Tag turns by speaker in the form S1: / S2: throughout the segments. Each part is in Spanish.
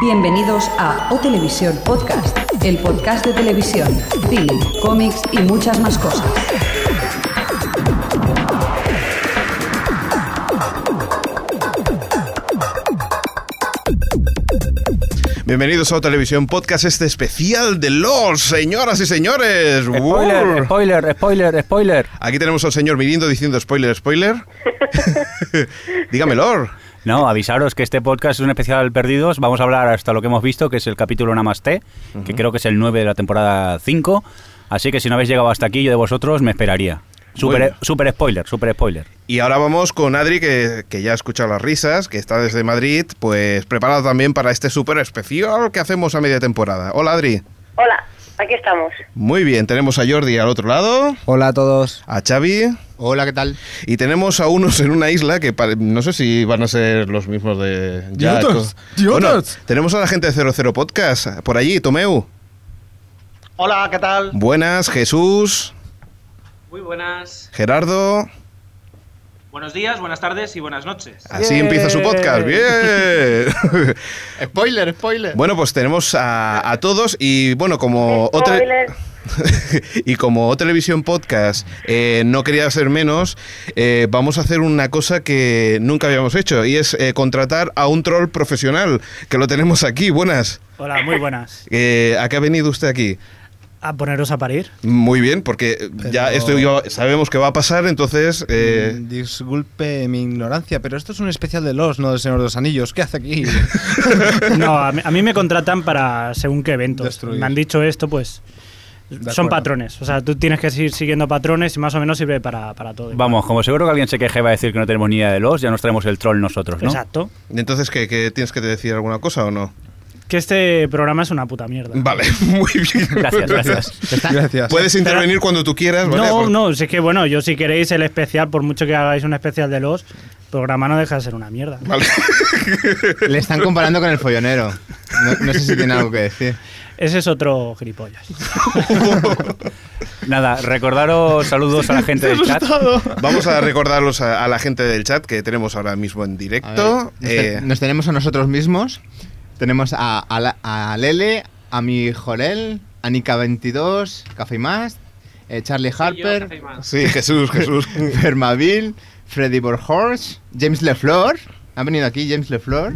S1: Bienvenidos a O Televisión Podcast, el podcast de televisión, cine, cómics y muchas más cosas.
S2: Bienvenidos a O Televisión Podcast, este especial de los señoras y señores.
S3: Spoiler,
S2: ¡Wow!
S3: spoiler, spoiler, spoiler.
S2: Aquí tenemos al señor viniendo diciendo spoiler, spoiler. Dígame, Lord.
S3: No, avisaros que este podcast es un especial perdidos. Vamos a hablar hasta lo que hemos visto, que es el capítulo Namaste, que creo que es el 9 de la temporada 5. Así que si no habéis llegado hasta aquí, yo de vosotros me esperaría. Super,
S2: Bueno.
S3: super spoiler, super spoiler.
S2: Y ahora vamos con Adri, que, que ya ha escuchado las risas, que está desde Madrid, pues preparado también para este súper especial que hacemos a media temporada. Hola, Adri.
S4: Hola, aquí estamos.
S2: Muy bien, tenemos a Jordi al otro lado,
S5: Hola a todos.
S2: a Xavi,
S5: Hola, ¿qué tal?
S2: y tenemos a unos en una isla que pare- no sé si van a ser los mismos de...
S5: Y otros,
S2: co-
S5: y
S2: Bueno,
S5: otros.
S2: tenemos a la gente de 00 Podcast, por allí, Tomeu.
S6: Hola, ¿qué tal?
S2: Buenas, Jesús,
S6: Muy buenas.
S2: Gerardo.
S6: Buenos días, buenas tardes y buenas noches.
S2: Así empieza su podcast. Bien.
S5: Spoiler, spoiler.
S2: bueno, pues tenemos a, a todos y bueno, como otra
S4: Spoiler.
S2: y como O Televisión Podcast eh, no quería ser menos, eh, vamos a hacer una cosa que nunca habíamos hecho y es eh, contratar a un troll profesional, que lo tenemos aquí. Buenas.
S7: Hola, muy buenas.
S2: Eh, ¿A qué ha venido usted aquí?
S7: A poneros a parir.
S2: Muy bien, porque ya
S5: Pero-
S2: esto yo sabemos que va a pasar, entonces... eh,
S5: Mm, Disculpe mi ignorancia, pero esto es un especial de los, no del Señor de los Anillos. ¿Qué hace aquí?
S7: No, a mí, a mí me contratan para según qué eventos.
S5: Destruir.
S7: Me han dicho esto, pues. Son
S5: acuerdo.
S7: patrones. O sea, tú tienes que ir siguiendo patrones y más o menos sirve para, para todo.
S3: Vamos, como seguro que alguien se queje y va a decir que no tenemos ni idea de los, ya nos traemos el troll nosotros, ¿no?
S7: Exacto.
S2: Entonces, ¿qué, qué tienes que decir alguna cosa o no?
S7: Que este programa es una puta mierda.
S2: Vale, muy bien.
S3: Gracias, gracias.
S5: Gracias.
S2: Puedes intervenir cuando tú quieras, ¿vale?
S7: No,
S2: Por-
S7: no, si es que bueno, yo si queréis el especial, por mucho que hagáis un especial de los, programa no deja de ser una mierda.
S2: Vale.
S8: Le están comparando con el follonero. No, no sé si tiene algo que decir.
S7: Ese es otro gilipollas.
S2: Pues-
S3: Nada, recordaros saludos a la gente del chat.
S2: Vamos a recordarlos a, a la gente del chat que tenemos ahora mismo en
S8: A
S2: directo.
S8: ver, nos, te-
S2: Eh,
S8: nos tenemos a nosotros mismos. Tenemos a, a la- a Lele, a mi Jorel, a Nika22, Café y Más, eh, Charlie
S6: Yo, que
S8: Harper,
S6: soy más.
S2: Sí, Jesús, Jesús.
S8: Fermaville, Freddy Borhorst, James LeFleur. Ha venido aquí James LeFleur.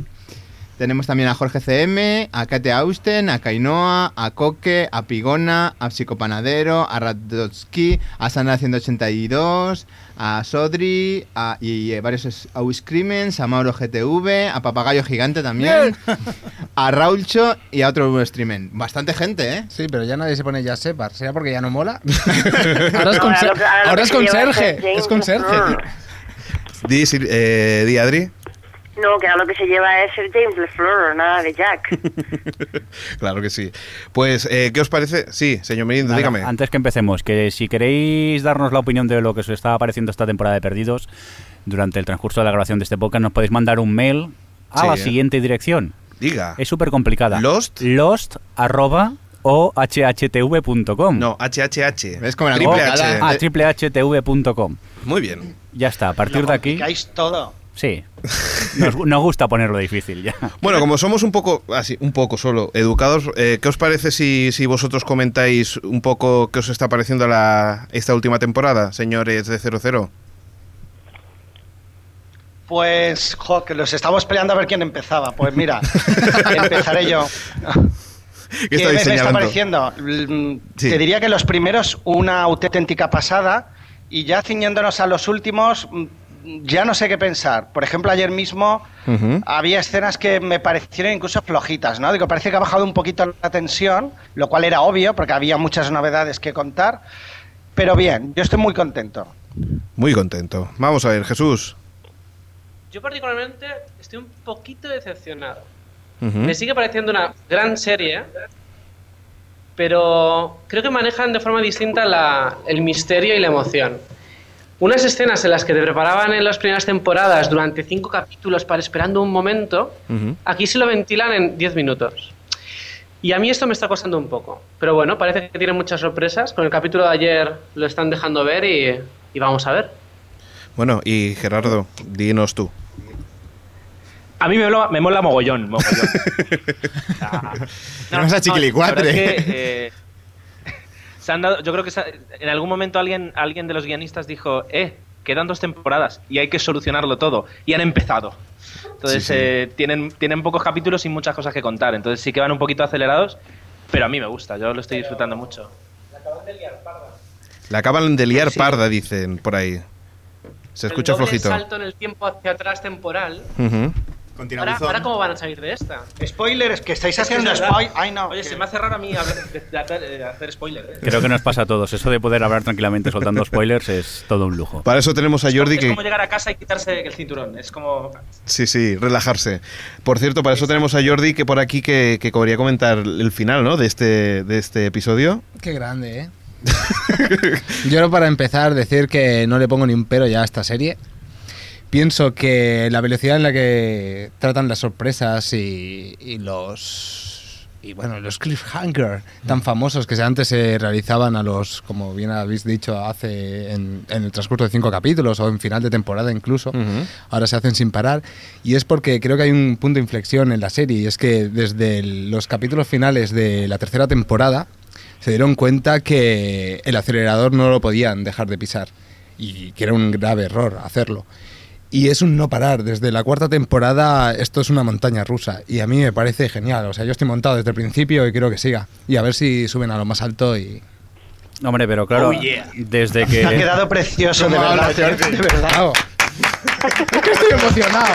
S8: Tenemos también a Jorge CM, a Kate Austen, a Kainoa, a Coque, a Pigona, a Psicopanadero, a Radotsky, a Sana 182, a Sodri, a, y, eh, varios es- a Wiscrimens, a Mauro GTV, a Papagayo Gigante también, a Raulcho y a otro streamen. Bastante gente, ¿eh?
S5: Sí, pero ya nadie se pone ya Separ. ¿Será porque ya no mola? ahora es,
S4: No,
S5: con,
S4: ahora lo que- ahora lo
S5: ahora
S4: que
S5: es
S4: se lleva
S5: conserje.
S4: es James
S5: Es conserje.
S4: LeFleur.
S2: Di, Sil- eh, di, Adri.
S4: No, que ahora lo que se lleva es el James LeFleur, nada de Jack.
S2: Claro que sí. Pues, eh, ¿qué os parece? Sí, señor Mirindo,
S3: Nada,
S2: dígame.
S3: Antes que empecemos, que si queréis darnos la opinión de lo que os está pareciendo esta temporada de Perdidos, durante el transcurso de la grabación de este podcast, nos podéis mandar un mail a
S2: Sí,
S3: la
S2: eh.
S3: siguiente dirección.
S2: Diga.
S3: Es súper complicada.
S2: Lost.
S3: Lost arroba ohhtv.com.
S2: No, HHH.
S8: ¿Ves cómo era
S2: Triple
S8: complicada?
S2: H. Eh,
S3: a triplehtv.com.
S2: Muy bien.
S3: Ya está, a partir
S6: Lo
S3: de aquí.
S6: complicáis todo.
S3: Sí. Nos, nos gusta ponerlo difícil ya.
S2: Bueno, como somos un poco, así, un poco solo, educados, eh, ¿qué os parece si, si vosotros comentáis un poco qué os está pareciendo la, esta última temporada, señores de 00?
S9: Pues, jo, que los estamos peleando a ver quién empezaba. Pues mira, empezaré yo.
S2: ¿Qué estáis
S9: me- me está
S2: señalando?
S9: pareciendo? Mm,
S2: Sí.
S9: Te diría que los primeros, una auténtica pasada, y ya ciñéndonos a los últimos, mm, ya no sé qué pensar. Por ejemplo, ayer mismo
S2: Ujú.
S9: había escenas que me parecieron incluso flojitas, ¿no? Digo, parece que ha bajado un poquito la tensión, lo cual era obvio, porque había muchas novedades que contar. Pero bien, yo estoy muy contento.
S2: Muy contento. Vamos a ver, Jesús.
S10: Yo particularmente estoy un poquito decepcionado.
S2: Ujú.
S10: Me sigue pareciendo una gran serie, pero creo que manejan de forma distinta la- el misterio y la emoción. Unas escenas en las que te preparaban en las primeras temporadas durante cinco capítulos para esperando un momento,
S2: Ujú.
S10: aquí se lo ventilan en 10 minutos. Y a mí esto me está costando un poco. Pero bueno, parece que tiene muchas sorpresas. Con el capítulo de ayer lo están dejando ver y- y vamos a ver.
S2: Bueno, y Gerardo, dinos tú.
S6: A mí me mola, me mola mogollón. mogollón.
S8: Tenemos a Chiquilicuatre.
S6: la verdad es que, eh, se han dado, yo creo que se ha- en algún momento alguien, alguien de los guionistas dijo, eh, quedan dos temporadas y hay que solucionarlo todo. Y han empezado. Entonces
S11: Sí, sí.
S6: eh, tienen, tienen pocos capítulos y muchas cosas que contar. Entonces sí que van un poquito acelerados, pero a mí me gusta, yo lo estoy disfrutando mucho.
S2: La acaban de liar parda, dicen por ahí. Se escucha
S10: el doble
S2: flojito.
S10: salto en el tiempo hacia atrás temporal.
S2: Ujú.
S10: Ahora, ahora cómo van a salir de esta.
S9: Spoilers, que estáis
S10: Es que
S9: haciendo
S10: es verdad.
S9: spoil. Ay, no.
S6: Oye, se me hace raro a mí hablar- de- de- de hacer spoiler. ¿eh?
S3: Creo que nos pasa a todos. Eso de poder hablar tranquilamente soltando spoilers es todo un lujo.
S2: Para eso tenemos a Jordi
S6: Es
S2: que...
S6: como llegar a casa y quitarse el cinturón. Es como.
S2: Sí, sí, relajarse. Por cierto, para eso tenemos a Jordi que por aquí que, que podría comentar el final, ¿no? De este, de este episodio.
S5: Qué grande, ¿eh? Yo para empezar decir que no le pongo ni un pero ya a esta serie. Pienso que la velocidad en la que tratan las sorpresas y, y los y bueno los cliffhanger tan famosos que antes se realizaban a los como bien habéis dicho hace en, en el transcurso de cinco capítulos o en final de temporada incluso ahora se hacen sin parar y es porque creo que hay un punto de inflexión en la serie y es que desde el- los capítulos finales de la tercera temporada se dieron cuenta que el acelerador no lo podían dejar de pisar y que era un grave error hacerlo. Y es un no parar. Desde la cuarta temporada esto es una montaña rusa y a mí me parece genial. O sea, yo estoy montado desde el principio y quiero que siga. Y a ver si suben a lo más alto y...
S3: Hombre, pero claro,
S5: Oh, yeah.
S3: desde que...
S5: Ha quedado
S9: precioso, de verdad, de verdad.
S5: Es que estoy emocionado.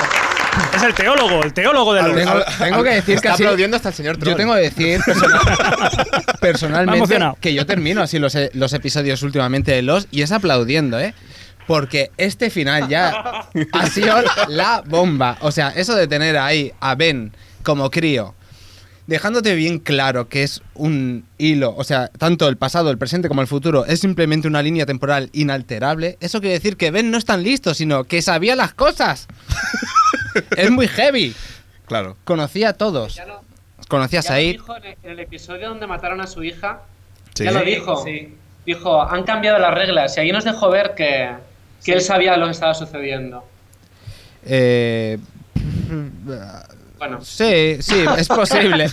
S7: Es el teólogo, el teólogo de los.
S5: Tengo, tengo que decir que así- Yo tengo que decir persona-
S7: Me ha
S5: personalmente
S7: emocionado.
S5: que yo termino así los, e- los episodios últimamente de los y es aplaudiendo, ¿eh? Porque este final ya ha sido la bomba. O sea, eso de tener ahí a Ben como crío, dejándote bien claro que es un hilo, o sea, tanto el pasado, el presente como el futuro, es simplemente una línea temporal inalterable, eso quiere decir que Ben no es tan listo, sino que sabía las cosas. es muy heavy.
S2: Claro.
S5: Conocía a todos.
S10: lo-
S5: Conocías
S10: Ya
S5: a
S10: lo
S5: Id.
S10: dijo en el- en el episodio donde mataron a su hija.
S5: Sí.
S10: Ya lo dijo. Dijo, han cambiado las reglas. Y ahí nos dejó ver que, que él sabía lo que estaba sucediendo.
S5: Eh,
S10: Bueno.
S5: Sí, sí, es posible.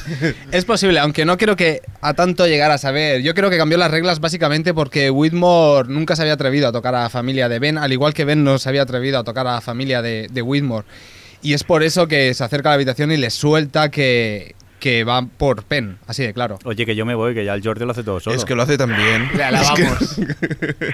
S5: es posible, aunque no creo que a tanto llegar a saber. Yo creo que cambió las reglas básicamente porque Whitmore nunca se había atrevido a tocar a la familia de Ben, al igual que Ben no se había atrevido a tocar a la familia de, de Whitmore. Y es por eso que se acerca a la habitación y le suelta que, que va por Pen, así de claro.
S3: Oye, que yo me voy, que ya el Jordi lo hace todo solo.
S5: Es que lo hace
S2: también.
S5: Le alabamos.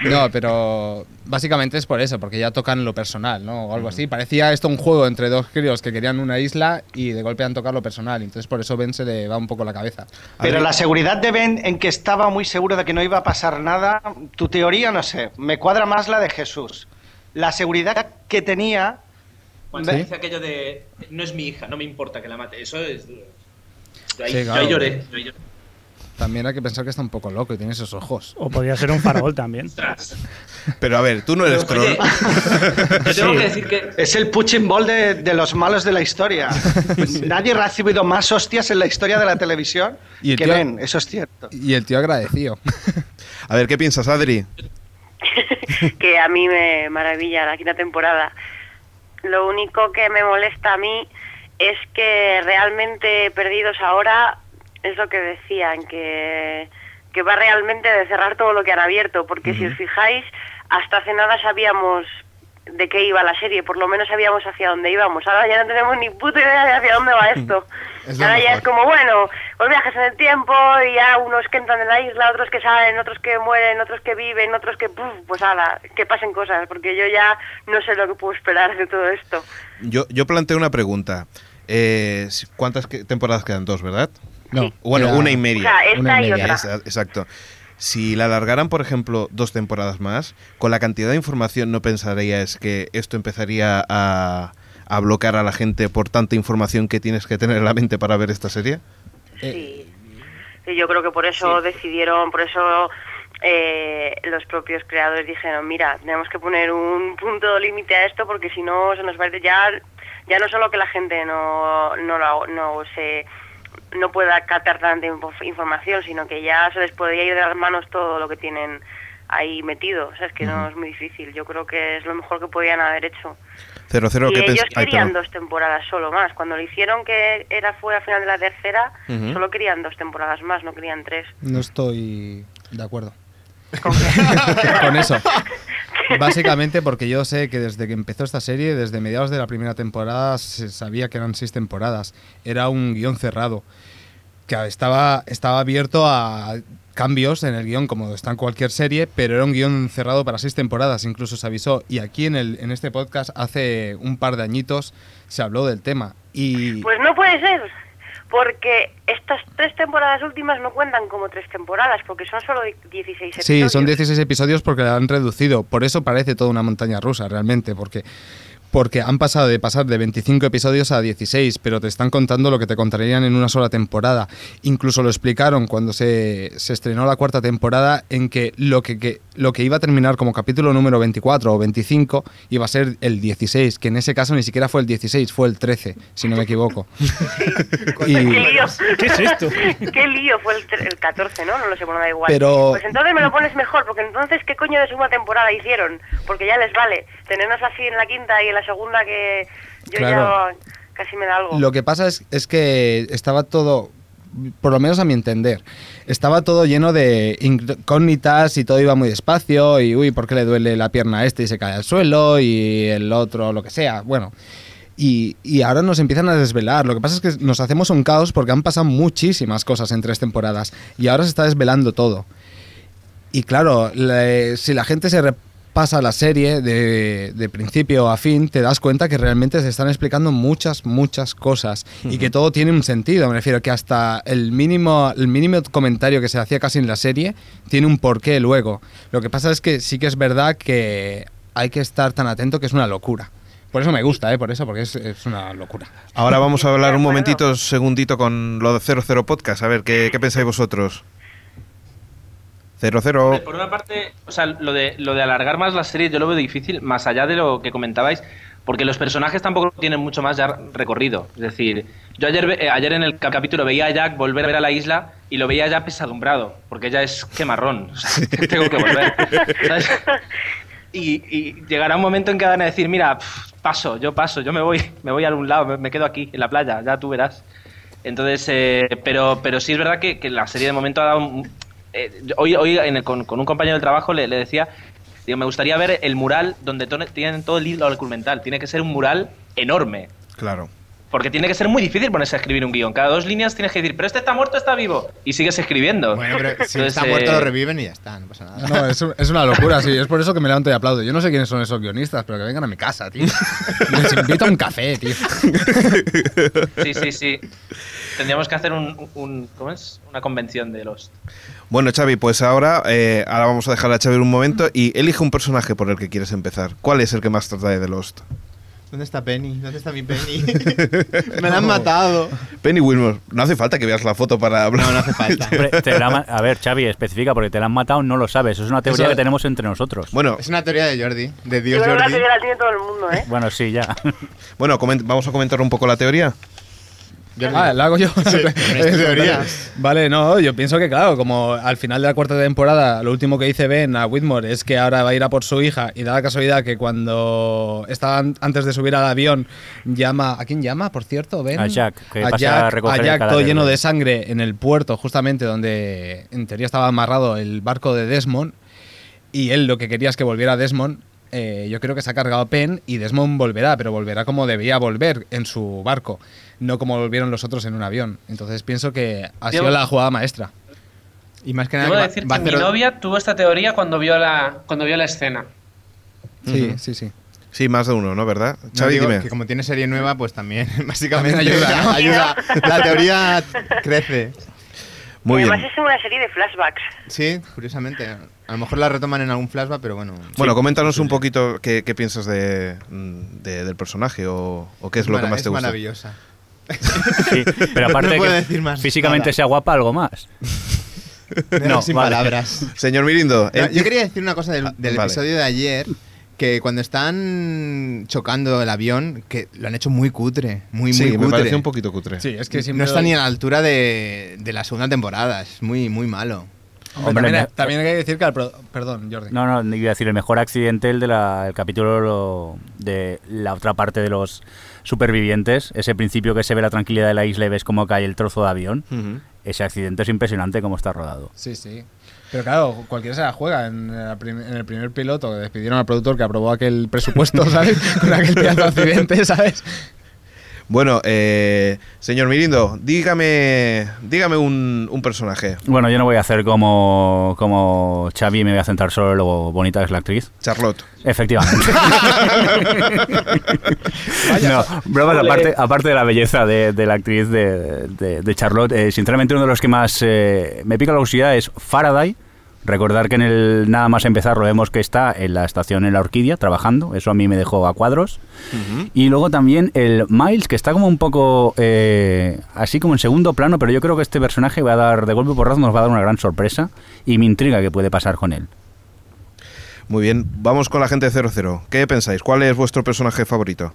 S5: No, pero básicamente es por eso, porque ya tocan lo personal, ¿no? O algo así. Parecía esto un juego entre dos críos que querían una isla y de golpe han tocado lo personal. y Entonces por eso Ben se le va un poco la cabeza.
S9: Pero la seguridad de Ben en que estaba muy seguro de que no iba a pasar nada, tu teoría no sé, me cuadra más la de Jesús. La seguridad que tenía
S6: Cuando
S9: ¿Sí?
S6: dice aquello de. No es mi hija, no me importa que la mate. Eso es duro. Yo ahí,
S5: Sí,
S6: yo
S5: claro.
S6: ahí lloré. yo ahí lloré.
S5: También hay que pensar que está un poco loco y tiene esos ojos.
S7: O podría ser un farol también.
S2: Pero a ver, tú no eres troll.
S9: Sí. Es el punching ball de, de los malos de la historia. Nadie ha recibido más hostias en la historia de la televisión
S2: Y el
S9: que
S2: tío-
S9: Ben, eso es cierto.
S5: Y el tío agradecido.
S2: A ver, ¿qué piensas, Adri?
S4: que a mí me maravilla la quinta temporada. Lo único que me molesta a mí es que realmente Perdidos ahora es lo que decían, que, que va realmente de cerrar todo lo que han abierto, porque si os fijáis, hasta hace nada sabíamos de qué iba la serie, por lo menos sabíamos hacia dónde íbamos. Ahora ya no tenemos ni puta idea de hacia dónde va esto.
S12: Es lo
S4: Ahora ya
S12: mejor.
S4: es como, bueno, los viajes en el tiempo y ya unos que entran en la isla, otros que salen, otros que mueren, otros que viven, otros que, puf, pues ala, que pasen cosas, porque yo ya no sé lo que puedo esperar de todo esto.
S2: Yo, yo planteo una pregunta. Eh, si- ¿Cuántas que- temporadas quedan? Dos, ¿verdad?
S5: No.
S2: Bueno,
S5: Era-
S2: una y media.
S4: O sea, esta Una y y media. otra.
S2: Esa- Exacto. Si la alargaran, por ejemplo, dos temporadas más, con la cantidad de información no pensarías que esto empezaría a, a bloquear a la gente por tanta información que tienes que tener en la mente para ver esta serie.
S4: Sí. Y yo creo que por eso decidieron, por eso eh, los propios creadores dijeron, mira, tenemos que poner un punto límite a esto porque si no se nos va a ir ya, ya no solo que la gente no, no, lo- no se no pueda captar tanta info- información, sino que ya se les podría ir de las manos todo lo que tienen ahí metido. O sea, es que no es muy difícil. Yo creo que es lo mejor que podían haber hecho.
S2: Cero, cero,
S4: y
S2: ¿qué pens-
S4: ellos
S2: Ay,
S4: querían
S2: perdón.
S4: dos temporadas solo más. Cuando lo hicieron, que era fue a final de la tercera,
S5: Ujú.
S4: solo querían dos temporadas más, no querían tres.
S5: No estoy de acuerdo. Con eso. Básicamente porque yo sé que desde que empezó esta serie, desde mediados de la primera temporada, se sabía que eran seis temporadas. Era un guión cerrado. Que estaba, estaba abierto a cambios en el guión, como está en cualquier serie, pero era un guión cerrado para seis temporadas, incluso se avisó. Y aquí en, el, en este podcast, hace un par de añitos, se habló del tema. Y
S4: Pues no puede ser, porque estas tres temporadas últimas no cuentan como tres temporadas, porque son solo 16 episodios.
S5: Sí, son 16 episodios porque la han reducido. Por eso parece toda una montaña rusa, realmente, porque, porque han pasado de pasar de 25 episodios a 16, pero te están contando lo que te contarían en una sola temporada. Incluso lo explicaron cuando se, se estrenó la cuarta temporada en que lo que, que- lo que iba a terminar como capítulo número 24 o 25 iba a ser el 16, que en ese caso ni siquiera fue el 16, fue el 13, si no me equivoco. Y-
S4: ¿Qué lío?
S7: ¿Qué es esto?
S4: ¿Qué lío? Fue el, tre- el 14, ¿no? No lo sé, bueno, da igual.
S5: Pero-
S4: Pues entonces me lo pones mejor, porque entonces, ¿qué coño de segunda temporada hicieron? Porque ya les vale tenernos así en la quinta y en la segunda que yo
S5: Claro.
S4: ya casi me da algo.
S5: Lo que pasa es, es que estaba todo, por lo menos a mi entender, estaba todo lleno de incógnitas y todo iba muy despacio y, uy, ¿por qué le duele la pierna a este y se cae al suelo y el otro, lo que sea? Bueno. Y, y ahora nos empiezan a desvelar. Lo que pasa es que nos hacemos un caos porque han pasado muchísimas cosas en tres temporadas y ahora se está desvelando todo. Y claro, le- si la gente se repasa la serie de, de principio a fin, te das cuenta que realmente se están explicando muchas, muchas cosas y que todo tiene un sentido. Me refiero que hasta el mínimo, el mínimo comentario que se hacía casi en la serie tiene un porqué luego. Lo que pasa es que sí que es verdad que hay que estar tan atento que es una locura. Por eso me gusta, ¿eh? Por eso, porque es, es una locura.
S2: Ahora vamos a hablar un momentito, segundito con lo de 00 Podcast. A ver, ¿qué, qué pensáis vosotros? 00.
S6: Por una parte, o sea, lo de, lo de alargar más la serie yo lo veo difícil, más allá de lo que comentabais, porque los personajes tampoco tienen mucho más ya recorrido. Es decir, yo ayer, ve- eh, ayer en el cap- capítulo veía a Jack volver a ver a la isla y lo veía ya pesadumbrado, porque ya es que marrón, o sea, tengo que volver. ¿sabes? Y, y llegará un momento en que van a decir, mira, pf, paso, yo paso, yo me voy, me voy a algún lado, me, me quedo aquí, en la playa, ya tú verás. Entonces, eh, pero, pero sí es verdad que, que la serie de momento ha dado un- eh, yo- hoy, hoy en el- con, con un compañero del trabajo le, le decía, digo, me gustaría ver el mural donde tone- tienen todo el hilo documental. Tiene que ser un mural enorme.
S2: Claro.
S6: Porque tiene que ser muy difícil ponerse a escribir un guión. Cada dos líneas tienes que decir, pero este está muerto, está vivo. Y sigues escribiendo.
S8: Bueno, pero si
S6: Entonces,
S8: está muerto
S6: eh,
S8: lo reviven y ya está, no pasa nada.
S5: No, es, un- es una locura, sí. Es por eso que me levanto y aplaudo. Yo no sé quiénes son esos guionistas, pero que vengan a mi casa, tío. Les invito a un café, tío.
S6: Sí, sí, sí. Tendríamos que hacer un, un- ¿cómo es? una convención de los...
S2: Bueno, Xavi, pues ahora, eh, ahora vamos a dejar a Xavi un momento y elige un personaje por el que quieres empezar. ¿Cuál es el que más te atrae de Lost?
S8: ¿Dónde está Penny? ¿Dónde está mi Penny? me la han matado.
S2: Penny Wilmore. No hace falta que veas la foto para hablar. No, no hace falta.
S3: Hombre, te la han- a ver, Xavi, especifica, porque te la han matado, no lo sabes. Es una teoría
S8: Eso-
S3: que tenemos entre nosotros.
S2: bueno,
S8: Es una teoría de Jordi, de
S4: Yo
S8: Dios
S4: creo que la
S8: Jordi.
S4: primera la tiene todo el mundo, ¿eh?
S3: Bueno, sí, ya.
S2: bueno coment- vamos a comentar un poco la teoría.
S5: Ah, la hago yo.
S8: es teoría.
S5: Vale, no, yo pienso que, claro, como al final de la cuarta temporada, lo último que dice Ben a Whitmore es que ahora va a ir a por su hija, y da la casualidad que cuando está an- antes de subir al avión, llama. ¿A quién llama, por cierto, Ben?
S3: A Jack, que
S5: a
S3: pasa a
S5: Jack,
S3: recoger
S5: a
S3: el
S5: Jack todo
S3: cadáver.
S5: lleno de sangre en el puerto, justamente donde en teoría estaba amarrado el barco de Desmond, y él lo que quería es que volviera Desmond. eh, yo creo que se ha cargado a Penn y Desmond volverá, pero volverá como debía volver en su barco, no como volvieron los otros en un avión. Entonces pienso que ha sido la jugada maestra.
S8: Y más que nada,
S10: Debo
S8: que va-
S10: decir
S8: va
S10: que
S8: a
S10: mi
S8: hacer-
S10: novia tuvo esta teoría cuando vio la, cuando vio la escena.
S5: Sí,
S2: Ujú.
S5: sí, sí.
S2: Sí, más de uno, ¿no? ¿Verdad?
S8: No,
S2: Xavi,
S8: digo
S2: dime.
S8: Que como tiene serie nueva, pues también, básicamente,
S5: También ayuda, ¿no?
S8: ayuda. La teoría crece.
S2: Muy
S4: Además
S2: bien.
S4: es una serie de flashbacks.
S8: Sí, curiosamente. A lo mejor la retoman en algún flashback, pero bueno.
S2: Bueno, coméntanos un poquito qué, qué piensas de, mm, de- del personaje o, o qué es lo que
S8: mara-
S2: más te gusta.
S8: maravillosa.
S3: Sí, pero
S8: No
S3: aparte
S8: puedo
S3: que
S8: decir más
S3: físicamente
S8: nada.
S3: sea guapa, algo más.
S8: Me dejo
S3: No,
S8: sin
S3: vale.
S8: palabras.
S2: Señor Mirindo,
S8: No,
S2: eh,
S8: yo quería decir una cosa del,
S2: Ah,
S8: del
S2: vale.
S8: episodio de ayer, que cuando están chocando el avión, que lo han hecho muy cutre, muy,
S2: sí,
S8: muy
S2: me
S8: cutre.
S2: pareció un poquito cutre.
S5: Sí, es que
S8: no
S5: siempre-
S8: está ni a la altura de, de la segunda temporada, es muy, muy malo.
S5: Hombre,
S3: Hombre,
S5: también,
S3: me-
S5: también hay que decir que al pro- Perdón, Jordi.
S3: No, no, iba a decir, el mejor accidente, el del capítulo lo- de la otra parte de los supervivientes, ese principio que se ve la tranquilidad de la isla y ves cómo cae el trozo de avión,
S2: Ujú.
S3: ese accidente es impresionante cómo está rodado.
S5: Sí, sí. Pero claro, cualquiera se la juega. En, la prim- en el primer piloto que despidieron al productor que aprobó aquel presupuesto, ¿sabes? Con aquel pedazo de accidente, ¿sabes?
S2: Bueno, eh, señor Mirindo, dígame, dígame un, un personaje.
S3: Bueno, yo no voy a hacer como, como Xavi, me voy a centrar solo en lo bonita que es la actriz.
S2: Charlotte.
S3: Efectivamente. no, bromas
S10: Ole.
S3: aparte, aparte de la belleza de, de la actriz de, de- de Charlotte, eh, sinceramente uno de los que más eh, me pica la curiosidad es Faraday. Recordar que en el nada más empezar lo vemos que está en la estación en la Orquídea trabajando, eso a mí me dejó a cuadros.
S7: Hmm.
S3: Y luego también el Miles, que está como un poco eh, así como en segundo plano, pero yo creo que este personaje va a dar, de golpe por porrazo, nos va a dar una gran sorpresa y me intriga qué puede pasar con él.
S2: Muy bien, vamos con la gente de 00. ¿Qué pensáis? ¿Cuál es vuestro personaje favorito?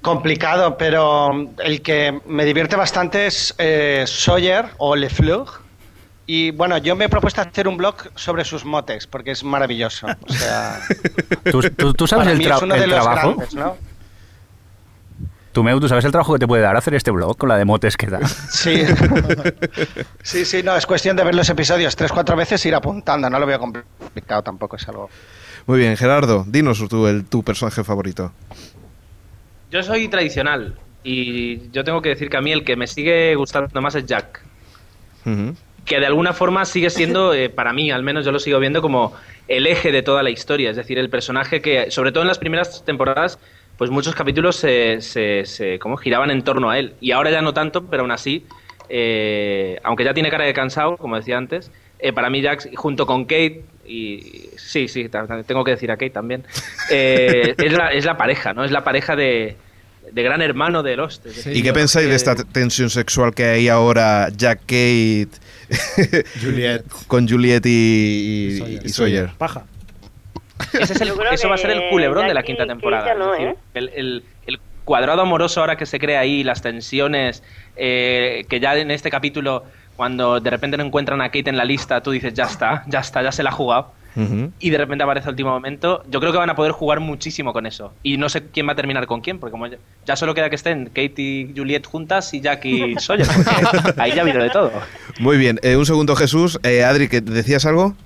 S9: Complicado, pero el que me divierte bastante es eh, Sawyer o Lefleur. Y bueno, yo me he propuesto hacer un blog sobre sus motes, porque es maravilloso. O sea,
S3: ¿Tú, tú- tú sabes
S9: para
S3: el,
S9: mí
S3: tra-
S9: es uno
S3: el
S9: de los
S3: trabajo?
S9: grandes, ¿no?
S3: Tú, Meu, ¿tú sabes el trabajo que te puede dar hacer este blog con la de motes que da?
S9: Sí. sí, sí, no, es cuestión de ver los episodios tres, cuatro veces e ir apuntando. No lo veo complicado tampoco, es algo.
S2: Muy bien, Gerardo, dinos tú el, tu personaje favorito.
S6: Yo soy tradicional y yo tengo que decir que a mí el que me sigue gustando más es Jack.
S2: Ujú.
S6: que de alguna forma sigue siendo, eh, para mí al menos yo lo sigo viendo como el eje de toda la historia, es decir, el personaje que, sobre todo en las primeras temporadas, pues muchos capítulos se, se- se- como giraban en torno a él, y ahora ya no tanto, pero aún así, eh, aunque ya tiene cara de cansado, como decía antes, eh, para mí Jax, junto con Kate, y sí, sí, ta- ta- tengo que decir a Kate también, eh, es, la, es la pareja, ¿no? Es la pareja de, de gran hermano de Lost. es decir,
S2: ¿Y qué
S6: yo creo
S2: pensáis de
S6: que-
S2: esta t- tensión sexual que hay ahora Jack Kate
S5: Juliet.
S2: con Juliet y, y- y Sawyer?
S7: Paja.
S6: Ese es el-
S4: Yo creo
S6: eso va a ser el
S4: que
S6: culebrón
S4: ya
S6: de la
S4: que-
S6: quinta
S4: que
S6: temporada.
S4: ya no,
S6: es decir,
S4: ¿eh?
S6: el, el- el cuadrado amoroso ahora que se crea ahí, las tensiones, eh, que ya en este capítulo, cuando de repente no encuentran a Kate en la lista, tú dices, ya está, ya está, ya se la ha jugado.
S2: Ujú.
S6: Y de repente aparece al último momento. Yo creo que van a poder jugar muchísimo con eso. Y no sé quién va a terminar con quién, porque como ya, ya solo queda que estén Kate y Juliet juntas y Jack y Sawyer. porque Ahí ya ha habido de todo.
S2: Muy bien, eh, un segundo Jesús. Eh, Adri, ¿que ¿decías algo?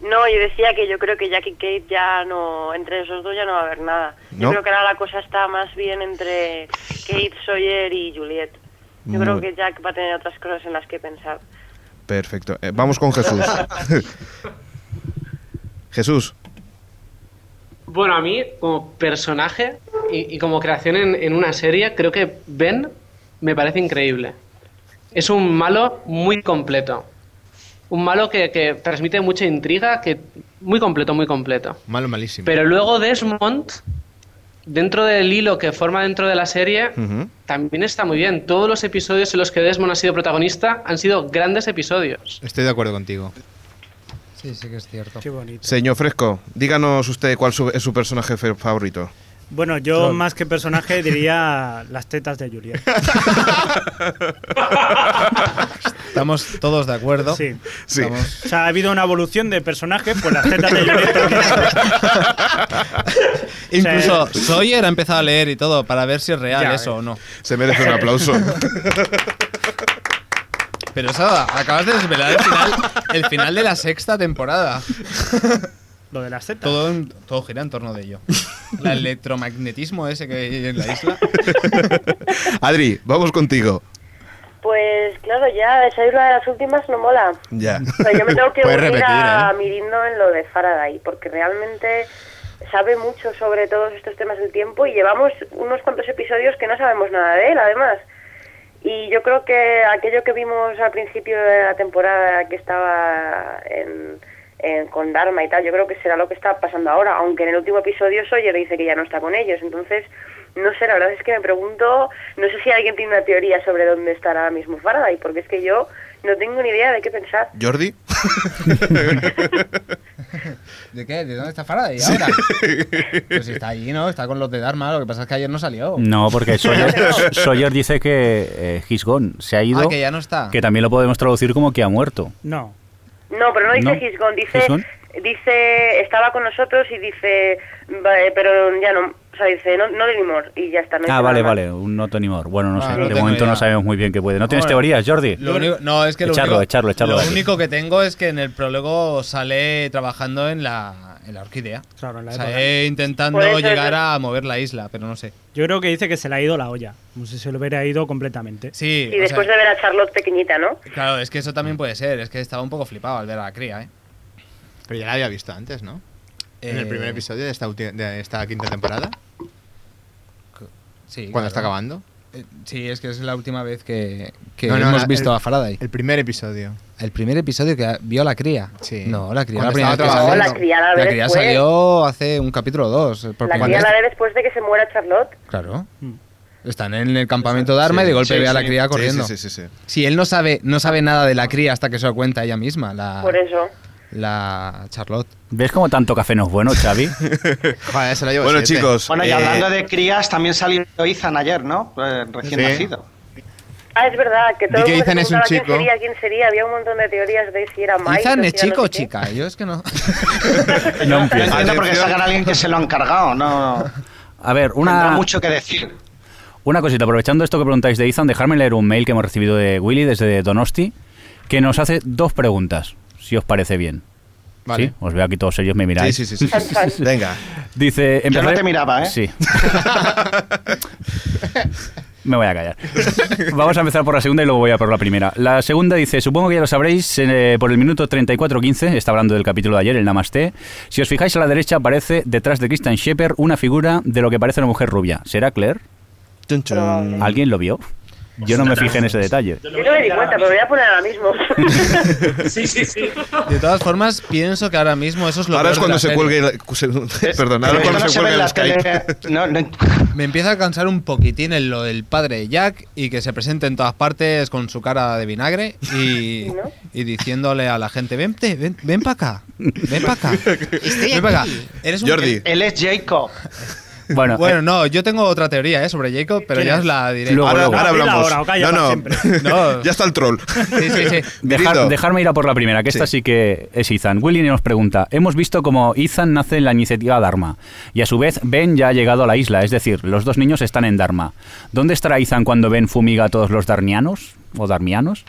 S4: No, yo decía que yo creo que Jack y Kate ya no, entre esos dos ya no va a haber nada.
S2: ¿No?
S4: Yo creo que ahora la cosa está más bien entre Kate, Sawyer y Juliet. Yo
S2: Muy-
S4: creo que Jack va a tener otras cosas en las que pensar.
S2: Perfecto. Eh, vamos con Jesús. Jesús.
S10: Bueno, a mí, como personaje y, y como creación en, en una serie, creo que Ben me parece increíble. Es un malo muy completo. Un malo que, que transmite mucha intriga, que muy completo, muy completo.
S8: Malo, malísimo.
S10: Pero luego Desmond, dentro del hilo que forma dentro de la serie,
S2: Ujú.
S10: también está muy bien. Todos los episodios en los que Desmond ha sido protagonista han sido grandes episodios.
S8: Estoy de acuerdo contigo.
S5: Sí, sí que es cierto.
S7: Qué bonito.
S2: Señor Fresco, díganos usted cuál su- es su personaje fe- favorito.
S7: Bueno, yo más que personaje diría las tetas de Juliet.
S5: Estamos todos de acuerdo.
S7: Sí.
S2: Sí.
S5: Estamos-
S7: O sea, ha habido una evolución de personajes, pues las tetas de Juliet. también.
S5: Incluso Sawyer ha empezado a leer y todo para ver si es real
S7: Ya, eh.
S5: eso o no.
S2: Se merece un aplauso.
S5: Pero eso, acabas de desvelar el final, el final de la sexta temporada.
S7: Lo de las tetas.
S5: Todo, en- todo gira en torno de ello. El electromagnetismo ese que hay en la isla.
S2: Adri, vamos contigo.
S4: Pues claro, ya esa isla de las últimas no mola.
S2: Ya.
S4: O sea, yo me tengo que
S8: Puedes
S4: unir
S8: repetir,
S4: a
S8: ¿eh?
S4: Mirindo en lo de Faraday, porque realmente sabe mucho sobre todos estos temas del tiempo y llevamos unos cuantos episodios que no sabemos nada de él, además. Y yo creo que aquello que vimos al principio de la temporada que estaba en, en- con Dharma y tal, yo creo que será lo que está pasando ahora, aunque en el último episodio Sawyer dice que ya no está con ellos, entonces... No sé, la verdad es que me pregunto, no sé si alguien tiene una teoría sobre dónde estará ahora mismo Faraday, porque es que yo no tengo ni idea de qué pensar.
S2: Jordi.
S5: ¿De qué? ¿De dónde está Faraday ahora? Pues si está allí, ¿no? Está con los de Dharma, lo que pasa es que ayer no salió.
S3: No, porque Sawyer, Sawyer dice que eh, he's gone, se ha ido.
S5: Ah, que ya no está.
S3: que también lo podemos traducir como que ha muerto.
S7: No.
S4: No, pero no dice
S3: No.
S4: he's gone, dice,
S3: He's gone.
S4: dice, estaba con nosotros y dice, va, eh, pero ya no, o sea, dice, no, no anymore, y ya está. no
S3: Ah,
S4: dice
S3: vale,
S4: nada más.
S3: vale, un not anymore. Bueno, no
S5: Ah,
S3: sé,
S5: no
S3: de
S5: tengo
S3: momento no
S5: idea.
S3: sabemos muy bien qué puede. ¿No tienes
S5: Bueno,
S3: teorías, Jordi?
S5: Lo único- no, es que lo
S3: Echarlo,
S5: único,
S3: echarlo, echarlo
S5: lo
S3: de aquí.
S5: único que tengo es que en el prólogo sale trabajando en la, en la orquídea.
S7: Claro, en la época.
S5: Sale intentando
S4: Por eso es
S5: llegar
S4: el-
S5: a mover la isla, pero no sé.
S7: Yo creo que dice que se le ha ido la olla. No sé si se lo hubiera ido completamente.
S5: Sí,
S4: Y
S5: o
S4: después
S5: sea,
S4: de ver a Charlotte pequeñita, ¿no?
S5: claro, es que eso también puede ser. Es que estaba un poco flipado al ver a la cría, ¿eh?
S8: Pero ya la había visto antes, ¿no? En el
S5: Eh,
S8: primer episodio de esta, ulti- de esta quinta temporada,
S5: Sí,
S8: cuando está
S5: claro.
S8: acabando.
S5: Eh, Sí, es que es la última vez que, que
S8: No, no,
S5: hemos
S8: la-
S5: visto
S8: el-
S5: a Faraday.
S8: El primer episodio.
S5: El primer episodio que vio a la cría.
S8: Sí.
S5: No, la cría.
S8: Cuando
S5: la primera
S8: estaba
S5: vez que
S4: No,
S8: trabajando.
S5: salió.
S4: la cría la ve
S5: La cría
S4: después.
S5: salió hace un capítulo o dos.
S3: Pues
S5: eh, por
S4: La
S5: primera
S4: cría
S5: vez.
S4: la ve después de que se muera Charlotte.
S5: Claro.
S7: Mm.
S5: Están en el campamento de arma y de golpe
S2: Sí,
S5: ve a
S2: sí.
S5: la cría
S2: Sí,
S5: corriendo.
S2: Sí, sí, sí. sí.
S5: Si él no sabe, no sabe nada de la cría hasta que se lo cuenta ella misma, la,
S4: Por eso.
S5: la Charlotte.
S3: ¿Ves cómo tanto café no es bueno, Xavi?
S8: Joder, se la llevo
S2: Bueno,
S8: siete.
S2: chicos.
S9: Bueno, y
S2: eh,
S9: hablando de crías, también salió Izan ayer, ¿no? Eh, recién
S8: Sí.
S9: nacido.
S4: Ah, es verdad, que todo
S8: Di que
S4: el mundo se
S8: Ethan es un
S4: preguntaba quién
S8: chico.
S4: sería, quién sería. Había un montón de teorías de si era Mike.
S5: Ethan
S4: o
S5: es
S4: si era no
S5: chico o
S4: sé qué.
S5: chica, yo es que no.
S3: No
S9: Pero
S3: empieza.
S9: entiendo Ah, porque
S2: Atención.
S9: sacan a alguien que se lo han cargado, no
S3: A ver,
S9: tendrá
S3: una,
S9: mucho que decir.
S3: Una cosita, aprovechando esto que preguntáis de Izan, dejarme leer un mail que hemos recibido de Willy desde Donosti, que nos hace dos preguntas, si os parece bien.
S8: Vale.
S3: ¿Sí? Os veo aquí todos ellos, me miráis.
S2: Sí, sí, sí, sí, sí, sí, sí. Venga.
S3: Dice,
S9: Yo no
S3: empezaré-
S9: te miraba, ¿eh?
S3: Sí. Me voy a callar. Vamos a empezar por la segunda y luego voy a por la primera. La segunda dice, supongo que ya lo sabréis, eh, por el minuto 34.15, está hablando del capítulo de ayer, el Namaste, si os fijáis a la derecha aparece detrás de Christian Shepard una figura de lo que parece una mujer rubia. ¿Será Claire?
S2: Chun, chun.
S3: ¿Alguien lo vio? Yo no me fijé en ese detalle.
S4: Yo no me di cuenta, pero me voy a poner ahora mismo.
S10: Sí, sí, sí.
S5: De todas formas, pienso que ahora mismo eso es lo
S2: Ahora
S5: peor
S2: es
S5: de
S2: cuando
S5: la
S2: se
S5: serie.
S2: cuelgue. el- se- Perdón, ahora
S9: Pero
S2: es
S9: esto
S2: cuando
S9: no
S2: se
S9: se ve
S2: cuelgue
S9: en
S2: el
S9: las
S2: Skype.
S9: tele- no, no-
S5: Me empieza a cansar un poquitín el, lo del padre de Jack y que se presente en todas partes con su cara de vinagre y,
S4: ¿No?
S5: y diciéndole a la gente, vente, ven, ven para acá, ven para acá, ven para acá. Eres un-
S2: Jordi.
S9: Él es Jacob.
S3: Bueno, eh,
S5: Bueno, no, yo tengo otra teoría eh, sobre Jacob, pero
S7: ¿Quién
S5: ya
S7: es?
S5: os la diré.
S3: Luego,
S2: Ahora,
S3: luego.
S2: ahora
S7: Dila
S2: hablamos.
S7: ahora o calla para
S2: no, no.
S7: siempre.
S5: No.
S2: ya está el troll.
S5: Sí, sí, sí.
S3: Dejar-
S2: Mirito.
S3: dejarme ir a por la primera, que esta
S2: Sí.
S3: sí que es Ethan. Willy nos pregunta, hemos visto cómo Ethan nace en la iniciativa Dharma y a su vez Ben ya ha llegado a la isla, es decir, los dos niños están en Dharma. ¿Dónde estará Ethan cuando Ben fumiga a todos los darnianos o darmianos?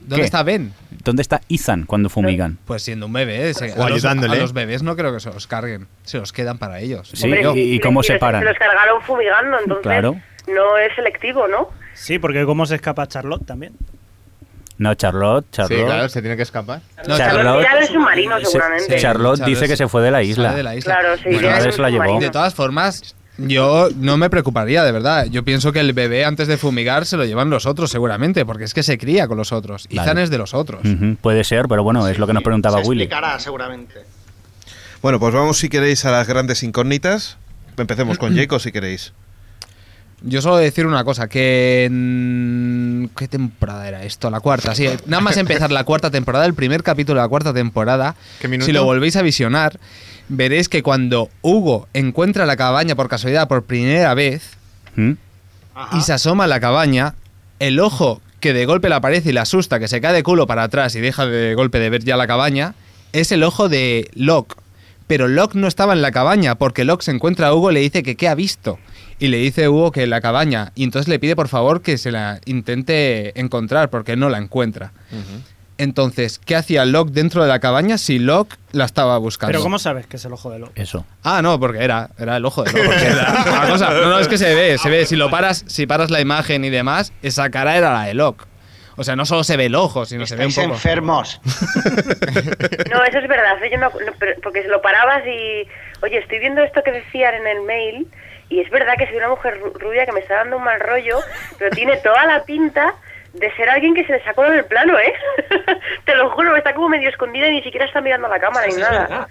S5: ¿Dónde
S3: ¿Qué?
S5: está Ben?
S3: ¿Dónde está Ethan cuando fumigan?
S5: Pues siendo un bebé, se-
S8: O
S5: a, los, a
S8: ayudándole.
S5: los bebés no creo que se los carguen, se los quedan para ellos.
S3: Sí,
S4: Hombre,
S3: y-
S4: si-
S3: y
S4: si-
S3: cómo
S4: si
S3: se
S4: los-
S3: paran.
S4: Se los cargaron fumigando, entonces
S3: Claro.
S4: no es selectivo, ¿no?
S7: Sí, porque cómo se escapa Charlotte también.
S3: No, Charlotte, Charlotte.
S8: Sí, claro, se tiene que escapar.
S5: No,
S3: Charlotte-
S4: Charlotte era del submarino,
S3: se-
S4: seguramente.
S3: Charlotte dice que se fue de la
S5: sale
S3: isla.
S5: de la isla.
S4: Claro, sí.
S3: Bueno,
S4: ya
S3: a
S4: es
S3: ver,
S4: un
S3: se la llevó.
S4: submarino.
S5: De todas formas, yo no me preocuparía, de verdad. Yo pienso que el bebé antes de fumigar se lo llevan los otros, seguramente, porque es que se cría con los otros.
S3: Vale.
S5: Ethan es de los otros.
S3: Ujú, puede ser, pero bueno, es lo que nos preguntaba
S9: se
S3: Willy.
S9: explicará Ah, seguramente.
S2: Bueno, pues vamos si queréis a las grandes incógnitas. Empecemos con Jacob si queréis.
S5: Yo solo decir una cosa, que en- ¿Qué temporada era esto? La cuarta, sí. Nada más empezar la cuarta temporada, el primer capítulo de la cuarta temporada,
S8: ¿Qué minuto?
S5: si lo volvéis a visionar, veréis que cuando Hugo encuentra la cabaña por casualidad por primera vez
S3: ¿Mm?
S5: y se asoma a la cabaña, el ojo que de golpe le aparece y le asusta, que se cae de culo para atrás y deja de golpe de ver ya la cabaña, es el ojo de Locke. Pero Locke no estaba en la cabaña porque Locke se encuentra a Hugo y le dice que qué ha visto. Y le dice Hugo que la cabaña. Y entonces le pide por favor que se la intente encontrar porque no la encuentra. Entonces, ¿qué hacía Locke dentro de la cabaña si Locke la estaba buscando?
S7: Pero ¿cómo sabes que es el ojo de Locke?
S3: Eso.
S5: Ah, no, porque era, era el ojo de lobo, porque era una cosa. No, no, es que se ve, se ve. Si lo paras, si paras la imagen y demás, esa cara era la de Locke. O sea, no solo se ve el ojo, sino se ve un
S9: Estáis
S5: poco.
S9: enfermos.
S4: No, eso es verdad. Yo me acu- no, pero- porque se lo parabas y, oye, estoy viendo esto que decían en el mail y es verdad que soy una mujer ru- rubia que me está dando un mal rollo, pero tiene toda la pinta de ser alguien que se le sacó del plano, ¿eh? Te lo juro, está como medio escondida y ni siquiera está mirando a la cámara ni nada.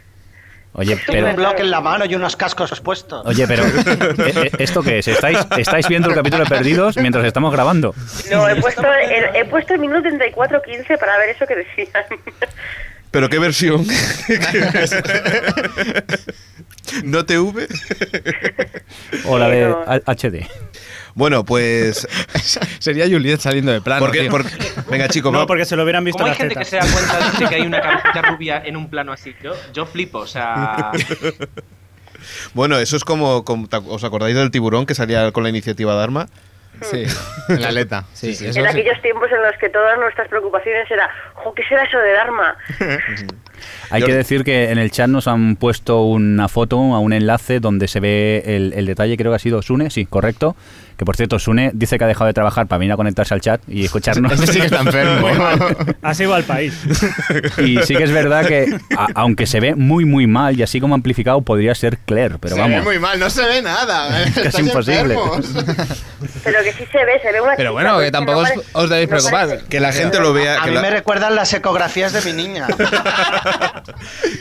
S3: Oye,
S9: Tiene un
S3: pero...
S9: bloque en la mano y unos cascos puestos.
S3: Oye, pero ¿e- e- ¿esto qué es? ¿Estáis, ¿Estáis viendo el capítulo de Perdidos mientras estamos grabando?
S4: No, he puesto el, he puesto el minuto 34.15 para ver eso que decían.
S2: Pero qué versión. ¿No TV?
S3: O la de HD.
S2: Bueno, pues.
S5: Sería Juliet saliendo de plano.
S2: ¿Por qué?
S5: tío.
S2: Por- Venga, chicos,
S7: No,
S2: va-
S7: porque se lo hubieran visto
S6: ¿Cómo hay
S7: las
S6: gente que
S7: tetas.
S6: se da cuenta de que hay una cabecita rubia en un plano así? Yo, yo flipo, o
S5: Ah.
S6: sea.
S2: Bueno, eso es como, como- ¿Os acordáis del tiburón que salía con la iniciativa Dharma?
S5: Sí, en la aleta. Sí, sí, eso
S4: en
S5: sí.
S4: aquellos tiempos en los que todas nuestras preocupaciones era, jo, ¿qué será eso de Dharma?
S3: Hay
S2: Yo-
S3: que decir que en el chat nos han puesto una foto, a un enlace donde se ve el, el detalle, creo que ha sido Sune, sí, correcto. Que por cierto, Sune dice que ha dejado de trabajar para venir a conectarse al chat y escucharnos.
S5: Ese Este sí que está enfermo. ¿eh?
S7: Así va el país.
S3: Y sí que es verdad que, a- aunque se ve muy, muy mal y así como amplificado, podría ser Claire, pero
S8: se
S3: vamos.
S8: ve muy mal, no se ve nada. Estás
S3: imposible.
S8: enfermos.
S4: Pero que sí se ve, se ve una chica,
S5: Pero bueno,
S4: pues,
S5: que tampoco os,
S4: no pare-
S5: os debéis
S4: no parece-
S5: preocupar.
S2: Que la gente lo vea.
S9: A
S2: que
S9: mí
S2: la-
S9: me recuerdan las ecografías de mi niña.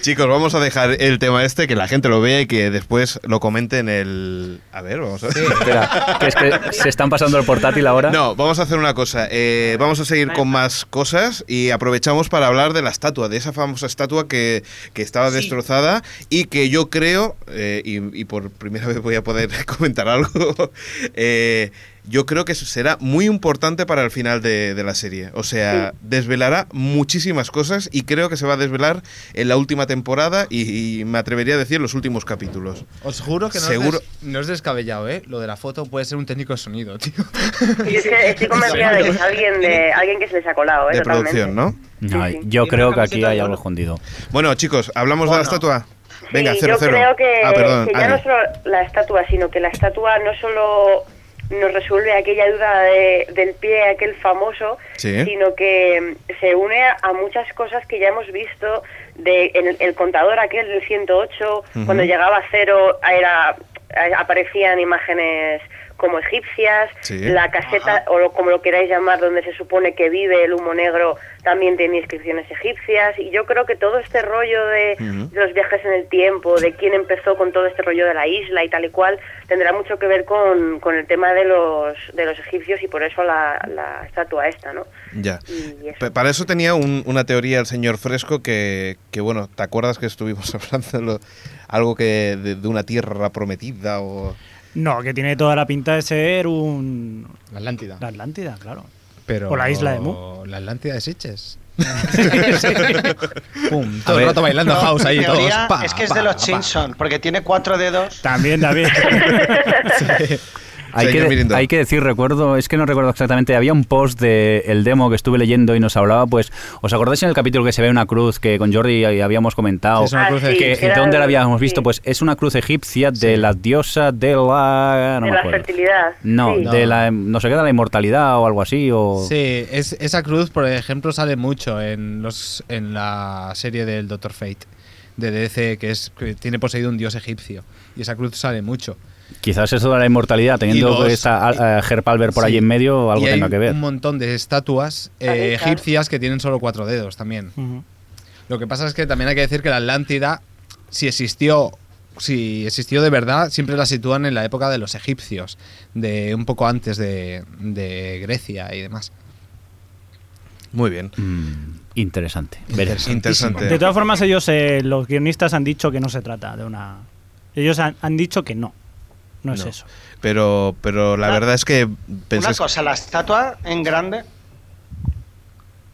S2: Chicos, vamos a dejar el tema este, que la gente lo vea y que después lo comente en el. A ver, vamos a ver.
S3: Espera, que es que se están pasando el portátil ahora.
S2: No, vamos a hacer una cosa. eh, vamos a seguir con más cosas y aprovechamos para hablar de la estatua, de esa famosa estatua que, que estaba
S6: Sí.
S2: destrozada y que yo creo, eh, y, y por primera vez voy a poder comentar algo, eh, yo creo que será muy importante para el final de, de la serie. O sea, desvelará muchísimas cosas y creo que se va a desvelar en la última temporada y, y me atrevería a decir los últimos capítulos.
S5: Os juro que no,
S2: Seguro-
S5: Es des- no es descabellado, ¿eh? Lo de la foto puede ser un técnico de sonido, tío.
S4: Yo es que estoy convencida de que es alguien, de, alguien que se les ha colado, ¿eh?
S2: De producción,
S4: totalmente.
S2: ¿no?
S3: No,
S4: Sí, sí.
S3: yo
S6: Tiene
S3: creo
S6: una
S3: que aquí
S6: camiseta
S3: hay
S6: de
S3: algo
S6: mono.
S3: escondido.
S2: Bueno, chicos, hablamos de la estatua. Ah, Venga,
S4: Sí,
S2: cero,
S4: yo
S2: cero.
S4: creo que,
S2: ah, perdón.
S4: que ya
S2: Adri.
S4: no solo la estatua, sino que la estatua no solo nos resuelve aquella duda de- del pie, aquel famoso,
S2: Sí.
S4: sino que mm, se une a, a muchas cosas que ya hemos visto de en el, el contador aquel del 108, cuando llegaba a cero era, a- aparecían imágenes como egipcias,
S2: Sí.
S4: la caseta o lo- como lo queráis llamar donde se supone que vive el humo negro también tiene inscripciones egipcias y yo creo que todo este rollo de
S2: Ujú.
S4: los viajes en el tiempo, de quién empezó con todo este rollo de la isla y tal y cual, tendrá mucho que ver con, con el tema de los, de los egipcios y por eso la, la estatua esta, ¿no?
S2: Ya.
S4: Y eso.
S2: Pa- Para eso tenía un- una teoría el señor Fresco que, que, bueno, ¿te acuerdas que estuvimos hablando de lo- algo que de, de una tierra prometida o
S7: No, que tiene toda la pinta de ser un.
S5: La Atlántida.
S7: La Atlántida, claro.
S5: Pero
S7: o la isla de Mu.
S5: La Atlántida de Sitges. Pum, todo el rato bailando
S9: No,
S5: house ahí
S9: en
S5: todos.
S9: teoría
S5: pa,
S9: es que es
S5: pa,
S9: de los
S5: pa.
S9: Simpson, porque tiene cuatro dedos.
S7: También, David.
S3: Hay
S2: Señor
S3: que,
S2: Mirindo.
S3: hay que decir, recuerdo, es que no recuerdo exactamente, había un post del el demo que estuve leyendo y nos hablaba, pues, ¿os acordáis en el capítulo que se ve una cruz que con Jordi ahí habíamos comentado?
S5: Es una
S4: Ah,
S5: cruz
S4: sí,
S5: de-
S3: que,
S4: que era-
S3: ¿Dónde la habíamos visto?
S4: sí,
S3: Pues es una cruz egipcia de la diosa de la... No
S4: de
S3: me
S4: la
S3: acuerdo.
S4: fertilidad.
S3: No,
S4: sí.
S5: No.
S3: de la... No sé qué, de la inmortalidad o algo así, o...
S5: Sí, es, esa cruz, por ejemplo, sale mucho en, los, en la serie del Doctor Fate de DC, que, es, que tiene poseído un dios egipcio. Y esa cruz sale mucho.
S3: Quizás eso de la inmortalidad, teniendo
S5: los-
S3: esta a- a Gerpalver por
S5: Sí.
S3: ahí en medio, algo
S5: y hay
S3: tenga que ver.
S5: un montón de estatuas eh,
S4: Ahí está.
S5: egipcias que tienen solo cuatro dedos también.
S7: Ujú.
S5: Lo que pasa es que también hay que decir que la Atlántida, si existió, si existió de verdad, siempre la sitúan en la época de los egipcios, de un poco antes de, de Grecia y demás.
S2: Muy bien.
S3: Mm, interesante. Veremos.
S5: Interesantísimo.
S2: interesante.
S7: De todas formas, ellos, eh, los guionistas han dicho que no se trata de una. Ellos han, han dicho que no. No es
S2: No.
S7: eso.
S2: Pero, pero la
S9: Una-
S2: verdad es que
S9: Una
S2: pensás
S9: cosa, la estatua en grande.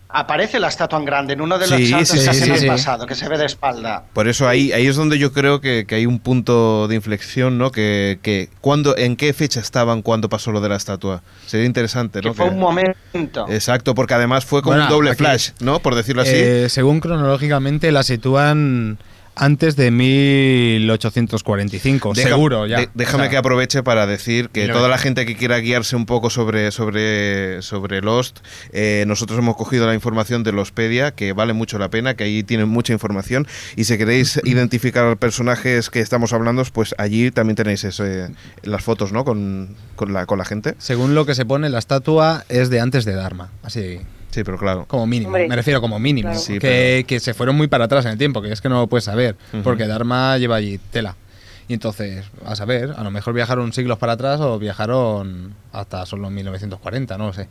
S9: Aparece la estatua en grande en uno de los
S2: Sí,
S9: saltos
S2: sí,
S9: que
S5: sí,
S9: hacen
S5: sí,
S9: al
S5: sí.
S9: pasado, que se ve de espalda.
S2: por eso ahí, ahí es donde yo creo que, que hay un punto de inflexión, ¿no? Que, que cuando, en qué fecha estaban cuando pasó lo de la estatua. Sería interesante, ¿no?
S9: que fue
S2: Que- Eh.
S9: un momento.
S2: Exacto, porque además fue como
S5: Bueno,
S2: un doble
S5: aquí-
S2: flash, ¿no? Por decirlo así.
S5: Eh, según cronológicamente la sitúan antes de 1845,
S2: Deja-
S5: seguro ya.
S2: de- déjame
S5: O sea,
S2: que aproveche para decir que
S5: Mira,
S2: toda
S5: mira.
S2: la gente que quiera guiarse un poco sobre, sobre, sobre Lost, eh, nosotros hemos cogido la información de Lostpedia, que vale mucho la pena, que ahí tienen mucha información. Y si queréis identificar personajes que estamos hablando, pues allí también tenéis ese- las fotos, ¿no? Con, con la, con la gente.
S5: Según lo que se pone, la estatua es de antes de Dharma, así
S2: Sí, pero claro.
S5: como mínimo.
S4: Hombre,
S5: me refiero como mínimo.
S4: claro.
S2: Sí,
S5: que, que se fueron muy para atrás en el tiempo, que es que no lo puedes saber,
S2: Ujú.
S5: porque Dharma lleva allí tela. Y entonces, a saber, a lo mejor viajaron siglos para atrás o viajaron hasta solo 1940, no lo sé.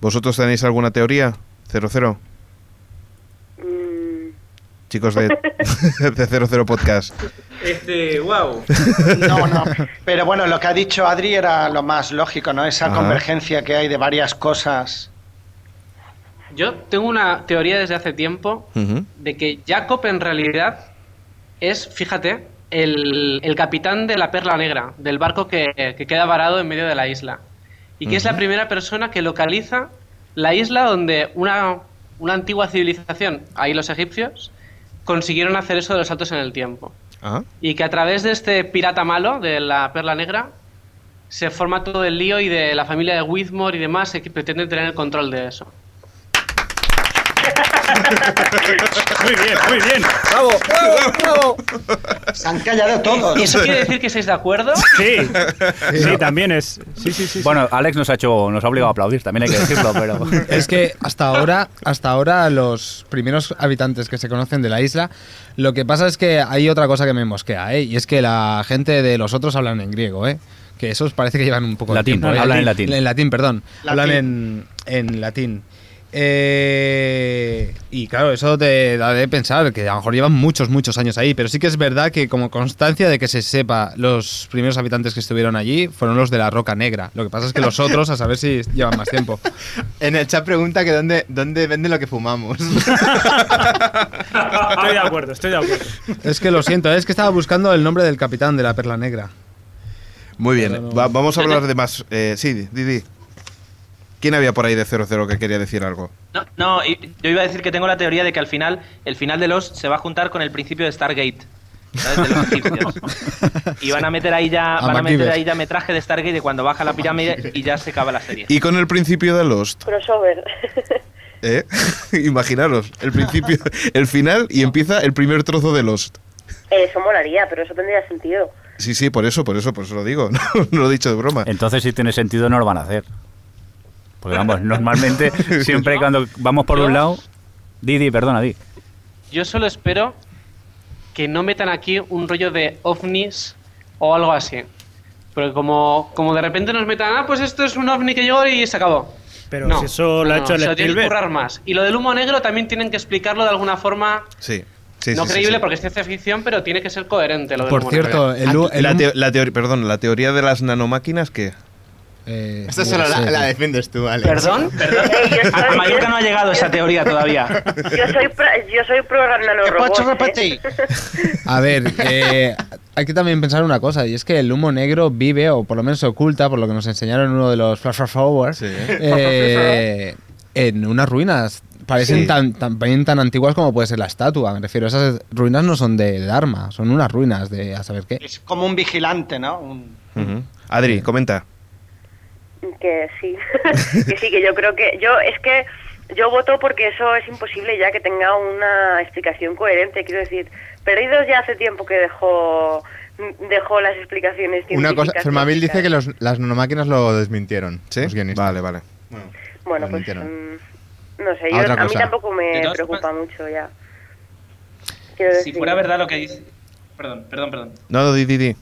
S2: ¿Vosotros tenéis alguna teoría? Cero, cero.
S4: Mm,
S2: chicos de, de 00 Podcast.
S9: Este, wow. No, no. Pero bueno, lo que ha dicho Adri era lo más lógico, ¿no? Esa
S2: Ajá.
S9: convergencia que hay de varias cosas.
S10: Yo tengo una teoría desde hace tiempo de que Jacob en realidad es, fíjate, el, el capitán de la Perla Negra, del barco que, que queda varado en medio de la isla. Y que es la
S11: Ujú.
S10: primera persona que localiza la isla donde una, una antigua civilización, ahí los egipcios, consiguieron hacer eso de los saltos en el tiempo.
S2: Ah.
S10: Y que a través de este pirata malo, de la Perla Negra, se forma todo el lío y de la familia de Whitmore y demás que pretenden tener el control de eso.
S7: Muy bien, muy bien.
S10: ¡Bravo!
S9: ¡Bravo! Se han callado todos.
S10: ¿Y eso quiere decir que estáis de acuerdo?
S7: Sí. Sí, también es. Sí, sí, sí.
S3: Bueno, Alex nos ha hecho, nos ha obligado a aplaudir, también hay que decirlo, pero
S5: Es que hasta ahora, hasta ahora los primeros habitantes que se conocen de la isla, lo que pasa es que hay otra cosa que me mosquea, ¿eh? Y es que la gente de los otros hablan en griego, ¿eh? Que esos parece que llevan un poco
S3: Latín,
S5: de tiempo. ¿eh?
S3: hablan en latín.
S5: En latín, perdón. Hablan en, en latín. Eh, y claro, eso te da de pensar que a lo mejor llevan muchos, muchos años ahí, pero sí que es verdad que como constancia de que se sepa, los primeros habitantes que estuvieron allí fueron los de la Roca Negra. Lo que pasa es que los otros, a saber si llevan más tiempo.
S8: En el chat pregunta que dónde, dónde vende lo que fumamos.
S7: Estoy de acuerdo, estoy de acuerdo.
S5: Es que lo siento, es que estaba buscando el nombre del capitán de la Perla Negra.
S2: Muy bien,
S5: Pero no-
S2: va- vamos a hablar de más. eh, sí, Didi. ¿Quién había por ahí de 00 que quería decir algo?
S6: No, no, y- yo iba a decir que tengo la teoría de que al final, el final de los se va a juntar con el principio de Stargate. ¿sabes? De los egipcios. Y van a meter ahí ya,
S2: A
S6: van a meter
S2: MacGyver.
S6: ahí ya metraje de Stargate de cuando baja la pirámide y ya se acaba la serie.
S2: Y con el principio de Lost,
S4: Crossover.
S2: ¿eh? Imaginaros, el principio, el final y empieza el primer trozo de Lost.
S4: Eh, Eso molaría, pero eso tendría sentido.
S2: Sí, sí, por eso, por eso, por eso lo digo. No, no lo he dicho de broma.
S3: Entonces, si tiene sentido, no lo van a hacer. Porque vamos, normalmente, siempre cuando vamos por un lado. Didi, perdona, Didi.
S10: Yo solo espero que no metan aquí un rollo de ovnis o algo así. Pero como, como de repente nos metan, ah, pues esto es un ovni que llegó y se acabó.
S7: Pero si eso lo ha hecho el
S10: se tienen que
S7: Spielberg.
S10: currar más. Y lo del humo negro también tienen que explicarlo de alguna forma
S2: Sí. sí,
S10: no
S2: sí, sí,
S10: creíble
S2: sí.
S10: porque es ciencia ficción, pero tiene que ser coherente lo del humo negro.
S2: Ah, la, teo- la teoría, perdón, la teoría de las nanomáquinas, ¿qué?
S5: Eh,
S8: Esta solo la, la defiendes tú, Alex.
S6: Perdón,
S4: perdón.
S6: A, a Mallorca no ha llegado esa teoría todavía.
S4: Yo soy, pro- yo soy pro nanorobot.
S9: pocho
S4: ¿eh?
S5: A ver, eh, hay que también pensar una cosa, y es que el humo negro vive, o por lo menos se oculta, por lo que nos enseñaron en uno de los flash forwards, eh, en unas ruinas. Parecen
S2: Sí.
S5: tan, tan, parecen tan antiguas como puede ser la estatua, me refiero. Esas ruinas no son de Dharma, son unas ruinas de a saber qué. Eh,
S9: Es como un vigilante, ¿no? Un-
S2: Adri, comenta.
S4: Que sí, que sí, que yo creo que yo es que yo voto porque eso es imposible ya que tenga una explicación coherente. Quiero decir, Perdidos ya hace tiempo que dejó dejó las explicaciones
S8: Una
S4: científicas.
S8: cosa, Fermaville
S4: lógicas.
S8: dice que los- las nanomáquinas lo desmintieron.
S2: ¿Sí?
S8: los guionistas.
S2: Vale, vale.
S4: bueno pues
S8: mintieron.
S4: mm, no sé, yo,
S8: A Ah, otra
S4: a, mí
S8: cosa.
S4: tampoco
S6: De
S4: me
S6: todas
S4: preocupa mucho ya. Quiero
S6: Si
S4: decir,
S6: fuera verdad lo que dice. Perdón, perdón, perdón.
S2: No, no, di, di, di.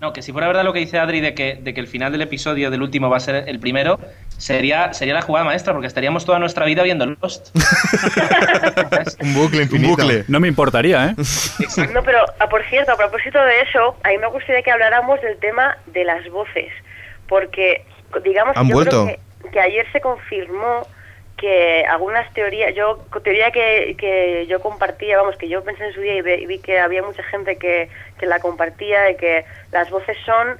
S6: No, que si fuera verdad lo que dice Adri de que, de que el final del episodio del último va a ser el primero, sería, sería la jugada maestra, porque estaríamos toda nuestra vida viendo Lost.
S8: Un bucle
S3: infinito. No me importaría, ¿eh?
S4: No, pero a, por cierto, a propósito de eso, a mí me gustaría que habláramos del tema de las voces, porque digamos que
S2: Han
S4: yo
S2: vuelto.
S4: creo que, que ayer se confirmó que algunas teorías, yo teoría que, que yo compartía, vamos, que yo pensé en su día y, ve- y vi que había mucha gente que, que la compartía, de que las voces son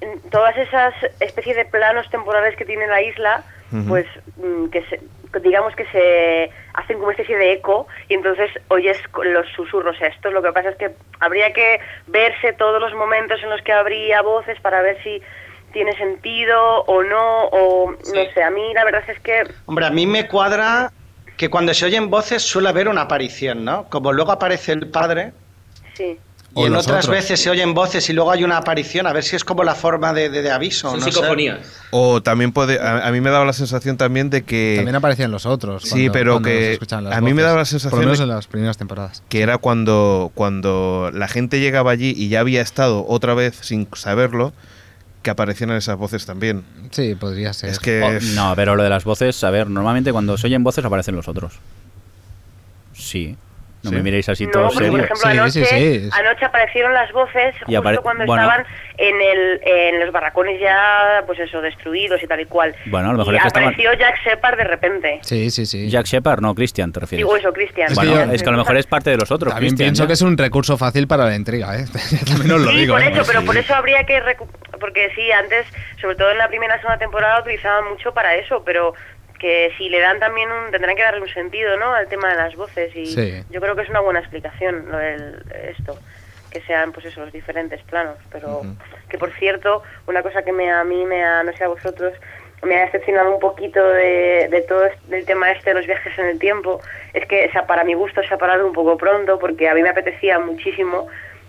S4: mm, todas esas especies de planos temporales que tiene la isla,
S12: Ujú.
S4: pues mm, que se- digamos que se hacen como especie de eco y entonces oyes co- los susurros estos. Lo que pasa es que habría que verse todos los momentos en los que habría voces para ver si tiene sentido o no, o no sé, a mí la verdad es que
S9: Hombre, a mí me cuadra que cuando se oyen voces suele haber una aparición, ¿no? Como luego aparece el padre.
S4: sí.
S9: Y
S4: O
S9: en
S4: los
S9: otras
S4: otros.
S9: veces se oyen voces y luego hay una aparición, a ver si es como la forma de, de- de aviso.
S6: Son
S9: no sé.
S6: psicofonías.
S2: O también puede. A, a mí me daba la sensación también de que.
S5: También aparecían los otros.
S2: Sí, pero que
S5: se escuchaban las
S2: a mí me
S5: voces,
S2: daba la sensación
S5: Por lo menos
S2: de-
S5: en las primeras temporadas.
S2: que era cuando, cuando la gente llegaba allí y ya había estado otra vez sin saberlo, que aparecían esas voces también.
S5: Sí, podría ser.
S2: Es que...
S3: Oh, no, pero lo de las voces, a ver, normalmente cuando se oyen voces aparecen los otros. Sí. No me miréis así
S4: No,
S3: todos
S4: porque, por
S3: serios.
S4: ejemplo, anoche, anoche aparecieron las voces
S3: Y
S4: justo
S3: apare-
S4: cuando
S3: bueno.
S4: estaban en, el, en los barracones ya, pues eso, destruidos y tal y cual.
S3: Bueno, a lo mejor
S4: y
S3: es que estaban-
S4: apareció Jack Shepard de repente.
S5: Sí, sí, sí.
S3: Jack Shepard, no, Christian, te refieres.
S4: Digo eso, Cristian.
S3: Bueno,
S5: yo-
S3: es que a lo mejor es parte de los otros.
S5: También
S3: Christian,
S5: pienso
S8: ¿eh?
S3: ¿no?
S5: que es un recurso fácil para la intriga, ¿eh? También os lo
S4: sí,
S5: digo.
S4: por
S5: ¿eh?
S4: eso, pero por eso habría que... recu- Porque sí, antes, sobre todo en la primera y segunda temporada, utilizaban mucho para eso, pero que si le dan también un... tendrán que darle un sentido, ¿no?, al tema de las voces y
S5: Sí.
S4: yo creo que es una buena explicación lo del esto, que sean, pues eso, los diferentes planos, pero... Que, por cierto, una cosa que me, a mí, me ha, no sé a vosotros, me ha decepcionado un poquito de, de todo este- del tema este de los viajes en el tiempo, es que o sea, para mi gusto se ha parado un poco pronto, porque a mí me apetecía muchísimo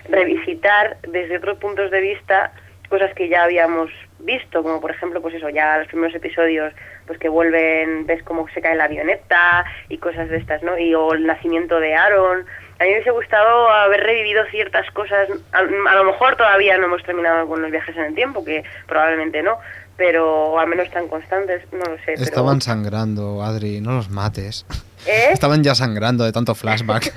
S4: revisitar desde otros puntos de vista cosas que ya habíamos visto, como por ejemplo, pues eso, ya los primeros episodios, pues que vuelven, ves cómo se cae la avioneta y cosas de estas, ¿no? Y o el nacimiento de Aaron. A mí me hubiese gustado haber revivido ciertas cosas, a, a lo mejor todavía no hemos terminado con los viajes en el tiempo, que probablemente no, pero o al menos tan constantes, no lo sé.
S5: Estaban sangrando, Adri, no los mates.
S4: Pero, ¿Eh?
S5: Estaban ya sangrando de tanto flashback.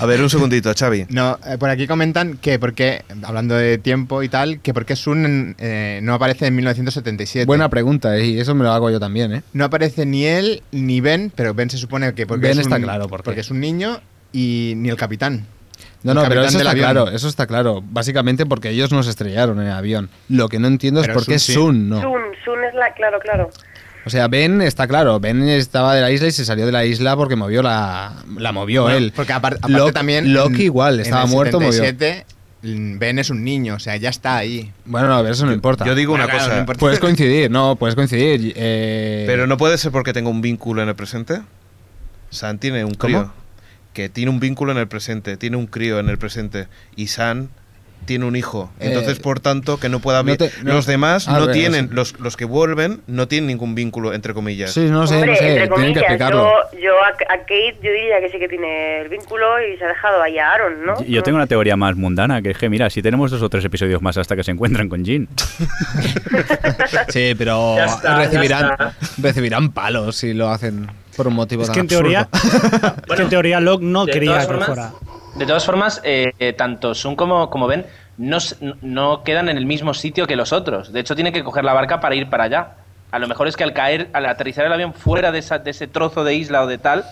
S2: A ver, un segundito, Xavi.
S8: No, eh, por aquí comentan que porque, hablando de tiempo y tal, que porque Sun eh, no aparece en 1977.
S5: Buena pregunta, eh, y eso me lo hago yo también, ¿eh?
S8: No aparece ni él ni Ben, pero Ben se supone que porque
S5: Ben
S8: es
S5: está
S8: un,
S5: claro por qué.
S8: porque es un niño y ni el capitán.
S5: No,
S8: El
S5: no, pero
S8: capitán
S5: eso
S8: del
S5: está
S8: avión.
S5: claro, eso está claro. Básicamente porque ellos nos estrellaron en el avión. Lo que no entiendo
S8: Pero
S5: es por qué
S8: Sun sí.
S5: Sun no.
S4: Sun, Sun es la, claro, claro.
S5: O sea, Ben está claro, Ben estaba de la isla y se salió de la isla porque movió la, la movió
S8: Bueno,
S5: él.
S8: Porque apar- aparte
S5: Loki-
S8: también.
S5: Loki igual, estaba
S8: en el
S5: muerto, movió.
S8: 77, mm, Ben es un niño, o sea, ya está ahí.
S5: Bueno, no, a ver, eso no importa.
S2: Yo digo una
S8: Claro, no
S2: cosa,
S8: importa.
S5: Puedes coincidir, no, puedes coincidir. eh,
S2: pero no puede ser porque tenga un vínculo en el presente. San tiene un crío. Que tiene un vínculo en el presente, tiene un crío en el presente. Y San tiene un hijo.
S5: Eh,
S2: Entonces, por tanto, que no pueda
S5: no
S2: haber.
S5: te- no-
S2: los demás
S5: Ah,
S2: no
S5: bueno,
S2: tienen,
S5: sí.
S2: los, los que vuelven, no tienen ningún vínculo, entre comillas.
S5: Sí, no sé,
S4: Hombre,
S5: no sé,
S4: entre
S5: tienen que
S4: comillas,
S5: explicarlo.
S4: yo, yo a, a Kate yo diría que sí que tiene el vínculo y se ha dejado ahí a Aaron, ¿no?
S3: Yo- Yo tengo una teoría más mundana, que es que, mira, si tenemos dos o tres episodios más hasta que se encuentran con Jean.
S5: Sí, pero
S10: Ya está, ya
S5: recibirán,
S10: está.
S5: recibirán palos si lo hacen por un motivo
S7: Es
S5: tan
S7: que en
S5: absurdo.
S7: teoría, es que en teoría Locke no
S6: De
S7: quería
S6: todas
S7: que
S6: formas-
S7: fuera.
S6: De todas formas, eh, eh, tanto Sun como, como Ben no, s- no quedan en el mismo sitio que los otros. De hecho, tienen que coger la barca para ir para allá. A lo mejor es que al caer, al aterrizar el avión fuera de, esa- de ese trozo de isla o de tal,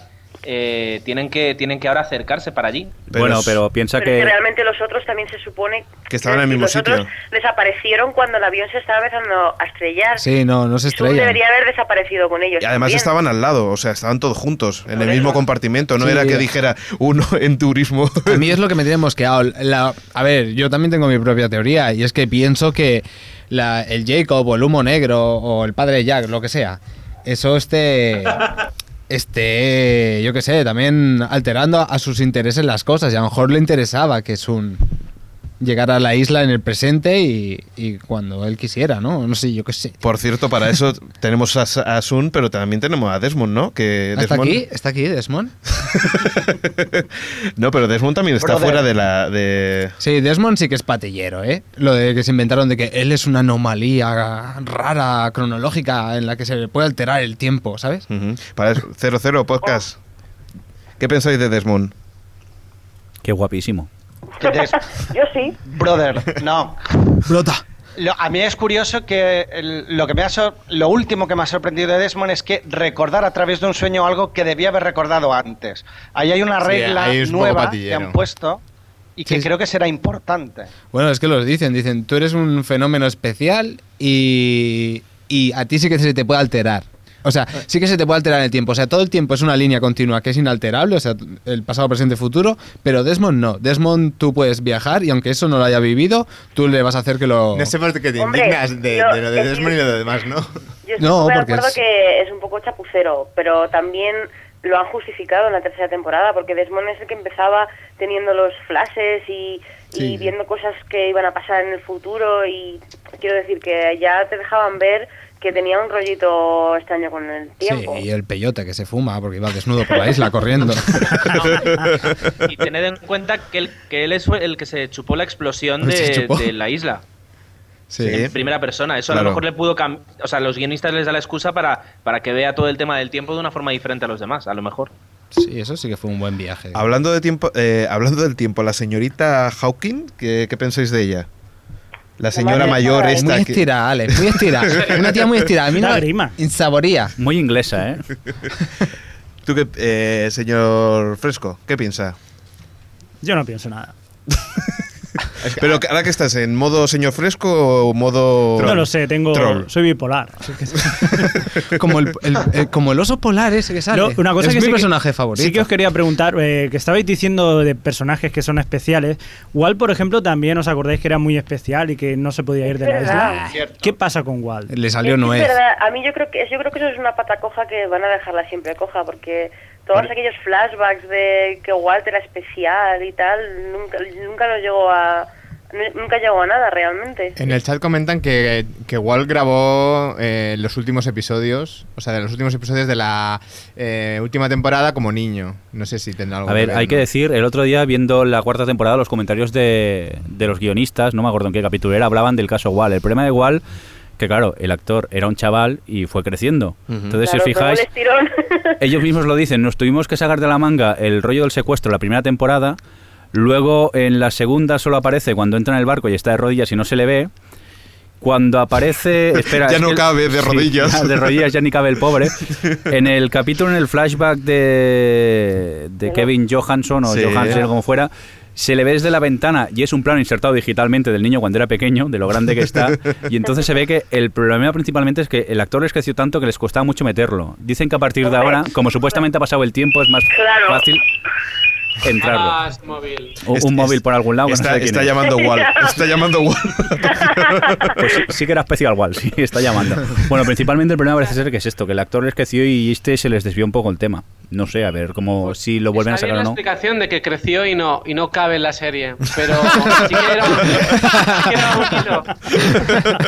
S6: eh, tienen, que, tienen que ahora acercarse para allí.
S2: Pero
S3: bueno,
S2: es-
S3: pero piensa
S4: Pero es que
S3: que...
S4: realmente los otros también se supone
S2: Que estaban en el
S4: es
S2: mismo
S4: decir, los
S2: sitio.
S4: otros desaparecieron cuando el avión se estaba empezando a estrellar.
S5: Sí, no, no se
S4: Sun
S5: estrella.
S4: debería haber desaparecido con ellos.
S2: Y además
S4: también.
S2: estaban al lado, o sea, estaban todos juntos, en
S4: Por
S2: el mismo
S4: eso.
S2: compartimento. No
S5: Sí.
S2: era que dijera uno en turismo.
S5: A mí es lo que me tiene mosqueado. La- a ver, yo también tengo mi propia teoría y es que pienso que la- el Jacob o el humo negro o el padre de Jack, lo que sea, eso esté, esté, yo qué sé, también alterando a sus intereses las cosas y a lo mejor le interesaba que es un llegar a la isla en el presente y, y cuando él quisiera, ¿no? No sé, yo qué sé.
S2: Por cierto, para eso tenemos a, Sa- a Sun, pero también tenemos a Desmond, ¿no? Que
S5: ¿Está
S2: Desmond,
S5: aquí? ¿Está aquí Desmond?
S2: No, pero Desmond también está
S9: Brother.
S2: fuera de la. De...
S5: Sí, Desmond sí que es patillero, ¿eh? Lo de que se inventaron de que él es una anomalía rara, cronológica, en la que se le puede alterar el tiempo, ¿sabes?
S2: Ujú. Para eso, 00 podcast. ¿Qué pensáis de Desmond?
S3: Qué guapísimo.
S9: Entonces,
S4: Yo sí.
S9: brother, no.
S5: ¡Flota!
S9: Lo- a mí es curioso que el- lo que me ha sor- lo último que me ha sorprendido de Desmond es que recordar a través de un sueño algo que debía haber recordado antes. Ahí hay una
S8: Sí,
S9: regla
S8: ahí es un poco
S9: nueva que
S8: patillero.
S9: han puesto y que
S5: Sí, sí.
S9: creo que será importante.
S5: Bueno, es que los dicen, dicen, tú eres un fenómeno especial y, y a ti sí que se te puede alterar. O sea, sí que se te puede alterar el tiempo. O sea, todo el tiempo es una línea continua que es inalterable, o sea, el pasado, presente, futuro, pero Desmond no. Desmond tú puedes viajar y aunque eso no lo haya vivido, tú le vas a hacer que lo...
S8: No sé por qué te
S4: Hombre,
S8: indignas de,
S4: yo-
S8: de lo de
S4: es que-
S8: Desmond y lo demás, ¿no?
S4: Yo estoy
S5: No,
S4: muy de
S5: porque
S4: acuerdo
S5: es-
S4: que es un poco chapucero, pero también lo han justificado en la tercera temporada, porque Desmond es el que empezaba teniendo los flashes y, y
S5: Sí, sí.
S4: viendo cosas que iban a pasar en el futuro y quiero decir que ya te dejaban ver que tenía un rollito extraño con el
S5: Sí,
S4: tiempo.
S5: y el peyote que se fuma porque iba desnudo por la isla corriendo.
S6: Y tened en cuenta que él, que él es el que se chupó la explosión
S5: Se
S6: de,
S5: chupó.
S6: de la isla.
S5: Sí.
S6: En primera persona. Eso a
S2: Claro.
S6: lo mejor le pudo cam- O sea, los guionistas les da la excusa para, para que vea todo el tema del tiempo de una forma diferente a los demás, a lo mejor.
S5: Sí, eso sí que fue un buen viaje.
S2: Hablando, de tiempo, eh, hablando del tiempo, la señorita Hawking, ¿qué, qué pensáis de ella? La señora
S5: Madre
S2: mayor
S5: mía,
S2: esta.
S5: Muy
S2: que-
S5: estirada, Alex, eh, muy estirada. Una tía muy estirada. A mí
S2: Da
S5: no
S2: grima.
S5: Insaboría.
S3: Muy inglesa, ¿eh?
S2: ¿Tú qué, eh, señor Fresco, qué piensa?
S7: Yo no pienso nada.
S2: Pero que- ahora que estás, ¿en modo señor Fresco o
S5: Oh.
S2: modo.
S7: No lo sé, tengo.
S2: Troll.
S7: Soy bipolar. Así que-
S5: Como el, el- el- como el oso polar ese que sale.
S7: No, una cosa
S5: es mi
S7: que sí que-
S5: personaje favorito.
S7: Sí que os quería preguntar, eh, que estabais diciendo de personajes que son especiales. Walt, por ejemplo, también os acordáis que era muy especial y que no se podía ir de la
S4: verdad.
S7: isla. ¿Qué pasa con Walt?
S5: Le salió
S4: Es verdad, a mí yo creo que yo creo que eso es una pata coja que van a dejarla siempre coja porque todos aquellos flashbacks de que Walt era especial y tal nunca nunca lo llegó a nu- nunca llegó a nada realmente.
S8: En el chat comentan que, que Walt grabó eh, los últimos episodios, o sea, de los últimos episodios de la eh, última temporada como niño. No sé si tendrá algo
S3: A ver, hay
S8: ¿no?
S3: que decir, el otro día viendo la cuarta temporada, los comentarios de, de los guionistas, no me acuerdo en qué capítulo era, hablaban del caso Wall. El problema de Wall, que claro, el actor era un chaval y fue creciendo. Entonces, si os
S4: Claro,
S3: fijáis,
S4: pegó el estirón.
S3: ellos mismos lo dicen, nos tuvimos que sacar de la manga el rollo del secuestro la primera temporada, luego en la segunda solo aparece cuando entra en el barco y está de rodillas y no se le ve. Cuando aparece. Espera,
S2: Ya
S3: es
S2: no
S3: que el-
S2: cabe de
S3: sí,
S2: rodillas.
S3: ya de rodillas ya ni cabe el pobre. En el capítulo, en el flashback de, de Kevin Johansson o
S2: Sí.
S3: Johansson, como fuera, se le ve desde la ventana y es un plano insertado digitalmente del niño cuando era pequeño, de lo grande que está. Y entonces se ve que el problema principalmente es que el actor les creció tanto que les costaba mucho meterlo. Dicen que a partir de ahora, como supuestamente ha pasado el tiempo, es más
S4: Claro.
S3: fácil entrarlo.
S10: Más móvil.
S3: O
S2: Es-
S3: un
S2: es-
S3: móvil por algún lado. que no sé
S2: Está,
S3: de quién
S2: está
S3: es.
S2: llamando Wall. Está llamando Wall.
S3: Pues sí, sí que era especial igual, sí, está llamando. Bueno, principalmente el problema parece ser que es esto, que el actor les creció y este se les desvió un poco el tema. No sé, a ver cómo si lo vuelven a
S10: Está
S3: sacar
S10: bien
S3: o
S10: la
S3: no.
S10: explicación de que creció y no, y no cabe en la serie, pero sí que era un, sí que era un hilo.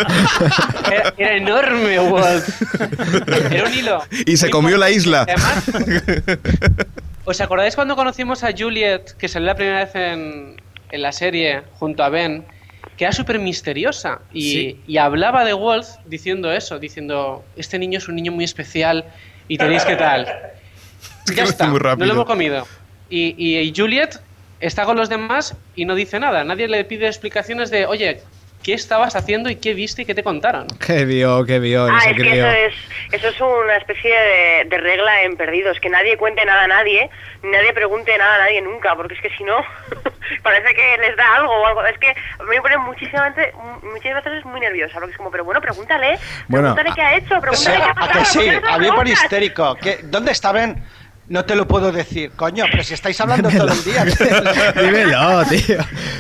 S10: Era, era enorme, Walt. Era un hilo.
S2: Y se comió la isla.
S10: Además, ¿os acordáis cuando conocimos a Juliet, que salió la primera vez en, en la serie junto a Ben, que era súper misteriosa? Y,
S7: Sí.
S10: y hablaba de Wolf diciendo eso, diciendo, este niño es un niño muy especial y tenéis que tal.
S2: que
S10: Ya
S2: lo
S10: está,
S2: hice muy rápido.
S10: no lo hemos comido. Y, y- y Juliet está con los demás y no dice nada. Nadie le pide explicaciones de, oye, ¿qué estabas haciendo y qué viste y qué te contaron?
S5: Qué vio, qué vio
S4: Ah,
S5: ese
S4: es que
S5: crío.
S4: eso es, eso es una especie de, de regla en perdidos, que nadie cuente nada a nadie, ni nadie pregunte nada a nadie nunca, porque es que si no, parece que les da algo o algo. Es que a mí me pone muchísimas veces, muchas veces muy nerviosa, porque es como, pero bueno, pregúntale,
S5: Bueno,
S4: pregúntale qué ha hecho,
S9: O
S4: pregúntale
S9: sea,
S4: qué ha
S9: a
S4: pasado.
S9: que sí,
S4: ¿por qué no se lo
S9: a mí por
S4: preguntas?
S9: histérico. ¿Qué- ¿Dónde está Ben? No te lo puedo decir, coño, pero si estáis hablando todo el día.
S5: Dímelo, tío.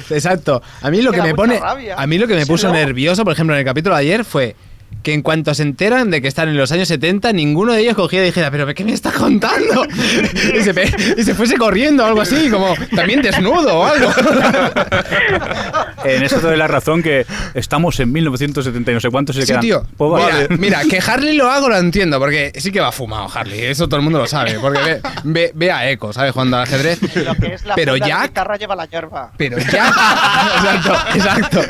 S5: Exacto. A mí lo
S9: Me
S5: que
S9: da
S5: me
S9: mucha
S5: pone.
S9: rabia.
S5: A mí lo que me
S9: Sí,
S5: puso
S9: ¿no?
S5: nervioso, por ejemplo, en el capítulo de ayer fue que en cuanto se enteran de que están en los años 70, ninguno de ellos cogía y dijera, ¿pero qué me está contando? y, se, pe- y se fuese corriendo o algo así, como también desnudo o algo.
S3: En eso te doy la razón que estamos en 1970 y no sé cuántos se
S5: Sí,
S3: quedan.
S5: tío.
S3: Pues vale.
S5: Mira, mira, que Harley lo hago lo entiendo, porque sí que va fumado Harley, eso todo el mundo lo sabe, porque ve, ve- ve a Echo, ¿sabes? Jugando al ajedrez.
S9: Lo que es la
S5: Pero
S9: funda de
S5: Jack-
S9: guitarra lleva la hierba.
S5: Pero Jack. exacto, exacto.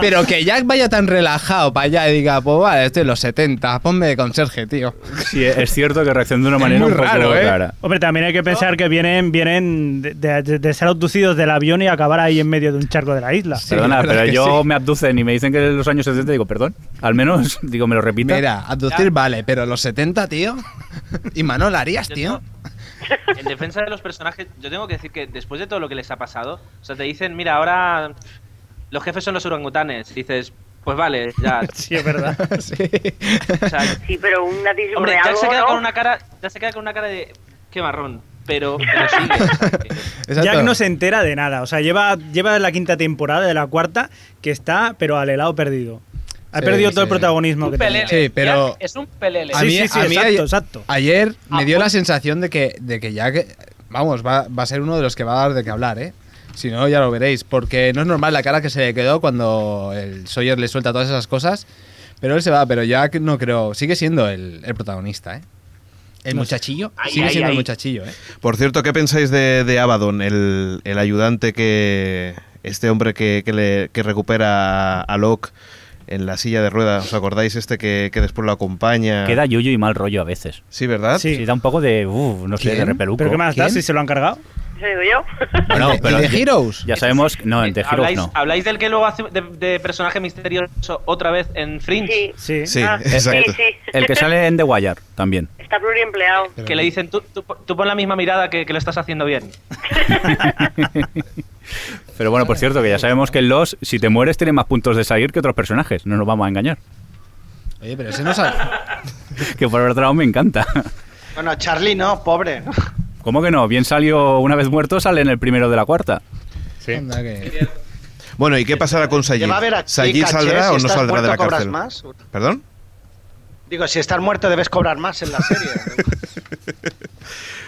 S5: Pero que Jack vaya tan relajado para allá y diga, pues vale, estoy en los 70, ponme de conserje, tío.
S3: Sí, es cierto que reaccionó de una manera
S5: muy
S3: un poco
S5: raro, ¿eh?
S3: rara.
S7: Hombre, también hay que pensar que vienen, vienen de, de- de ser abducidos del avión y acabar ahí en medio de un charco de la isla.
S5: la
S3: Perdona,
S5: verdad
S3: pero
S5: es que
S3: yo
S5: sí.
S3: me abducen y me dicen que es los años 70 digo, perdón, al menos, digo, me lo repita.
S5: Mira, abducir vale, pero los 70, tío. ¿eh? Y Manol, ¿harías, tío?
S6: En defensa de los personajes, yo tengo que decir que después de todo lo que les ha pasado, o sea, te dicen, mira, ahora los jefes son los orangutanes. Dices, pues vale, ya.
S7: Sí, es verdad.
S5: Sí.
S6: O sea,
S4: Sí, pero un atisbo
S6: hombre,
S4: de
S6: Jack
S4: algo,
S6: se queda
S4: ¿no?
S6: con una cara, ya se queda con una cara de qué marrón, pero, pero sigue. o sea, que-
S5: Exacto.
S7: Jack no se entera de nada. O sea, lleva, lleva la quinta temporada de la cuarta que está, pero al helado perdido. Ha
S5: Sí,
S7: perdido todo el
S5: sí.
S7: protagonismo
S10: Un
S7: que tenía.
S10: pelele.
S5: Sí, pero-
S10: Jack Es un pelele.
S5: A
S7: Sí,
S5: mí,
S7: sí, sí,
S5: a mí
S7: exacto,
S5: ayer,
S7: exacto.
S5: ayer me dio la sensación de que, de que ya que. Vamos, va, va a ser uno de los que va a dar de qué hablar, ¿eh? Si no, ya lo veréis. Porque no es normal la cara que se le quedó cuando el Sawyer le suelta todas esas cosas. Pero él se va, pero ya que no creo. Sigue siendo el, el protagonista, ¿eh? El muchachillo. sigue siendo el muchachillo, ¿eh?
S2: Por cierto, ¿qué pensáis de, de Abaddon, el, el ayudante que. Este hombre que, que le- que recupera a Locke en la silla de ruedas. ¿Os acordáis este que, que después lo acompaña?
S3: Queda yuyo y mal rollo a veces.
S2: Sí, ¿verdad?
S3: Sí, da un poco de, uh. uf, no sé, de
S2: ¿Quién?
S3: repeluco.
S7: ¿Pero qué más da
S3: ¿Quién?
S7: si se lo han cargado?
S4: Eso digo yo.
S3: Bueno, pero
S5: de Heroes?
S3: Ya sabemos, que- no, en The Heroes
S6: ¿Habláis,
S3: no.
S6: habláis del que luego hace de, de personaje misterioso otra vez en Fringe?
S7: Sí.
S2: Sí,
S4: Ah,
S2: exacto.
S4: Sí, sí.
S3: El que sale en The Wire también.
S4: Está pluriempleado.
S6: Que le dicen, tú, tú- tú pon la misma mirada que, que lo estás haciendo bien.
S3: Pero bueno, por cierto, que ya sabemos que en Los, si te mueres, tiene más puntos de salir que otros personajes. No nos vamos a engañar.
S5: Oye, pero ese no sabe.
S3: Que por otro lado me encanta.
S9: Bueno, Charlie no, pobre.
S3: ¿Cómo que no? Bien salió una vez muerto, sale en el primero de la cuarta.
S5: Anda, que-
S2: Bueno, ¿y qué pasará con Sayid?
S9: Lleva a ver a
S2: ¿Sayid
S9: Chica, che,
S2: saldrá
S9: si
S2: o no
S9: estás
S2: saldrá de la
S9: muerto, cobras
S2: cárcel?
S9: más.
S2: ¿Perdón?
S9: Digo, si estás muerto debes cobrar más en la serie.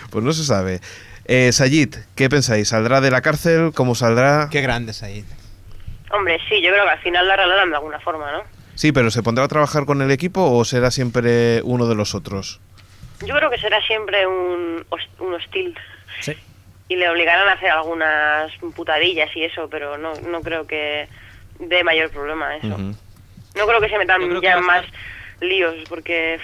S2: Pues no se sabe. Eh, Sayid, ¿qué pensáis? ¿Saldrá de la cárcel? ¿Cómo saldrá?
S5: Qué grande es ahí.
S4: Hombre, sí, yo creo que al final la arreglarán de alguna forma, ¿no?
S2: Sí, pero ¿se pondrá a trabajar con el equipo o será siempre uno de los otros?
S4: Yo creo que será siempre un, hos- un hostil.
S7: Sí.
S4: Y le obligarán a hacer algunas putadillas y eso, pero no, no creo que dé mayor problema ¿eh? eso.
S2: Ujú.
S4: No creo que se
S6: Yo creo
S4: metan
S6: que
S4: ya
S6: va a
S4: más líos, porque...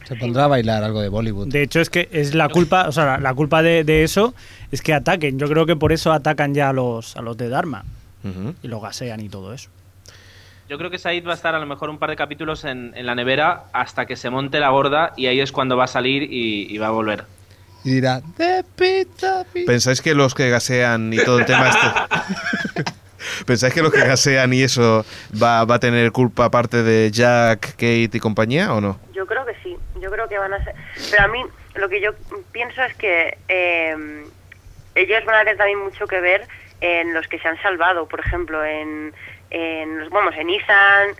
S4: pff,
S5: Se pondrá a bailar algo de Bollywood.
S7: De hecho, es que es la culpa, o sea, la, la culpa de, de eso es que ataquen. Yo creo que por eso atacan ya a los, a los de Dharma
S2: Ujú.
S7: y los gasean y todo eso.
S6: Yo creo que Said va a estar a lo mejor un par de capítulos en, en la nevera hasta que se monte la gorda y ahí es cuando va a salir y, y va a volver.
S5: Y dirá, de pizza, pizza".
S2: ¿Pensáis que los que gasean y todo el tema este... ¿Pensáis que los que gasean y eso va, va a tener culpa aparte de Jack, Kate y compañía o no?
S4: Yo creo que sí, yo creo que van a ser... Pero a mí lo que yo pienso es que eh, ellos van a tener también mucho que ver en los que se han salvado, por ejemplo, en, en los- vamos, en Ethan.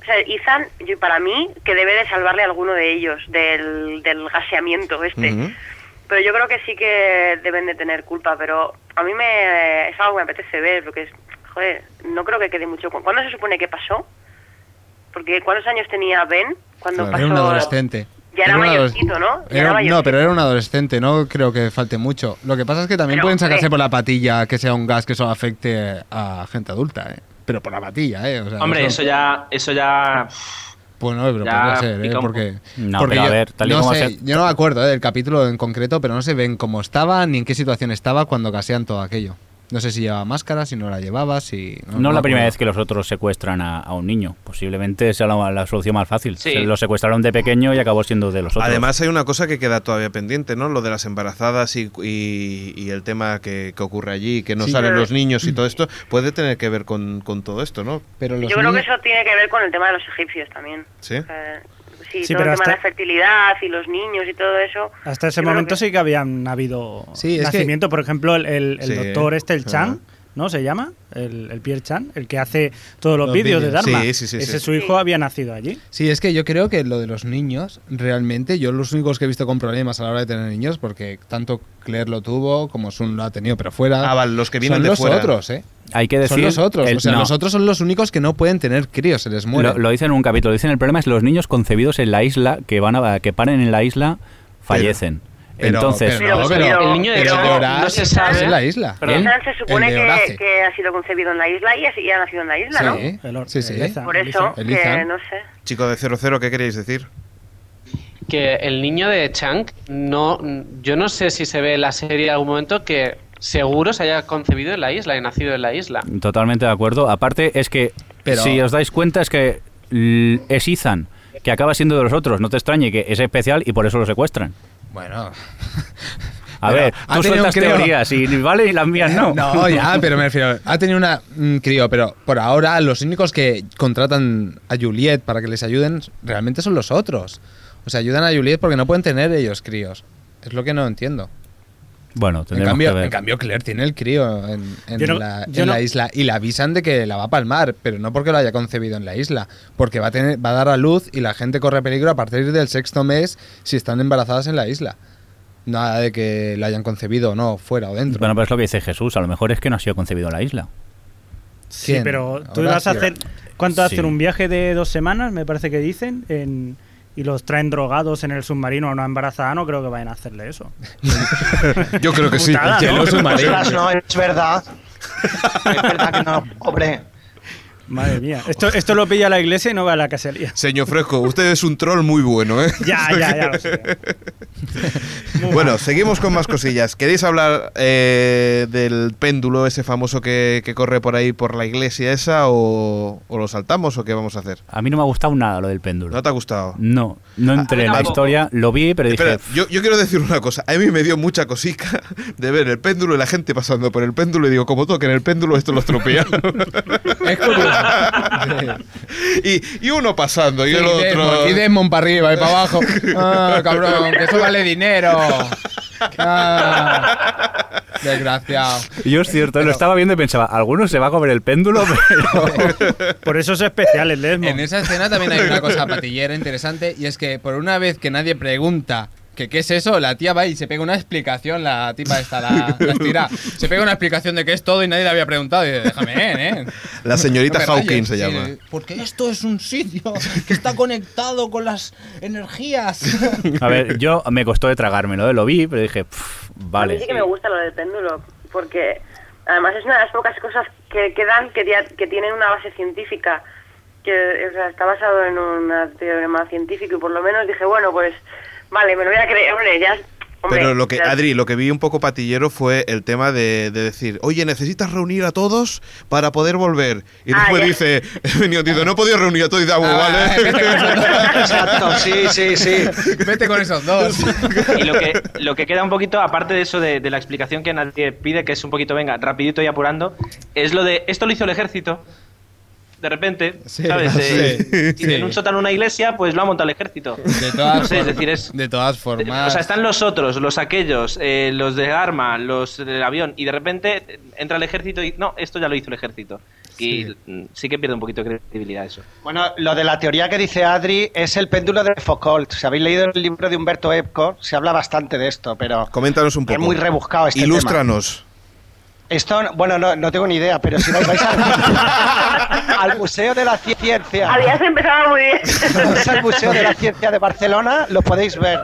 S4: O sea, Ethan, yo, para mí, que debe de salvarle a alguno de ellos del, del gaseamiento este.
S2: Ujú.
S4: Pero yo creo que sí que deben de tener culpa, pero a mí me, es algo que me apetece ver, porque es, joder, no creo que quede mucho. cu- ¿Cuándo se supone que pasó? Porque ¿cuántos años tenía Ben cuando
S2: Claro,
S4: pasó?
S5: Era un adolescente.
S4: Ya era
S5: un adoles-
S4: mayorcito, ¿no? Ya
S5: era
S4: era
S5: un-
S4: mayorcito.
S5: no, pero era un adolescente, no creo que falte mucho. Lo que pasa es que también
S4: Pero,
S5: pueden sacarse
S4: hombre.
S5: por la patilla que sea un gas que eso afecte a gente adulta, ¿eh? Pero por la patilla, ¿eh? O sea,
S6: Hombre, eso ya... Eso ya...
S5: Pues no, pero
S6: Ya
S5: podría ser, ¿eh?
S6: pica un
S5: Porque,
S3: No,
S5: porque
S3: pero a
S5: yo,
S3: ver, tal y
S5: no
S3: como
S5: sé,
S3: se-
S5: yo no me acuerdo ¿eh? del capítulo en concreto, pero no se ven cómo estaba ni en qué situación estaba cuando gasean todo aquello. No sé si llevaba máscara, si no la llevaba, si...
S3: No es la primera
S5: acuerdo.
S3: vez que los otros secuestran a, a un niño. Posiblemente sea la, la solución más fácil.
S6: Sí.
S3: Se lo secuestraron de pequeño y acabó siendo de los otros.
S2: Además hay una cosa que queda todavía pendiente, ¿no? Lo de las embarazadas y, y- y el tema que, que ocurre allí, que no
S5: Sí.
S2: salen los niños y todo esto, puede tener que ver con, con todo esto, ¿no?
S5: Pero los
S4: Yo creo que
S5: niños-
S4: eso tiene que ver con el tema de los egipcios también.
S2: Sí.
S4: O sea, sí,
S7: Sí,
S4: todo el tema
S7: pero
S4: de
S7: hasta-
S4: la fertilidad y los niños y todo eso.
S7: Hasta ese
S4: Yo creo
S7: momento
S4: que-
S7: sí que habían habido
S5: Sí, es que-
S7: nacimientos. Por ejemplo, el, el- el
S2: Sí.
S7: doctor este, el Chan,
S2: Ajá.
S7: ¿no? Se llama, el, el Pierre Chan, el que hace todos los,
S5: Los
S7: vídeos de
S5: vídeos.
S7: Dharma.
S2: Sí, sí, sí,
S7: Ese
S2: sí.
S7: su hijo había nacido allí.
S5: Sí, es que yo creo que lo de los niños, realmente, yo los únicos que he visto con problemas a la hora de tener niños, porque tanto Claire lo tuvo como Sun lo ha tenido, pero fuera...
S2: Ah, vale, los que vienen
S5: son
S2: de
S5: los
S2: fuera.
S5: otros, ¿eh?
S3: Hay que decir...
S5: son los otros,
S3: el-
S5: o sea,
S3: no.
S5: los otros son los únicos que no pueden tener críos, se les mueren.
S3: Lo, lo dicen en un capítulo. Dicen el problema es los niños concebidos en la isla, que van a, que paren en la isla, fallecen.
S5: Pero-
S3: Entonces,
S5: pero no, pero-
S10: el niño de
S5: pero
S10: Chan
S5: de Horaz
S10: no se
S5: es
S10: sabe.
S5: en la isla.
S10: Perdón.
S3: ¿El?
S4: Ethan se supone
S5: El de
S4: que,
S5: Horace.
S4: que ha sido concebido en la isla y ha, y ha nacido en la isla, ¿no?
S5: Sí,
S7: El or-
S5: sí, sí.
S7: el Ethan,
S4: Por
S7: el
S4: eso,
S5: Ethan.
S4: que
S5: Ethan.
S4: no sé.
S2: Chico de 00, ¿qué queréis decir?
S10: Que el niño de Chang, no, yo no sé si se ve en la serie en algún momento que seguro se haya concebido en la isla y nacido en la isla.
S3: Totalmente de acuerdo. Aparte, es que
S5: Pero-
S3: si os dais cuenta, es que l- es Ethan, que acaba siendo de los otros. No te extrañe que es especial y por eso lo secuestran.
S5: Bueno.
S3: A
S5: Pero
S3: ver,
S5: ha
S3: tú
S5: tenido
S3: sueltas
S5: un crío-
S3: teorías y vale y las mías no.
S5: No, ya, pero me refiero. Ha tenido una mm, crío, pero por ahora los únicos que contratan a Juliet para que les ayuden realmente son los otros. O sea, ayudan a Juliet porque no pueden tener ellos críos. Es lo que no entiendo.
S3: Bueno,
S5: En
S3: tendremos que
S5: cambio,
S3: ver.
S5: en cambio, Claire tiene el crío en, en
S7: Yo no-
S5: la,
S7: yo
S5: en
S7: no-
S5: la isla y la avisan de que la va a palmar, pero no porque lo haya concebido en la isla, porque va a, tener, va a dar a luz y la gente corre peligro a partir del sexto mes si están embarazadas en la isla. Nada de que la hayan concebido o no, fuera o dentro.
S3: Bueno, pero es lo que dice Jesús. A lo mejor es que no ha sido concebido en la isla.
S7: Sí,
S5: ¿Quién?
S7: pero tú
S5: Horacio.
S7: vas a hacer. ¿Cuánto
S3: Sí.
S7: hacen? Un viaje de dos semanas, me parece que dicen, en- y los traen drogados en el submarino a una embarazada. No creo que vayan a hacerle eso.
S2: Yo creo que sí.
S7: Putada, ¿no?
S9: Ostras, no, es verdad. Es verdad que no, hombre.
S7: Madre mía. Esto, esto lo pilla la iglesia y no va a la casería.
S2: Señor Fresco, usted es un troll muy bueno, ¿eh?
S7: Ya, ya, ya. lo sé.
S2: Bueno, seguimos con más cosillas. ¿Queréis hablar eh, del péndulo ese famoso que, que corre por ahí por la iglesia esa o, o lo saltamos o qué vamos a hacer?
S3: A mí no me ha gustado nada lo del péndulo.
S2: ¿No te ha gustado?
S3: No, no entré en la
S2: tampoco.
S3: historia. Lo vi, pero dije.
S2: Espera, yo, yo quiero decir una cosa. A mí me dio mucha cosica de ver el péndulo y la gente pasando por el péndulo y digo, como toquen el péndulo, esto lo estropearon.
S5: Es curioso.
S2: y, y uno pasando y el
S5: Y Desmond,
S2: otro...
S5: y Desmond para arriba y para abajo. Ah, cabrón, que eso vale dinero. Ah, desgraciado.
S3: Yo es cierto, lo estaba viendo y pensaba, alguno se va a comer el péndulo, pero.
S7: Por eso es especial el
S5: En
S7: Desmond.
S5: esa escena también hay una cosa patillera interesante y es que por una vez que nadie pregunta que qué es eso, la tía va y se pega una explicación, la tipa esta, la, la estira. Se pega una explicación de qué es todo y nadie le había preguntado y dice, déjame en, ¿eh?
S2: La señorita
S5: No me
S2: Hawkins
S5: rayes,
S2: se
S5: sí,
S2: llama.
S5: Porque esto es un sitio que está conectado con las energías.
S3: A ver, yo me costó de tragármelo, ¿eh? lo vi, pero dije, "Pff,
S4: A mí sí
S3: vale.
S4: que me gusta lo del péndulo, porque además es una de las pocas cosas que quedan que, dia- que tienen una base científica, que o sea, está basado en un teorema científico y por lo menos dije, bueno, pues vale, me lo voy a creer, hombre, ya... hombre,
S2: Pero lo que,
S4: ya-
S2: Adri, lo que vi un poco patillero fue el tema de, de decir, oye, necesitas reunir a todos para poder volver. Y
S4: Ah,
S2: después
S4: ya.
S2: dice, he venido, dice, no he podido reunir a todos y dice, ah, bueno,
S5: Ah,
S8: ¿eh?
S5: vete, con
S2: vale.
S5: esos
S9: Exacto, sí, sí, sí.
S5: dos. Vete con esos dos.
S6: Y lo que, lo que queda un poquito, aparte de eso de, de la explicación que nadie pide, que es un poquito, venga, rapidito y apurando, es lo de, esto lo hizo el ejército, de repente,
S5: Sí,
S6: ¿sabes?
S5: sí,
S6: Eh, y
S5: sí.
S6: En un sótano una iglesia, pues lo ha montado el ejército.
S5: De todas,
S6: No sé, es
S5: form-
S6: decir, es...
S5: de todas formas.
S6: O sea, están los otros, los aquellos, eh, los de arma, los del avión, y de repente eh, entra el ejército y... No, esto ya lo hizo el ejército. Y
S5: Sí.
S6: mm, sí que pierde un poquito de credibilidad eso.
S9: Bueno, lo de la teoría que dice Adri es el péndulo de Foucault. Si habéis leído el libro de Humberto Epco, se habla bastante de esto, pero
S2: Coméntanos un poco.
S9: es muy rebuscado este tema.
S2: Ilústranos.
S9: Esto, bueno, no, no tengo ni idea, pero si vais, vais al, al Museo de la Ciencia,
S4: Habías empezado muy bien.
S9: vais al Museo de la Ciencia de Barcelona, lo podéis ver.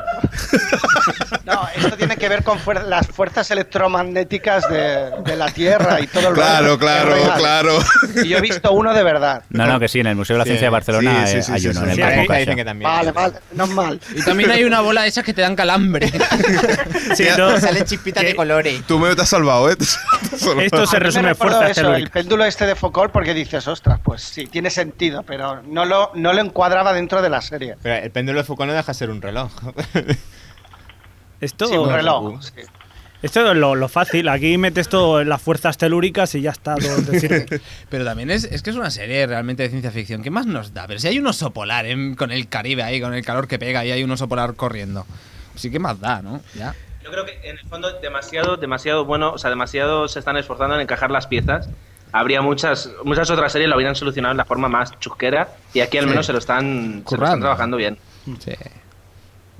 S9: No, esto tiene que ver con fuer- las fuerzas electromagnéticas de, de la Tierra y todo el
S2: Claro,
S9: rollo.
S2: claro,
S9: Es real.
S2: claro.
S9: Y yo he visto uno de verdad.
S3: No, no, que sí, en el Museo de la
S8: Sí,
S3: Ciencia de Barcelona
S2: sí,
S3: eh,
S2: sí,
S3: hay
S2: sí,
S3: uno,
S2: sí,
S3: en el
S7: sí,
S3: Paco
S7: ahí- ahí
S3: Caixa.
S8: dicen que también.
S9: Vale, vale, no es mal.
S5: Y también hay una bola de esas que te dan calambre.
S7: Sí, no,
S8: Sale chispita de
S7: ¿Qué?
S8: colores.
S2: Tú me te has salvado, ¿eh? Te has salvado.
S7: Esto se
S9: A mí me
S7: resume en
S9: recordó
S7: fuerza
S9: eso, el
S7: telúrica.
S9: péndulo este de Foucault porque dices, ostras, pues sí, tiene sentido, pero no lo, no lo encuadraba dentro de la serie.
S8: Pero el péndulo de Foucault no deja ser un reloj.
S7: Esto,
S9: Sí, un reloj. sí.
S7: esto es lo, lo fácil. Aquí metes todo en las fuerzas telúricas y ya está. todo es decir,
S5: Pero también es, es que es una serie realmente de ciencia ficción. ¿Qué más nos da? Pero si hay un oso polar en- con el Caribe ahí, con el calor que pega y hay un oso polar corriendo. Sí, ¿qué más da, no? Ya.
S6: Yo creo que en el fondo demasiado, demasiado bueno, o sea, demasiado se están esforzando en encajar las piezas. Habría muchas, muchas otras series lo habrían solucionado en la forma más chusquera y aquí al
S5: Sí.
S6: menos se lo están, se lo
S5: Currando.
S6: están trabajando bien.
S5: Sí.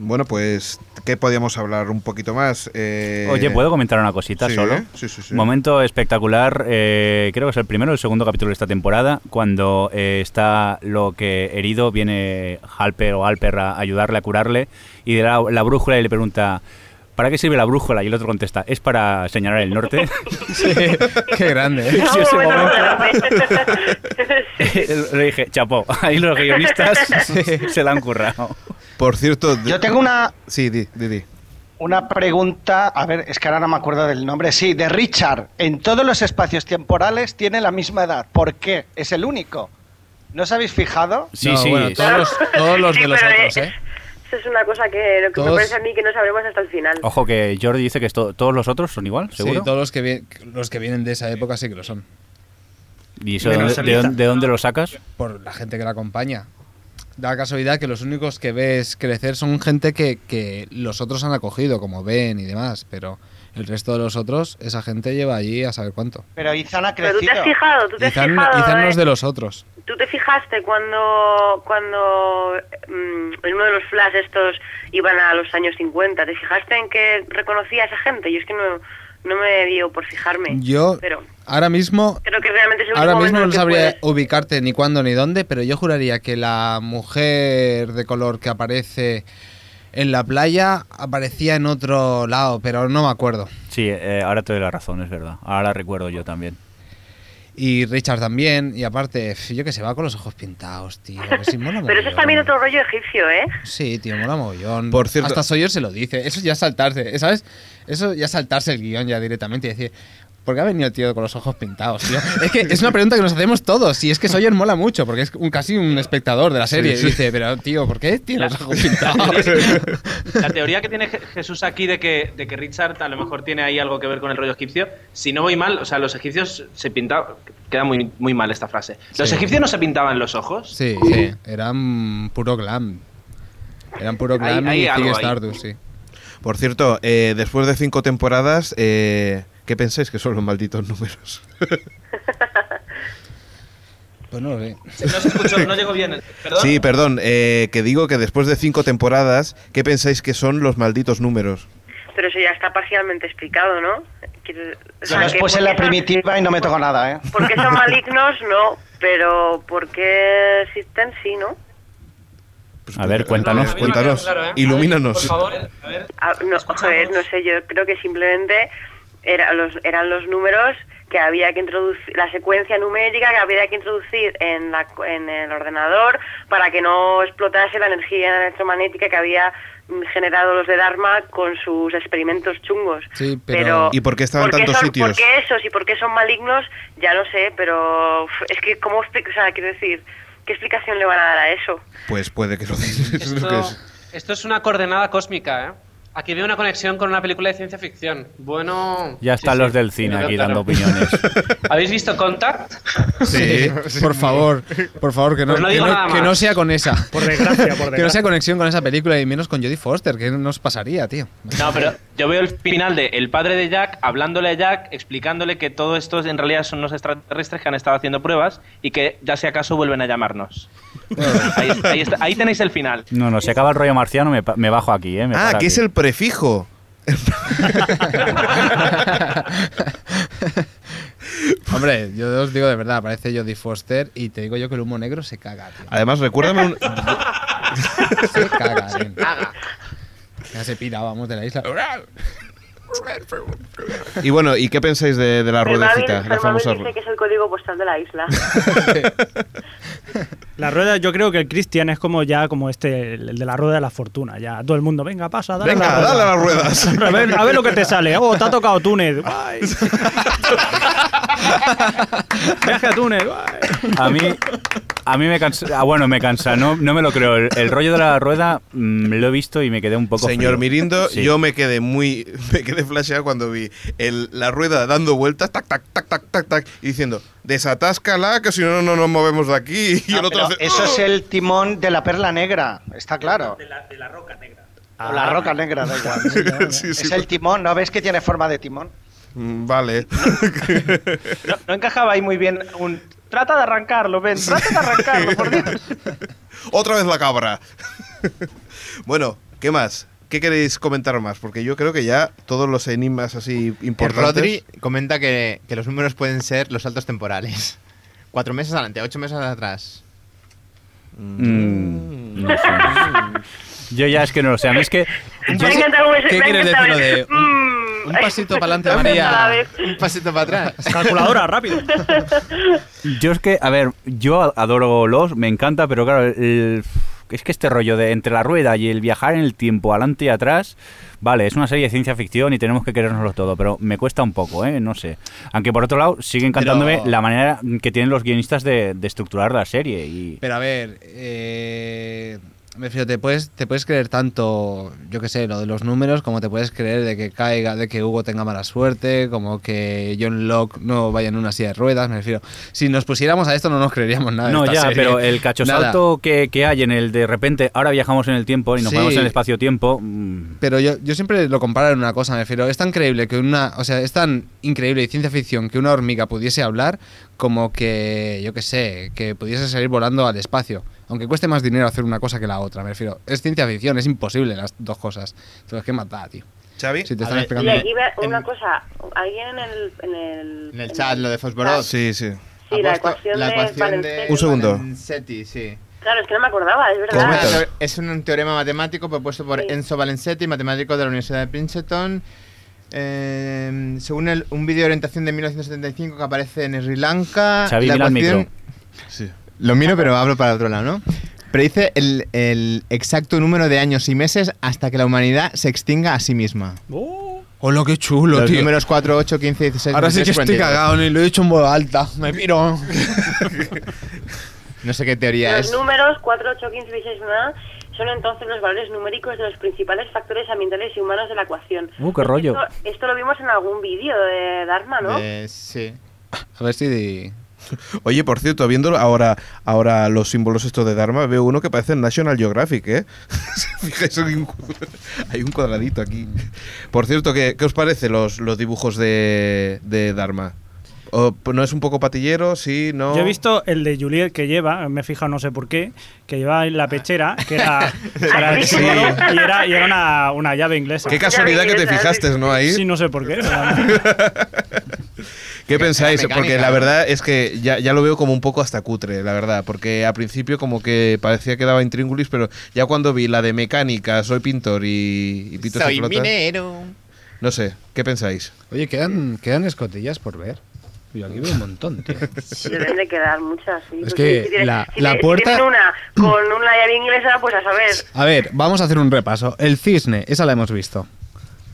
S2: Bueno, pues, ¿qué podíamos hablar un poquito más? Eh,
S3: Oye, ¿puedo comentar una cosita
S2: sí,
S3: solo?
S2: ¿eh? Sí, sí, sí.
S3: Momento espectacular, eh, creo que es el primero o el segundo capítulo de esta temporada, cuando eh, está lo que herido, viene Halper o Alper a ayudarle, a curarle, y de la, la brújula y le pregunta, ¿para qué sirve la brújula? Y el otro contesta, es para señalar el norte.
S5: Sí, qué grande, ¿eh?
S3: Sí, ese
S4: Bueno,
S3: momento.
S4: bueno,
S3: Le dije, chapó, ahí los guionistas se la han currado.
S2: Por cierto...
S9: Yo tengo una,
S2: Sí, di, di, di.
S9: una pregunta, a ver, es que ahora no me acuerdo del nombre, sí, de Richard. En todos los espacios temporales tiene la misma edad. ¿Por qué? Es el único. ¿No os habéis fijado?
S3: Sí,
S5: No,
S3: sí.
S5: bueno, todos los, todos los
S4: Sí,
S5: de los
S4: pero,
S5: otros,
S4: eh,
S5: ¿eh?
S4: Eso es una cosa que, lo que me
S5: Todos-
S4: parece a mí que no sabremos hasta el final.
S3: Ojo que Jordi dice que esto- todos los otros son igual, seguro.
S5: Sí, todos los que, vi- los que vienen de esa época sí que lo son.
S3: ¿Y eso
S7: Menos
S3: de, de
S7: Elisa.
S3: dónde- de dónde lo sacas?
S5: Por la gente que la acompaña. Da la casualidad que los únicos que ves crecer son gente que, que los otros han acogido, como Ben y demás, pero el resto de los otros, esa gente lleva allí a saber cuánto.
S9: Pero Izan ha
S4: Pero tú te
S9: crecido.
S4: has fijado, tú te has
S5: Izan,
S4: fijado.
S5: Izan
S4: eh.
S5: no es de los otros.
S4: ¿Tú te fijaste cuando, cuando mm, en uno de los flash estos iban a los años 50? ¿Te fijaste en que reconocía a esa gente? Yo es que no, no me dio por fijarme.
S5: Yo
S4: Pero
S5: ahora mismo,
S4: creo que realmente es el
S5: ahora
S4: único
S5: mismo
S4: momento en
S5: no
S4: que
S5: sabría
S4: puedes-
S5: ubicarte ni cuándo ni dónde, pero yo juraría que la mujer de color que aparece en la playa aparecía en otro lado, pero no me acuerdo.
S3: Sí, eh, ahora te doy la razón, es verdad. Ahora recuerdo yo también.
S5: Y Richard también. Y aparte, pf, yo que se va con los ojos pintados, tío. Que sí, mola
S4: Pero eso es
S5: mogollón.
S4: también otro rollo egipcio, ¿eh?
S5: Sí, tío, mola mogollón.
S2: Por cierto-
S5: Hasta Sawyer se lo dice. Eso ya es saltarse, ¿sabes? Eso ya es saltarse el guión ya directamente y decir... ¿Por qué ha venido, tío, con los ojos pintados, tío? Es que es una pregunta que nos hacemos todos. Y es que Sawyer mola mucho, porque es un- casi un espectador de la serie.
S2: Sí, sí.
S5: Y dice, pero, tío, ¿por qué tiene los ojos
S6: La
S5: pintados?
S6: teoría que- la teoría que tiene Je- Jesús aquí de que, de que Richard a lo mejor tiene ahí algo que ver con el rollo egipcio, si no voy mal, o sea, los egipcios se pintaban. Queda muy, muy mal esta frase. ¿Los
S5: Sí.
S6: egipcios no se pintaban los ojos?
S5: Sí, sí. Eran puro glam. Eran puro glam y
S6: Hay- hay
S5: Ziggy
S6: algo ahí.
S5: Stardust, sí.
S2: Por cierto, eh, después de cinco temporadas, eh, ¿qué pensáis que son los malditos números?
S5: Pues no lo sé.
S6: No se escuchó, no llegó bien. ¿Perdón?
S2: Sí, perdón, eh, que digo que después de cinco temporadas, ¿qué pensáis que son los malditos números?
S4: Pero eso ya está parcialmente explicado, ¿no? Quiero- o
S9: Yo
S4: sea,
S9: los
S4: que
S9: puse
S4: porque
S9: en la
S4: son-
S9: primitiva y no me tocó nada, ¿eh?
S4: Porque son malignos, no, pero porque existen, sí, ¿no?
S2: Pues,
S3: A ver,
S2: eh,
S3: cuéntanos.
S2: eh, cuéntanos, ilumínanos.
S4: Ah, no, joder, no sé, yo creo que simplemente era los, eran los números que había que introducir, la secuencia numérica que había que introducir en, la, cu- en el ordenador para que no explotase la energía electromagnética que había mm, generado los de Dharma con sus experimentos chungos.
S5: Sí, pero-
S2: ¿Y por qué estaban en
S4: ¿por qué
S2: tantos
S4: son-
S2: sitios?
S4: ¿Por qué esos y por qué son malignos? Ya lo sé, pero uf, es que, ¿cómo explica? O sea, quiero decir, ¿qué explicación le van a dar a eso?
S2: Pues puede que lo digas. es lo que
S10: Esto,
S2: es.
S10: esto es una coordenada cósmica, ¿eh? Aquí veo una conexión con una película de ciencia ficción. Bueno.
S3: Ya están
S10: sí,
S3: los
S10: sí.
S3: del cine
S10: Claro,
S3: aquí
S10: claro.
S3: dando opiniones.
S10: ¿Habéis visto Contact?
S2: Sí.
S5: Por favor, por favor, que no,
S10: Pues no
S5: que
S10: digo
S5: no-
S10: nada más.
S5: que no sea con esa.
S7: Por
S5: Que no
S7: desgracia, por
S5: sea
S7: desgracia.
S5: conexión con esa película y menos con Jodie Foster, que nos pasaría, tío.
S6: No, pero yo veo el final de el padre de Jack hablándole a Jack, explicándole que todo esto en realidad son unos extraterrestres que han estado haciendo pruebas y que ya si acaso vuelven a llamarnos. ahí, ahí está- ahí tenéis el final.
S3: No, no, se acaba el rollo marciano, me, pa- me bajo aquí, ¿eh? Me
S2: Ah,
S3: paro
S2: que es
S3: aquí.
S2: el prefijo.
S5: Hombre, yo os digo de verdad, aparece Jodie Foster y te digo yo que el humo negro se caga, tío.
S2: Además, recuérdame un...
S5: Se caga, tío. Ya se pira, vamos, de la isla.
S2: Y bueno, ¿y qué pensáis de, de la
S4: Fermabel-
S2: ruedecita? La
S4: Fermabel
S2: famosa
S4: dice
S2: rueda.
S4: que es el código postal de la isla.
S7: La rueda, yo creo que el Christian es como ya como este, el el de la rueda de la fortuna. Ya todo el mundo, venga, pasa, dale.
S2: Venga,
S7: a la
S2: dale a
S7: rueda".
S2: las ruedas.
S7: A ver, a ver lo que te sale. Oh, te ha tocado Túnez. Guay. Viaje a Túnez. Guay.
S3: A mí, a mí me cansa. ah, bueno, me cansa, no, no me lo creo. El, el rollo de la rueda mm, lo he visto y me quedé un poco.
S2: Señor
S3: frío.
S2: Mirindo,
S3: Sí.
S2: yo me quedé muy, me quedé flasheado cuando vi el- la rueda dando vueltas, tac, tac, tac, tac, tac, tac, y diciendo, desatáscala, que si no, no nos movemos de aquí. Y el
S9: Ah,
S2: otro
S9: pero
S2: hace,
S9: eso
S2: "Oh".
S9: es el timón de la perla negra, está claro. De la, roca negra. O la roca negra, da igual.
S2: Sí, sí.
S9: Es el timón, ¿no ves que tiene forma de timón?
S2: Mm, Vale.
S6: No, no encajaba ahí muy bien un... Trata de arrancarlo, ven, trata de arrancarlo, por Dios.
S2: Otra vez la cabra. bueno, ¿qué más? ¿Qué queréis comentar más? Porque yo creo que ya todos los enigmas así
S8: Por
S2: importantes.
S8: Rodri comenta que, que los números pueden ser los saltos temporales. Cuatro meses adelante, ocho meses atrás.
S3: Mm, no sé. Yo ya es que no lo sé. A mí es que.
S4: Me ha encantado ese-
S5: ¿Qué
S4: me ha
S5: quieres
S4: encantado
S5: decir lo
S4: ese.
S5: de
S4: Mm.
S5: Un pasito para adelante,
S4: Me ha encantado la
S5: María.
S4: vez.
S8: Un pasito para atrás.
S7: Calculadora, rápido.
S4: Mm.
S3: Yo es que, a ver, yo adoro los, me encanta, pero claro, el- es que este rollo de entre la rueda y el viajar en el tiempo adelante y atrás, vale, es una serie de ciencia ficción y tenemos que querérnoslo todo, pero me cuesta un poco, ¿eh? No sé. Aunque por otro lado, sigue encantándome
S8: Pero-
S3: la manera que tienen los guionistas de, de estructurar la serie y...
S5: Pero a ver, eh, me refiero, te puedes, te puedes creer tanto, yo qué sé, lo de los números, como te puedes creer de que caiga, de que Hugo tenga mala suerte, como que John Locke no vaya en una silla de ruedas, me refiero. Si nos pusiéramos a esto no nos creeríamos nada. de
S3: No,
S5: Ah, esta
S3: ya,
S5: serie.
S3: pero el cachosalto que, que hay en el de repente, ahora viajamos en el tiempo y nos
S5: Sí.
S3: movemos en el espacio-tiempo... mm,
S5: Pero yo, yo siempre lo comparo en una cosa, me refiero. Es tan creíble que una. O sea, es tan increíble y ciencia ficción que una hormiga pudiese hablar como que, yo qué sé, que pudiese salir volando al espacio. Aunque cueste más dinero hacer una cosa que la otra, me refiero. Es ciencia ficción, es imposible las dos cosas. Entonces, qué matada, tío.
S2: ¿Xavi?
S5: Si te
S8: A
S5: están
S8: ver,
S5: explicando.
S4: Y aquí ve una
S8: En-
S4: cosa, alguien en el... En el,
S8: En el chat, lo de
S2: Ah,
S8: Fosboros.
S2: sí, sí.
S4: Sí,
S8: Ha
S4: la
S8: puesto
S4: ecuación,
S8: la
S4: de
S8: ecuación de
S4: Valenzuela.
S2: Un segundo.
S8: Valenzetti, Eh, sí. Ah,
S4: Claro, es que no me acordaba, es
S8: Es
S2: Pues
S8: un
S4: verdad.
S2: Comenta. mételo.
S8: teore- Es un teorema matemático propuesto por
S4: Sí.
S8: Enzo Valenzetti, matemático de la Universidad de Princeton, eh, según el- un vídeo de orientación de 1975 que aparece en Sri Lanka,
S5: Ah,
S3: Xavi,
S8: la
S3: mira al
S8: ecuación-
S3: micro.
S2: Sí.
S8: Lo miro, pero hablo para otro lado, ¿no? Predice el, el exacto número de años y meses hasta que la humanidad se extinga a sí misma.
S4: Oh.
S11: Hola, qué chulo,
S8: Los
S11: tío.
S8: números 4, 8, 15, 16,
S11: Ahora sí que
S8: 23,
S11: estoy
S8: 42.
S11: cagado, ni lo he dicho en voz alta. Me miro.
S8: No sé qué teoría
S4: Los
S8: es.
S4: números 4, 8, 15, 16, 9 son entonces los valores numéricos de los principales factores ambientales y humanos de la ecuación.
S3: Uh, qué rollo.
S4: Esto, esto lo vimos en algún vídeo de Dharma, ¿no?
S8: Eh, sí.
S5: A ver si. de-
S2: Oye, por cierto, viendo ahora, ahora los símbolos estos de Dharma, veo uno que parece en National Geographic, ¿eh? Si fijáis, hay un cu- hay un cuadradito aquí. Por cierto, ¿qué, qué os parece los, los dibujos de, de Dharma? ¿O ¿No es un poco patillero? Sí, no.
S7: Yo he visto el de Juliet que lleva, me he fijado no sé por qué, que lleva en la pechera, que era, era el
S2: Sí.
S7: símbolo, y era, y era una, una llave inglesa.
S2: Qué casualidad que te fijaste, ¿no? Ahí.
S7: Sí, no sé por qué. pero-
S2: ¿Qué pensáis?
S8: mecánica,
S2: Porque la
S8: ¿no?
S2: verdad es que ya, ya lo veo como un poco hasta cutre, la verdad. Porque al principio como que parecía que daba intríngulis, pero ya cuando vi la de mecánica, soy pintor y, y pito se
S8: Soy
S2: flota,
S8: minero.
S2: No sé, ¿qué pensáis?
S12: Oye, quedan, quedan escotillas por ver. Yo aquí veo un montón, tío.
S4: Deben de quedar muchas. sí,
S12: Es
S4: pues
S12: que
S4: sí, si tienen-
S5: la-
S4: si
S5: la
S4: tienen- si
S5: puerta-
S4: tienen una con una llave inglesa, pues a saber.
S5: A ver, vamos a hacer un repaso. El cisne, esa la hemos visto.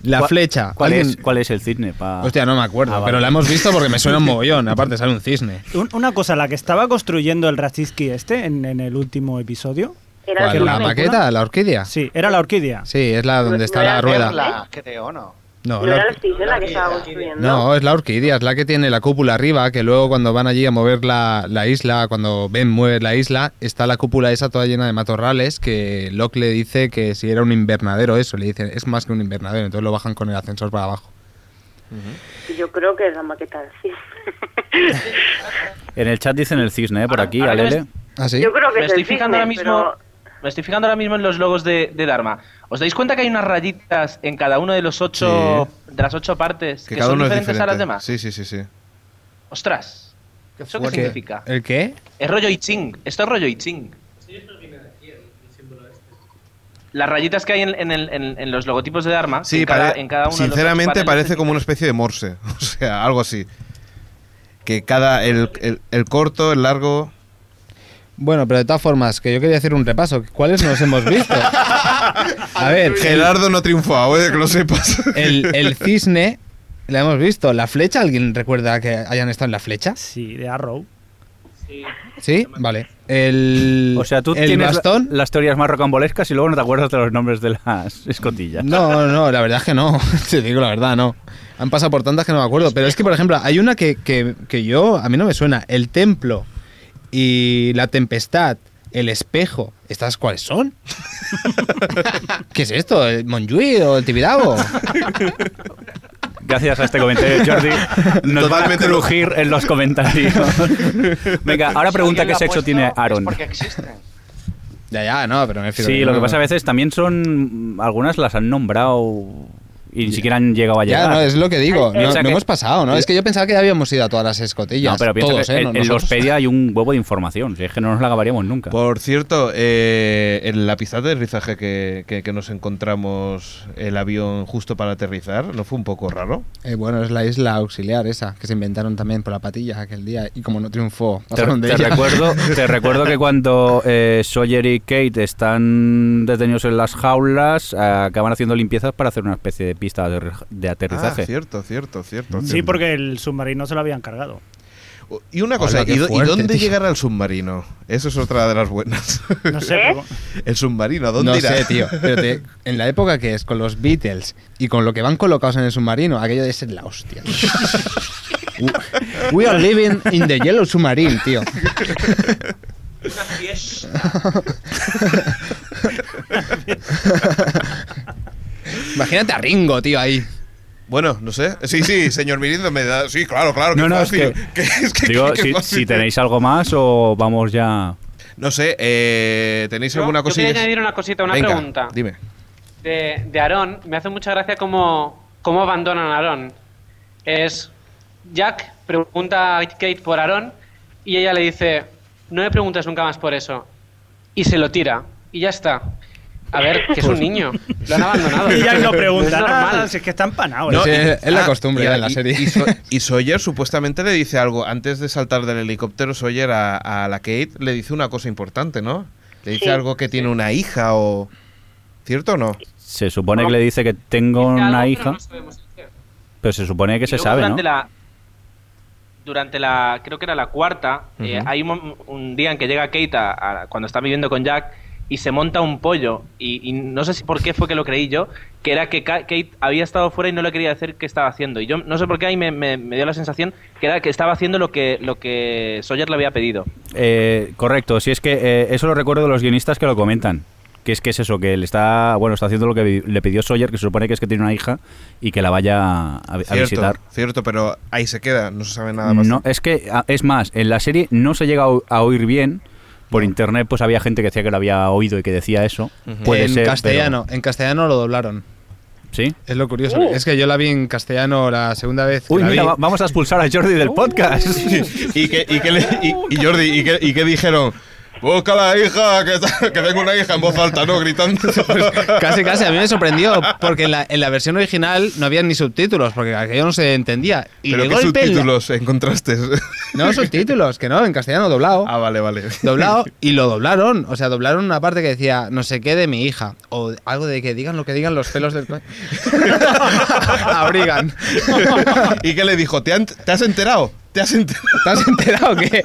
S5: La
S3: ¿Cuál-
S5: flecha.
S3: ¿Cuál, es,
S5: alguien-
S3: ¿Cuál es el cisne? Pa-
S5: Hostia, no me acuerdo,
S3: Ah, vale.
S5: pero la hemos visto porque me suena un mogollón. Aparte, sale un cisne.
S7: Un- una cosa, la que estaba construyendo el Rachiski este en, en el último episodio.
S4: Era
S5: ¿Cuál?
S7: el
S5: ¿La
S7: cisne?
S2: Ah,
S5: maqueta? ¿La orquídea?
S7: Sí, era la orquídea.
S5: Sí, es la donde está
S9: No
S5: la
S9: era
S5: rueda.
S9: Perla, creo, ¿no?
S5: Ah. No,
S4: No
S5: la
S4: era
S5: or-
S4: el cisne la que estaba construyendo.
S5: no, es la orquídea, es la que tiene la cúpula arriba, que luego cuando van allí a mover la, la isla, cuando Ben mueve la isla, está la cúpula esa toda llena de matorrales, que Locke le dice que si era un invernadero eso, le dice, es más que un invernadero, entonces lo bajan con el ascensor para abajo.
S4: Yo creo que es la maqueta del cisne.
S3: En el chat dicen el cisne, ¿eh? por
S6: Ahora-
S3: aquí,
S6: ahora que me-
S3: Alele.
S5: ¿Ah, sí?
S4: Yo creo que
S6: Me
S4: es el
S6: estoy fijando
S4: cisne,
S6: ahora mismo.
S4: pero-
S6: Me estoy fijando ahora mismo en los logos de, de Dharma. ¿Os dais cuenta que hay unas rayitas en cada uno de los ocho de las ocho partes que, son diferentes a las demás?
S2: Sí, sí, sí, sí.
S6: Ostras. ¿Eso qué
S5: Porque-
S6: significa?
S2: Eh.
S5: ¿El qué?
S6: Es rollo I Ching. Esto es rollo I Ching. este. Las rayitas que hay en, en el- en- en los logotipos de Dharma,
S2: Sí,
S6: en, cada,
S2: pare-
S6: en cada uno de los ocho
S2: sinceramente
S6: paneles,
S2: parece como una especie de morse, o sea, algo así. Que cada, el, el- el corto, el largo...
S5: Bueno, pero de todas formas, que yo quería hacer un repaso. ¿Cuáles nos hemos visto? A ver,
S2: Gerardo no triunfa, oye, que lo sepas.
S5: el, el cisne, la hemos visto. ¿La flecha? ¿Alguien recuerda que hayan estado en la flecha?
S7: Sí, de Arrow.
S5: Sí, vale. El,
S3: O sea, tú
S5: el
S3: tienes la-
S5: bastón.
S3: las teorías más rocambolescas y luego no te acuerdas de los nombres de las escotillas.
S5: No, no, la verdad es que no. Te digo la verdad, no. Han pasado por tantas que no me acuerdo. Pero es que, por ejemplo, hay una que, que- que yo, a mí no me suena. El templo y la tempestad, el espejo. ¿Estas cuáles son? ¿Qué es esto? ¿El Monjuí o el Tibidabo?
S3: Gracias a este comentario, Jordi. Nos van a
S2: Totalmente lo-
S3: crujir en los comentarios. Venga, ahora
S9: Si
S3: pregunta
S9: alguien
S3: qué
S9: la ha
S3: sexo
S9: puesto,
S3: tiene
S9: es
S3: Aaron.
S9: Porque existen.
S5: Ya, ya, no, pero me refiero
S3: Sí,
S5: yo
S3: lo que
S5: no-
S3: pasa a veces también son. Algunas las han nombrado y ni siquiera han llegado a llegar.
S5: Ya, no, es lo que digo. No,
S3: O sea
S5: no
S3: que-
S5: hemos pasado, ¿no? Es que yo pensaba que ya habíamos ido a todas las escotillas.
S3: No, pero piensa
S5: todos,
S3: que
S5: ¿eh?
S3: en,
S5: No,
S3: en
S5: nosotros.
S3: Lospedia hay un huevo de información. Si es que no nos la acabaríamos nunca.
S2: Por cierto, eh, en la pista de aterrizaje que, que- que nos encontramos el avión justo para aterrizar, ¿no fue un poco raro?
S5: Eh, bueno, es la isla auxiliar esa, que se inventaron también por la patilla aquel día. Y como no triunfó,
S3: Te,
S5: pasaron de
S3: te
S5: ella.
S3: recuerdo, te recuerdo que cuando eh, Sawyer y Kate están detenidos en las jaulas, eh, acaban haciendo limpiezas para hacer una especie de pista de, aterri- de aterrizaje.
S2: Ah, cierto, cierto, cierto.
S7: Sí,
S2: cierto.
S7: porque el submarino se lo habían cargado.
S2: Y una cosa,
S5: Hola, qué
S2: ¿y, do- y
S5: fuerte,
S2: dónde
S5: tío.
S2: llegará el submarino? Eso es otra de las buenas.
S7: No sé.
S4: ¿Eh?
S7: pero-
S2: el submarino, ¿a ¿dónde
S5: No
S2: irá?
S5: sé, tío. Pero te- en la época que es, con los Beatles y con lo que van colocados en el submarino, aquello de ser la hostia. We are living in the yellow submarine, tío. Imagínate a Ringo, tío, ahí.
S2: Bueno, no sé. Sí, sí, señor Mirindo me da. Sí, claro, claro.
S3: No,
S2: qué
S3: no, es
S2: fácil.
S3: que-
S2: es que-
S3: Digo,
S2: qué
S3: si,
S2: fácil.
S3: si tenéis algo más o vamos ya.
S2: No sé, eh, ¿tenéis
S10: Yo-
S2: alguna
S10: yo quería
S2: cosilla?
S10: añadir una cosita, una
S2: Venga,
S10: pregunta.
S2: Dime.
S10: de, de Aarón, me hace mucha gracia cómo, cómo abandonan a Aarón. Es Jack pregunta a Kate por Aarón y ella le dice, no me preguntes nunca más por eso. Y se lo tira y ya está. A ver, que es
S2: Pues
S10: un niño. Lo han abandonado.
S7: Y ya no pregunta
S10: Es normal.
S7: nada, si es que está empanado.
S2: No, y- ah, y-
S7: de
S2: y- Y, So- y Sawyer supuestamente le dice algo. Antes de saltar del helicóptero, Sawyer a, a la Kate le dice una cosa importante, ¿no? Le dice
S10: Sí.
S2: algo que tiene una hija o. ¿Cierto o no?
S3: Se supone que le dice que tengo
S6: algo,
S3: una
S6: pero
S3: hija,
S6: no sabemos el qué.
S3: pero se supone que se
S6: Luego,
S3: sabe, ¿no?
S6: durante la durante la creo que era la cuarta eh,
S3: Ujú.
S6: hay un, mom- un día en que llega Kate a- a- cuando está viviendo con Jack y se monta un pollo y, y no sé si por qué fue que lo creí yo que era que Ka- Kate había estado fuera y no le quería decir qué estaba haciendo y yo no sé por qué ahí me, me- me dio la sensación que era que estaba haciendo lo que lo que Sawyer le había pedido
S3: Eh, correcto, si es que eh, eso lo recuerdo de los guionistas que lo comentan. Que es que es eso, que le está, bueno, está haciendo lo que le pidió Sawyer, que se supone que es que tiene una hija y que la vaya a, a visitar.
S2: cierto, pero ahí se queda, no se sabe nada más.
S3: No, es que, a- es más, en la serie no se llega a, o- a oír bien. Por internet, pues había gente que decía que lo había oído y que decía eso. Puede
S5: Pues en
S3: ser, pero-
S5: castellano, en castellano lo doblaron.
S3: ¿Sí?
S5: Es lo curioso.
S3: Uh.
S5: Es que yo la vi en castellano la segunda vez. que
S3: Uy,
S5: la
S3: mira,
S5: vi.
S3: va- vamos a expulsar a Jordi
S5: Uh.
S3: del podcast.
S2: ¿Y, qué, y, qué le- y- y Jordi, ¿y qué, y qué dijeron? Busca la hija, que, ta- que tengo una hija en voz alta, ¿no? Gritando.
S5: Casi, casi, a mí me sorprendió, porque en la, en la versión original no había ni subtítulos, porque aquello no se entendía. Y
S2: ¿Pero
S5: de
S2: qué
S5: golpe en la-
S2: subtítulos encontraste?
S5: No, subtítulos, que no, en castellano doblado.
S2: Ah, vale, vale.
S5: Doblado y lo doblaron. O sea, doblaron una parte que decía no sé qué de mi hija. O algo de que digan lo que digan los pelos del. co- Abrigan.
S2: ¿Y qué le dijo? ¿Te, han- te has enterado? ¿Te has enterado?
S5: ¿Te has enterado qué?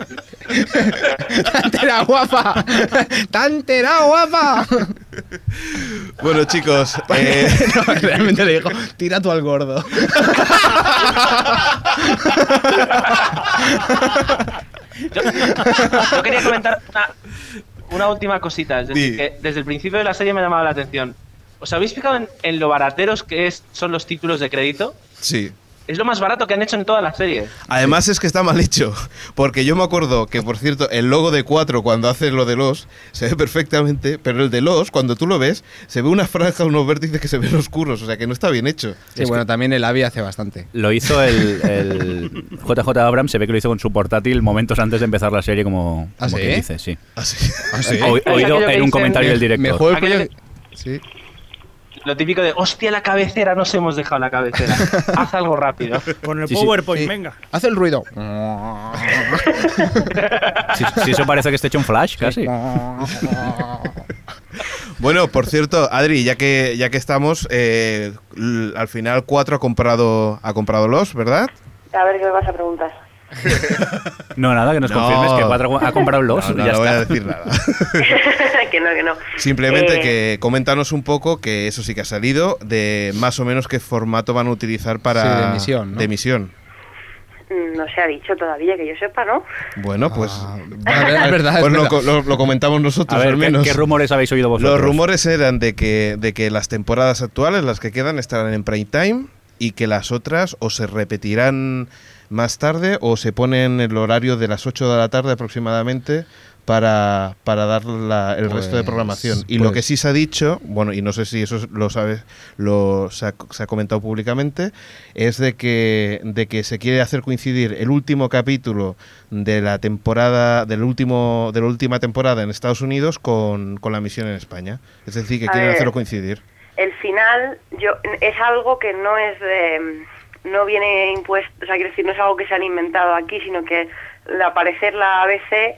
S5: ¡Te has enterado, guapa! ¡Te has enterado, guapa!
S2: Bueno, chicos. eh,
S5: No, realmente le dijo, tira tú al gordo.
S6: Yo, yo quería comentar una, una última cosita. Es decir, que desde el principio de la serie me ha llamado la atención. ¿Os habéis fijado en, en lo barateros que es, son los títulos de crédito?
S2: sí.
S6: Es lo más barato que han hecho en toda la serie.
S2: Además es que está mal hecho, porque yo me acuerdo que, por cierto, el logo de 4 cuando hace lo de los se ve perfectamente, pero el de los, cuando tú lo ves, se ve una franja, unos vértices que se ven oscuros, o sea que no está bien hecho.
S5: Sí, bueno, también el AVI hace bastante.
S3: Lo hizo el, el JJ Abrams, se ve que lo hizo con su portátil momentos antes de empezar la serie, como,
S5: ¿Ah,
S3: como
S5: sí?
S3: que dice, sí.
S5: ¿Ah, sí?
S3: O-
S5: Es
S3: oído
S5: aquello que
S3: en un
S5: dicen-
S3: comentario del
S5: Me- me
S3: director.
S5: juego el
S6: Aquello
S5: Sí.
S6: Lo típico de, hostia, la cabecera, nos hemos dejado la cabecera. Haz algo rápido.
S7: Con el
S3: Sí, sí.
S7: PowerPoint, venga.
S5: Haz el ruido.
S3: Si, si eso parece que está hecho un flash, casi.
S2: Bueno, por cierto, Adri, ya que, ya que estamos, eh, l- al final 4 ha comprado, ha comprado los, ¿verdad?
S4: A ver qué me vas a preguntar.
S3: No, nada, que nos
S2: No.
S3: confirmes que Cuatro ha comprado los.
S2: No, no,
S3: y ya
S2: no voy
S3: está.
S2: a decir nada.
S4: que no, que no.
S2: Simplemente
S4: Eh,
S2: que coméntanos un poco, que eso sí que ha salido, de más o menos qué formato van a utilizar para...
S5: Sí, de emisión, ¿no?
S2: de emisión.
S4: mm, No se ha dicho todavía, que yo sepa, ¿no?
S2: Bueno, pues...
S5: Ah. a ver, es verdad, es
S2: Pues lo
S5: verdad.
S2: co- Lo, lo comentamos
S3: A
S2: nosotros,
S3: ver,
S2: al
S3: ¿qué-
S2: menos.
S3: ¿qué, rumores habéis oído vosotros?
S2: Los rumores eran de que, de que las temporadas actuales, las que quedan, estarán en prime time y que las otras o se repetirán más tarde o se ponen el horario de las 8 de la tarde aproximadamente para, para dar la- el resto de
S5: Pues,
S2: programación. Y lo
S5: pues.
S2: que sí se ha dicho, bueno, y no sé si eso es- lo sabes, lo se ha, se ha comentado públicamente, es de que, de que se quiere hacer coincidir el último capítulo de la temporada, del último, de la última temporada en Estados Unidos con, con la misión en España. Es decir, que
S4: A
S2: quieren
S4: ver.
S2: hacerlo coincidir.
S4: El final yo, es algo que no es de- no viene impuesto, o sea, quiero decir, no es algo que se han inventado aquí, sino que al parecer la ABC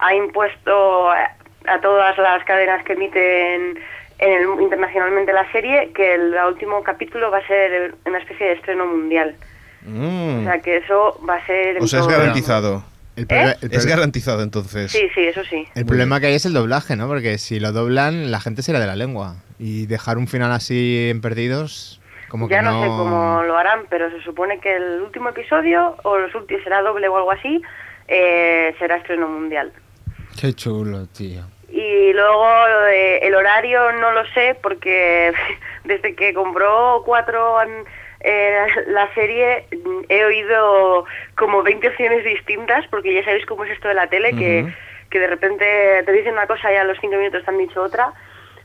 S4: ha impuesto a, a todas las cadenas que emiten en el- internacionalmente la serie que el último capítulo va a ser una especie de estreno mundial. O
S2: Mm.
S4: sea, que eso va a ser... en
S2: O sea, es
S4: todo-
S2: garantizado.
S8: El proble- el
S2: ¿Eh? Es
S8: proble-
S2: garantizado entonces.
S4: Sí, sí, eso sí.
S8: El problema que hay es el doblaje, ¿no? Porque si lo doblan, la gente será de la lengua. Y dejar un final así en perdidos, como
S4: ya
S8: que
S4: no,
S8: no.
S4: sé cómo lo harán, pero se supone que el último episodio, o los últimos, será doble o algo así, eh, será estreno mundial.
S5: Qué chulo, tío.
S4: Y luego lo de el horario no lo sé, porque desde que compró cuatro an- eh, la serie mm, he oído como 20 opciones distintas, porque ya sabéis cómo es esto de la tele, que que de repente te dicen una cosa y a los cinco minutos te han dicho otra.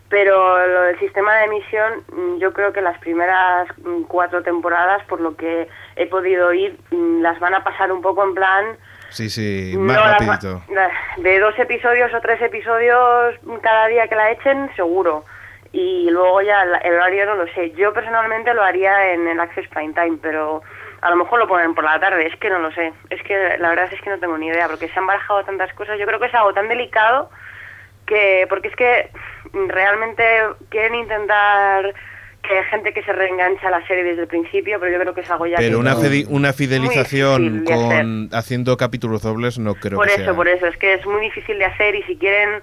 S4: Pero lo del sistema de emisión, mm, yo creo que las primeras mm, cuatro temporadas, por lo que he podido oír, mm, las van a pasar un poco en plan...
S2: Sí, sí,
S4: no,
S2: más
S4: las va-
S2: rapidito.
S4: de dos episodios o tres episodios cada día que la echen, seguro. y luego ya el, el horario no lo sé. Yo personalmente lo haría en el Access Prime Time, pero a lo mejor lo ponen por la tarde, es que no lo sé. Es que la verdad es que no tengo ni idea, porque se han barajado tantas cosas. Yo creo que es algo tan delicado que, porque es que realmente quieren intentar que gente que se reengancha a la serie desde el principio, pero yo creo que es algo ya que
S2: Pero una,
S4: no-
S2: fidi- una fidelización
S4: muy difícil de
S2: con haciendo capítulos dobles no creo
S4: por
S2: que
S4: eso,
S2: sea.
S4: por eso, es que es muy difícil de hacer y si quieren,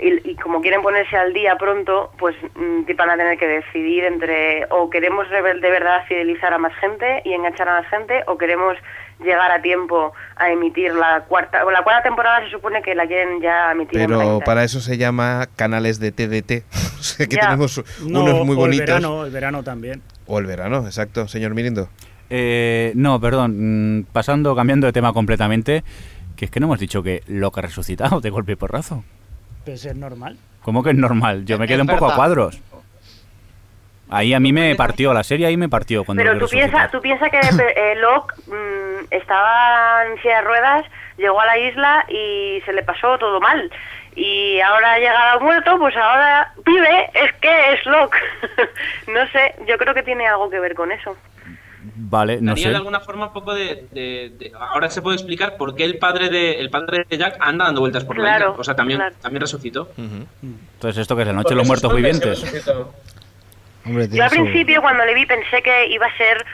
S4: y, y como quieren ponerse al día pronto, pues mm, te van a tener que decidir entre o queremos de ver- de verdad fidelizar a más gente y enganchar a más gente o queremos llegar a tiempo a emitir la cuarta, o la cuarta temporada se supone que la quieren ya emitir. en prime
S2: Pero
S4: time.
S2: para eso se llama canales de TDT. o sea que
S4: Ya.
S2: tenemos
S7: No,
S2: unos muy
S7: o
S2: bonitos.
S7: El verano, el verano también.
S2: O el verano, exacto, señor Mirindo.
S3: Eh, no, perdón. mm, Pasando, cambiando de tema completamente, que es que no hemos dicho que lo que ha resucitado de golpe y porrazo.
S7: Pero eso pues es normal.
S3: ¿Cómo que es normal? Yo me
S7: Es
S3: quedé un poco a
S7: verdad.
S3: cuadros. Ahí a mí me partió, la serie ahí me partió cuando
S4: Pero
S3: lo
S4: tú
S3: resucitó.
S4: piensas tú piensa que eh, Locke mm, estaba en silla de ruedas, llegó a la isla y se le pasó todo mal. Y ahora llega muerto, pues ahora pibe, es que es Locke. no sé, yo creo que tiene algo que ver con eso.
S3: Vale, no
S6: Daría
S3: sé.
S6: de alguna forma un poco de, de- de- Ahora se puede explicar por qué el padre de, el padre de Jack anda dando vueltas por la
S4: Claro,
S6: isla. O sea, también,
S4: claro.
S6: también resucitó.
S3: Entonces, ¿esto que es la noche de los muertos vivientes?
S4: Yo al principio cuando le vi pensé que iba a ser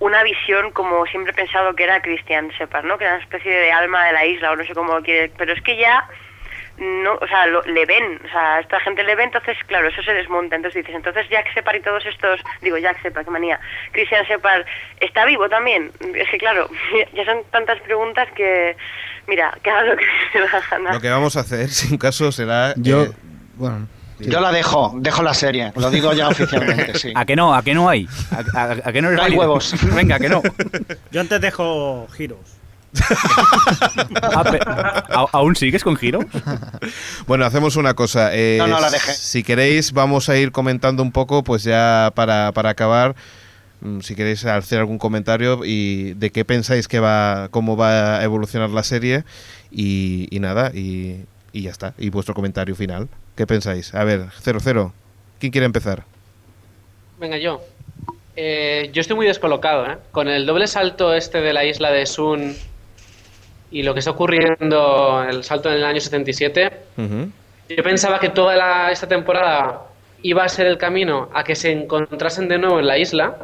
S4: una visión como siempre he pensado que era Christian Shepard, ¿no? Que era una especie de alma de la isla o no sé cómo lo quiere, pero es que ya no, o sea, lo- le ven, o sea, esta gente le ve, entonces claro, eso se desmonta, entonces dices, entonces Jack Shepard y todos estos, digo Jack Shepard, qué manía, Christian Shepard está vivo también, es que claro, ya son tantas preguntas que, mira, que haga lo que se le da la gana.
S2: Lo que vamos a hacer, sin caso, será. eh,
S5: Yo. Bueno.
S9: Yo la dejo, dejo la serie, lo digo ya oficialmente, sí.
S3: ¿A que no? ¿A que no hay? ¿A, a- a que no es
S9: No hay
S3: válido?
S9: huevos.
S3: Venga, que no.
S7: Yo antes dejo giros.
S3: Ah, pe- ¿a- ¿Aún sigues con giro?
S2: Bueno, hacemos una cosa. eh,
S9: No, no, la dejé.
S2: Si queréis, vamos a ir comentando un poco, pues ya para, para acabar. mm, Si queréis hacer algún comentario y de qué pensáis que va, cómo va a evolucionar la serie y, y nada, y, y ya está. Y vuestro comentario final. ¿Qué pensáis? A ver, 0-0. ¿Quién quiere empezar?
S10: Venga, yo. Eh, yo estoy muy descolocado, ¿eh? Con el doble salto este de la isla de Sun y lo que está ocurriendo, el salto en el año 77, yo pensaba que toda la- esta temporada iba a ser el camino a que se encontrasen de nuevo en la isla,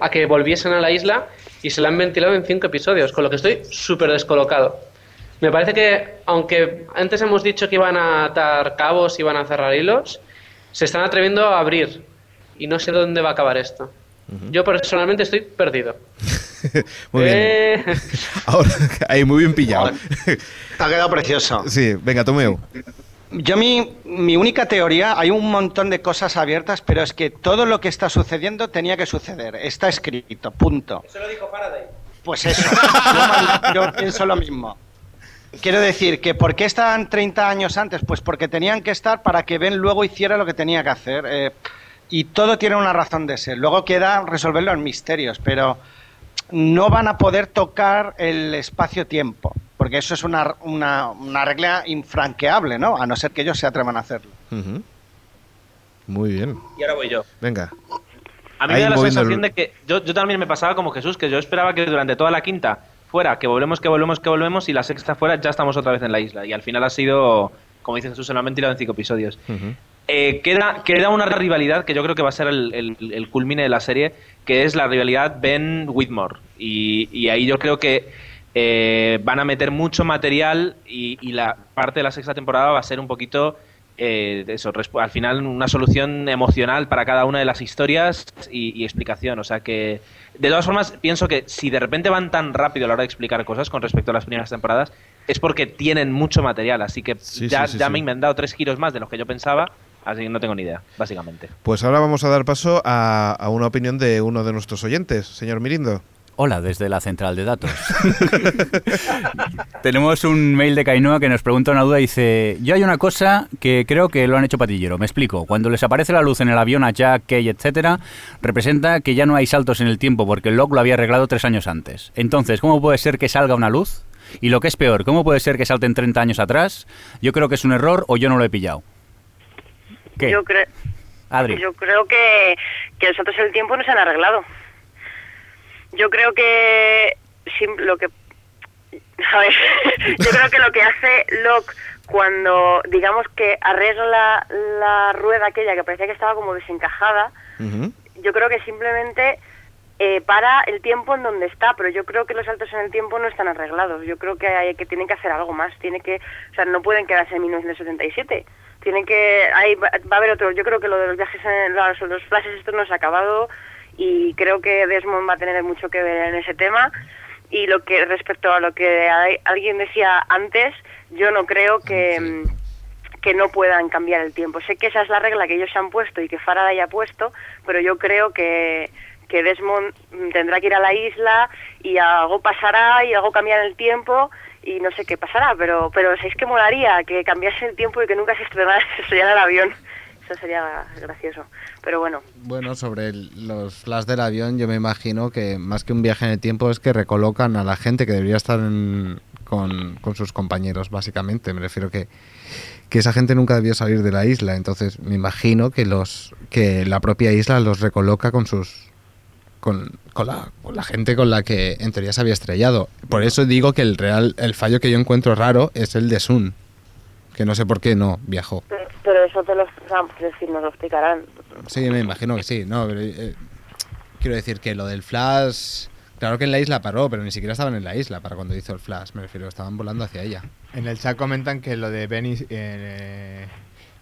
S10: a que volviesen a la isla y se la han ventilado en cinco episodios, con lo que estoy súper descolocado. Me parece que, aunque antes hemos dicho que iban a atar cabos, iban a cerrar hilos, se están atreviendo a abrir y no sé dónde va a acabar esto. Yo personalmente estoy perdido.
S2: Muy bien.
S10: Eh,
S2: Ahora, ahí, muy bien pillado.
S9: Ha quedado precioso.
S2: Sí, venga, Tomeo.
S9: Yo mi, mi única teoría, hay un montón de cosas abiertas, pero es que todo lo que está sucediendo tenía que suceder. Está escrito, punto. Eso lo dijo Faraday. Pues eso, yo, yo pienso lo mismo. Quiero decir que ¿por qué estaban 30 años antes? Pues porque tenían que estar para que Ben luego hiciera lo que tenía que hacer. eh, y todo tiene una razón de ser. Luego queda resolver los misterios, pero no van a poder tocar el espacio-tiempo, porque eso es una, una, una regla infranqueable, ¿no? A no ser que ellos se atrevan a hacerlo.
S2: Ujú. Muy bien.
S6: Y ahora voy yo.
S2: Venga.
S6: A mí
S2: Ahí
S6: me da la
S2: moviendo el-
S6: sensación de que yo, yo también me pasaba como Jesús, que yo esperaba que durante toda la quinta fuera que volvemos, que volvemos, que volvemos y la sexta fuera ya estamos otra vez en la isla. Y al final ha sido, como dice Jesús, solamente tirado en cinco episodios. Eh, queda, queda una rivalidad que yo creo que va a ser el, el- el culmine de la serie, que es la rivalidad Ben Whitmore. Y, y ahí yo creo que eh, van a meter mucho material y, y la parte de la sexta temporada va a ser un poquito eh, de eso, resp- al final una solución emocional para cada una de las historias y, y explicación. O sea que, de todas formas, pienso que si de repente van tan rápido a la hora de explicar cosas con respecto a las primeras temporadas, es porque tienen mucho material. Así que
S2: Sí,
S6: ya,
S2: sí, sí,
S6: ya
S2: sí.
S6: me he inventado tres giros más de los que yo pensaba, así que no tengo ni idea, básicamente.
S2: Pues ahora vamos a dar paso a, a una opinión de uno de nuestros oyentes, señor Mirindo.
S3: Hola, desde la central de datos. Tenemos un mail de Cainoa que nos pregunta una duda. Dice: Yo hay una cosa que creo que lo han hecho patillero. Me explico. Cuando les aparece la luz en el avión a Jack, Kay, etcétera, representa que ya no hay saltos en el tiempo porque el Locke lo había arreglado tres años antes. Entonces, ¿cómo puede ser que salga una luz? Y lo que es peor, ¿cómo puede ser que salten 30 años atrás? Yo creo que es un error o yo no lo he pillado. ¿Qué?
S4: Yo creo
S3: Adri.
S4: Yo creo que, que los santos del tiempo no se han arreglado. Yo creo que sim- lo que a ver, yo creo que lo que hace Locke cuando digamos que arregla la rueda aquella que parecía que estaba como desencajada, yo creo que simplemente eh, para el tiempo en donde está, pero yo creo que los saltos en el tiempo no están arreglados. Yo creo que hay que tienen que hacer algo más. Tiene que, o sea, no pueden quedarse en 1977. Tienen que, hay, va va a haber otro. Yo creo que lo de los viajes, en, los, los flashes, esto no se ha acabado y creo que Desmond va a tener mucho que ver en ese tema. Y lo que respecto a lo que hay- alguien decía antes, yo no creo que mm, que no puedan cambiar el tiempo. Sé que esa es la regla que ellos se han puesto y que Faraday ha puesto, pero yo creo que, que Desmond mm, tendrá que ir a la isla y algo pasará y algo cambiará el tiempo y no sé qué pasará, pero pero ¿sabéis que molaría? Que cambiase el tiempo y que nunca se estrenara, se estrellara el avión. Eso sería gracioso. Pero bueno,
S5: Bueno, sobre el- los flash del avión, yo me imagino que más que un viaje en el tiempo es que recolocan a la gente que debería estar en- con, con sus compañeros, básicamente. Me refiero que, que esa gente nunca debió salir de la isla, entonces me imagino que los que la propia isla los recoloca con sus con, con la, con la gente con la que en teoría se había estrellado. Por eso digo que el real el fallo que yo encuentro raro es el de Sun, que no sé por qué no viajó.
S4: pero, pero eso te lo, o sea, es decir, nos lo explicarán.
S5: Sí, me imagino que sí. No, pero, eh, quiero decir que lo del Flash. Claro que en la isla paró, pero ni siquiera estaban en la isla para cuando hizo el Flash. Me refiero, estaban volando hacia ella.
S8: En el chat comentan que lo de Ben y, eh,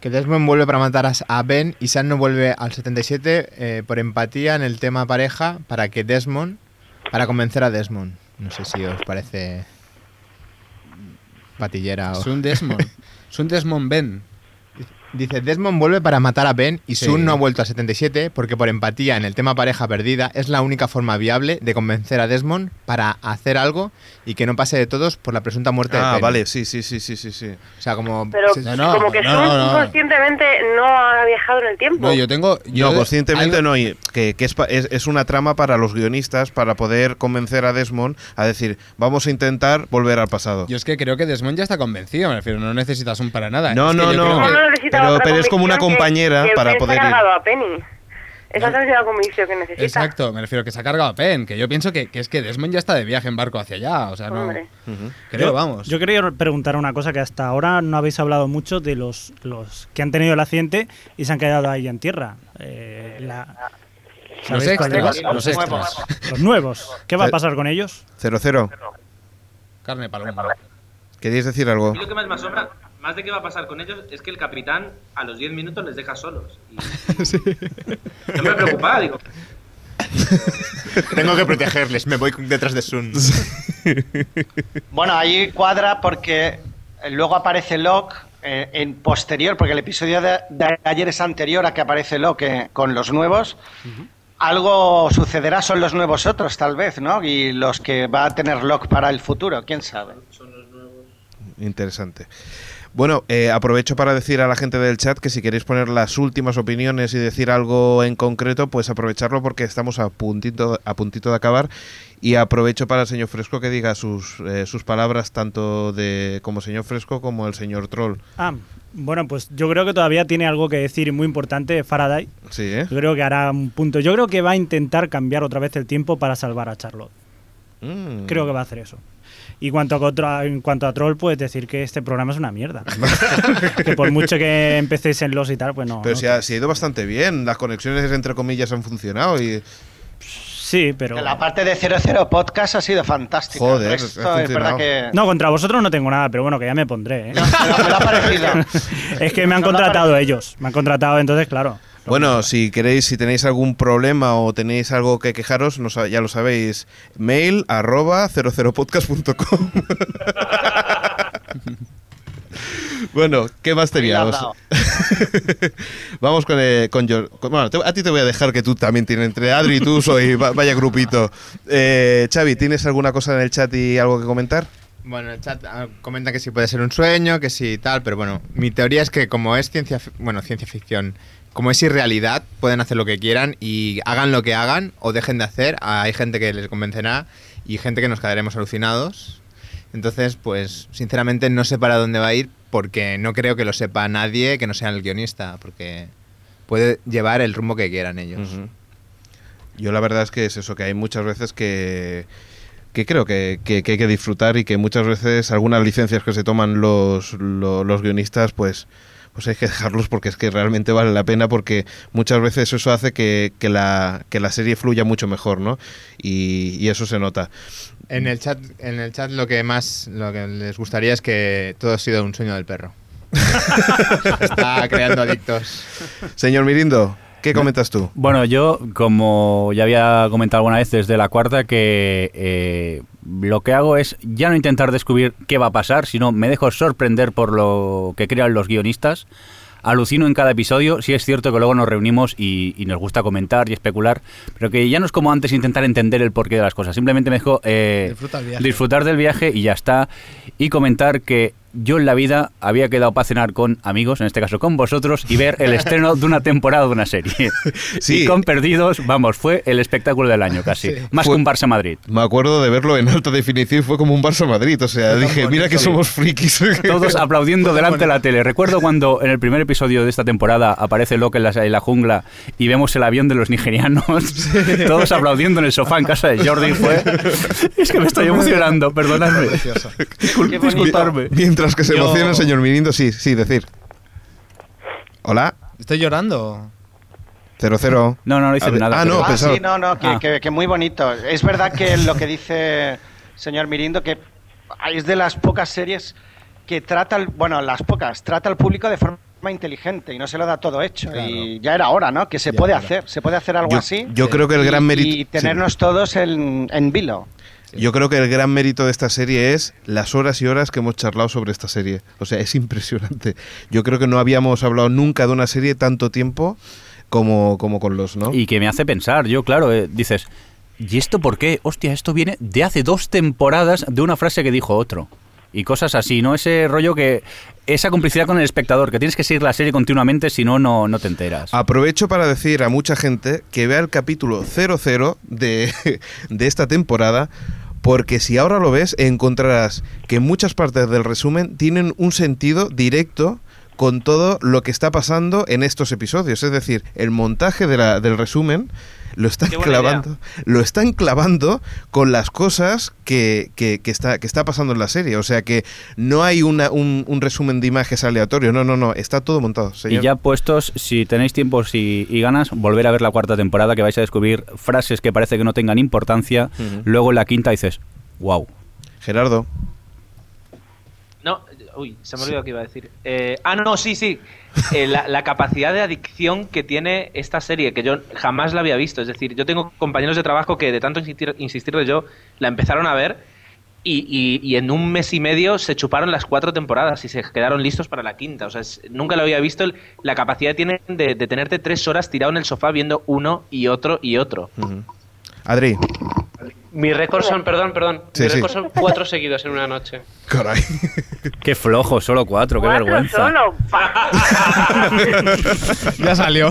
S8: que Desmond vuelve para matar a- a Ben y Sam no vuelve al 77 eh, por empatía en el tema pareja para que Desmond para convencer a Desmond. No sé si os parece patillera o
S5: Es un Desmond. es un Desmond Ben.
S8: Dice, Desmond vuelve para matar a Ben y
S5: Sí.
S8: Sun no ha vuelto al 77 porque por empatía en el tema pareja perdida es la única forma viable de convencer a Desmond para hacer algo y que no pase de todos por la presunta muerte de
S2: Ah,
S8: Ben.
S2: vale, sí, sí, sí, sí, sí, sí.
S8: O sea, como...
S4: Pero
S8: se-
S4: como que Sun conscientemente no ha viajado en el tiempo.
S5: tengo.
S2: no, conscientemente no. y que que es, pa- es, es una trama para los guionistas para poder convencer a Desmond a decir, vamos a intentar volver al pasado.
S5: Yo es que creo que Desmond ya está convencido, me refiero, no necesitas un para nada. ¿eh?
S2: No,
S5: Es que
S2: no,
S5: yo
S2: no.
S5: creo que-
S4: No necesitaba
S2: Pero-
S4: otra
S2: pero es como una
S4: convicción que-
S2: compañera
S4: que el
S2: para
S4: Ben se ha
S2: poder ir.
S4: cargado a Penny. Esa es la única convicción que necesita.
S5: Exacto, me refiero que se ha cargado a Penn, que yo pienso que, que es que Desmond ya está de viaje en barco hacia allá, o sea, no.
S4: Hombre.
S5: Creo,
S7: Yo-
S5: vamos.
S7: Yo quería preguntar una cosa que hasta ahora no habéis hablado mucho de los, los que han tenido el accidente y se han quedado ahí en tierra. Eh, la- ¿sabéis
S5: extras,
S7: cuál es?
S5: los extras.
S7: Los nuevos. ¿Qué va a
S2: Ce-
S7: pasar con ellos?
S2: Cero, cero.
S5: Carne paloma.
S2: ¿Queríais decir algo?
S6: Y lo que más me asombra, más de qué va a pasar con ellos, es que el capitán a los 10 minutos les deja solos. Y- Yo me preocupaba, digo,
S8: Tengo que protegerles, me voy detrás de Sun.
S9: Bueno, ahí cuadra porque eh, luego aparece Locke eh, en posterior, porque el episodio de, de ayer es anterior a que aparece Locke eh, con los nuevos. Algo sucederá, son los nuevos otros, tal vez, ¿no? Y los que va a tener Locke para el futuro, quién sabe.
S2: Interesante. Bueno, eh, aprovecho para decir a la gente del chat que si queréis poner las últimas opiniones y decir algo en concreto, pues aprovecharlo porque estamos a puntito, a puntito de acabar. Y aprovecho para el señor Fresco que diga sus, eh, sus palabras tanto de como señor Fresco como el señor Troll.
S7: Ah, bueno, pues yo creo que todavía tiene algo que decir muy importante Faraday.
S2: Sí, ¿eh?
S7: Yo creo que hará un punto. Yo creo que va a intentar cambiar otra vez el tiempo para salvar a Charlotte.
S2: Mm.
S7: Creo que va a hacer eso. Y cuanto a, contra- en cuanto a Troll, puedes decir que este programa es una mierda. que por mucho que empecéis en los y tal, pues no.
S2: Pero
S7: no
S2: si ha, si ha ido bastante bien, las conexiones entre comillas han funcionado y...
S7: Sí, pero...
S9: La parte de 00 podcast ha sido fantástica. El
S2: Joder, ha
S9: resto es verdad
S2: funcionado.
S9: que...
S7: No, contra vosotros no tengo nada, pero bueno, que ya me pondré. ¿eh? es que me han contratado ellos. Me han contratado, entonces, claro.
S2: Bueno, si queréis, si tenéis algún problema o tenéis algo que quejaros, no sa- ya lo sabéis, mail arroba 00podcast.com. bueno, ¿qué más teníamos?
S9: dado.
S2: Vamos con, eh, con Jor- con- Bueno, te- a ti te voy a dejar que tú también tienes, entre Adri y tú soy, va- vaya grupito. Eh, Xavi, ¿tienes alguna cosa en el chat y algo que comentar?
S8: Bueno, el chat ah, comenta que si puede ser un sueño, que si tal, pero bueno, mi teoría es que como es ciencia, fi- bueno, ciencia ficción, como es irrealidad, pueden hacer lo que quieran y hagan lo que hagan o dejen de hacer, hay gente que les convencerá y gente que nos quedaremos alucinados. Entonces, pues sinceramente no sé para dónde va a ir porque no creo que lo sepa nadie que no sea el guionista, porque puede llevar el rumbo que quieran ellos.
S2: Yo la verdad es que es eso, que hay muchas veces que, que creo que, que- que hay que disfrutar y que muchas veces algunas licencias que se toman los, lo- los guionistas, pues, pues hay que dejarlos porque es que realmente vale la pena porque muchas veces eso hace que, que la, que la serie fluya mucho mejor, ¿no? Y, y eso se nota.
S8: En el chat, en el chat lo que más lo que les gustaría es que todo ha sido un sueño del perro. Está creando adictos.
S2: Señor Mirindo, ¿qué comentas tú?
S3: Bueno, yo, como ya había comentado alguna vez desde la cuarta, que eh, lo que hago es ya no intentar descubrir qué va a pasar, sino me dejo sorprender por lo que crean los guionistas. Alucino en cada episodio, sí es cierto que luego nos reunimos y, y nos gusta comentar y especular, pero que ya no es como antes intentar entender el porqué de las cosas, simplemente me dejo eh,
S7: Disfruta el viaje.
S3: disfrutar del viaje y ya está. Y comentar que yo en la vida había quedado para cenar con amigos, en este caso con vosotros, y ver el estreno de una temporada de una serie. Y con Perdidos, vamos, fue el espectáculo del año casi. Más que un Barça Madrid.
S2: Me acuerdo de verlo en alta definición y fue como un Barça Madrid. O sea, dije, mira que somos frikis.
S3: Todos aplaudiendo delante de la tele. Recuerdo cuando en el primer episodio de esta temporada aparece Locke en la, en la jungla y vemos el avión de los nigerianos. Todos aplaudiendo en el sofá en casa de Jordi. Fue... Es que me estoy emocionando, perdonadme. Discul- Disculparme.
S2: Mientras que se
S3: Yo-
S2: emociona, señor Mirindo, sí, sí, decir. Hola,
S13: ¿Estoy llorando?
S2: 00.
S3: No, no, no
S2: A ver, Ah, no, pensaba-
S9: sí, no, no, que,
S2: Ah.
S9: que- que muy bonito. Es verdad que lo que dice señor Mirindo, que ah, es de las pocas series que trata, al- bueno, las pocas, trata al público de forma inteligente y no se lo da todo hecho y ya era hora, ¿no? Que se puede hacer, se puede hacer algo
S2: Yo-
S9: así.
S2: yo creo que el
S9: y-
S2: gran mérito-
S9: y tenernos todos en, en vilo.
S2: Yo creo que el gran mérito de esta serie es las horas y horas que hemos charlado sobre esta serie. O sea, es impresionante. Yo creo que no habíamos hablado nunca de una serie tanto tiempo como, como con los, ¿no?
S3: Y que me hace pensar, yo claro, eh, dices, ¿y esto por qué? Hostia, esto viene de hace dos temporadas de una frase que dijo otro. Y cosas así, ¿no? Ese rollo que... Esa complicidad con el espectador, que tienes que seguir la serie continuamente, si no, no no te enteras.
S2: Ah, Aprovecho para decir a mucha gente que vea el capítulo 00 de, de esta temporada, porque si ahora lo ves, encontrarás que muchas partes del resumen tienen un sentido directo con todo lo que está pasando en estos episodios. Es decir, el montaje de la- del resumen lo están
S5: Qué buena
S2: clavando lo están clavando con las cosas que, que- que está, que está pasando en la serie. O sea que no hay una- un, un resumen de imágenes aleatorio. No, no, no. Está todo montado.
S3: Y
S2: señor.
S3: ya puestos, si tenéis tiempo y, y ganas, volver a ver la cuarta temporada que vais a descubrir frases que parece que no tengan importancia.
S2: Ujú.
S3: Luego en la quinta dices, wow.
S2: Gerardo.
S6: No, uy, se me olvidó que iba a decir. Eh, ah, no, sí, sí. Eh, la, la capacidad de adicción que tiene esta serie, que yo jamás la había visto. Es decir, yo tengo compañeros de trabajo que de tanto insistir, insistirle yo, la empezaron a ver y, y- y en un mes y medio se chuparon las cuatro temporadas y se quedaron listos para la quinta. O sea, es- nunca lo había visto el- la capacidad que tienen de, de tenerte tres horas tirado en el sofá viendo uno y otro y otro.
S2: Adri.
S10: Mi récord son, perdón, perdón,
S2: Sí,
S10: mi
S2: sí.
S10: récord son cuatro seguidos en una noche.
S2: Caray.
S3: Qué flojo, solo cuatro, qué vergüenza.
S10: solo?
S2: ya salió.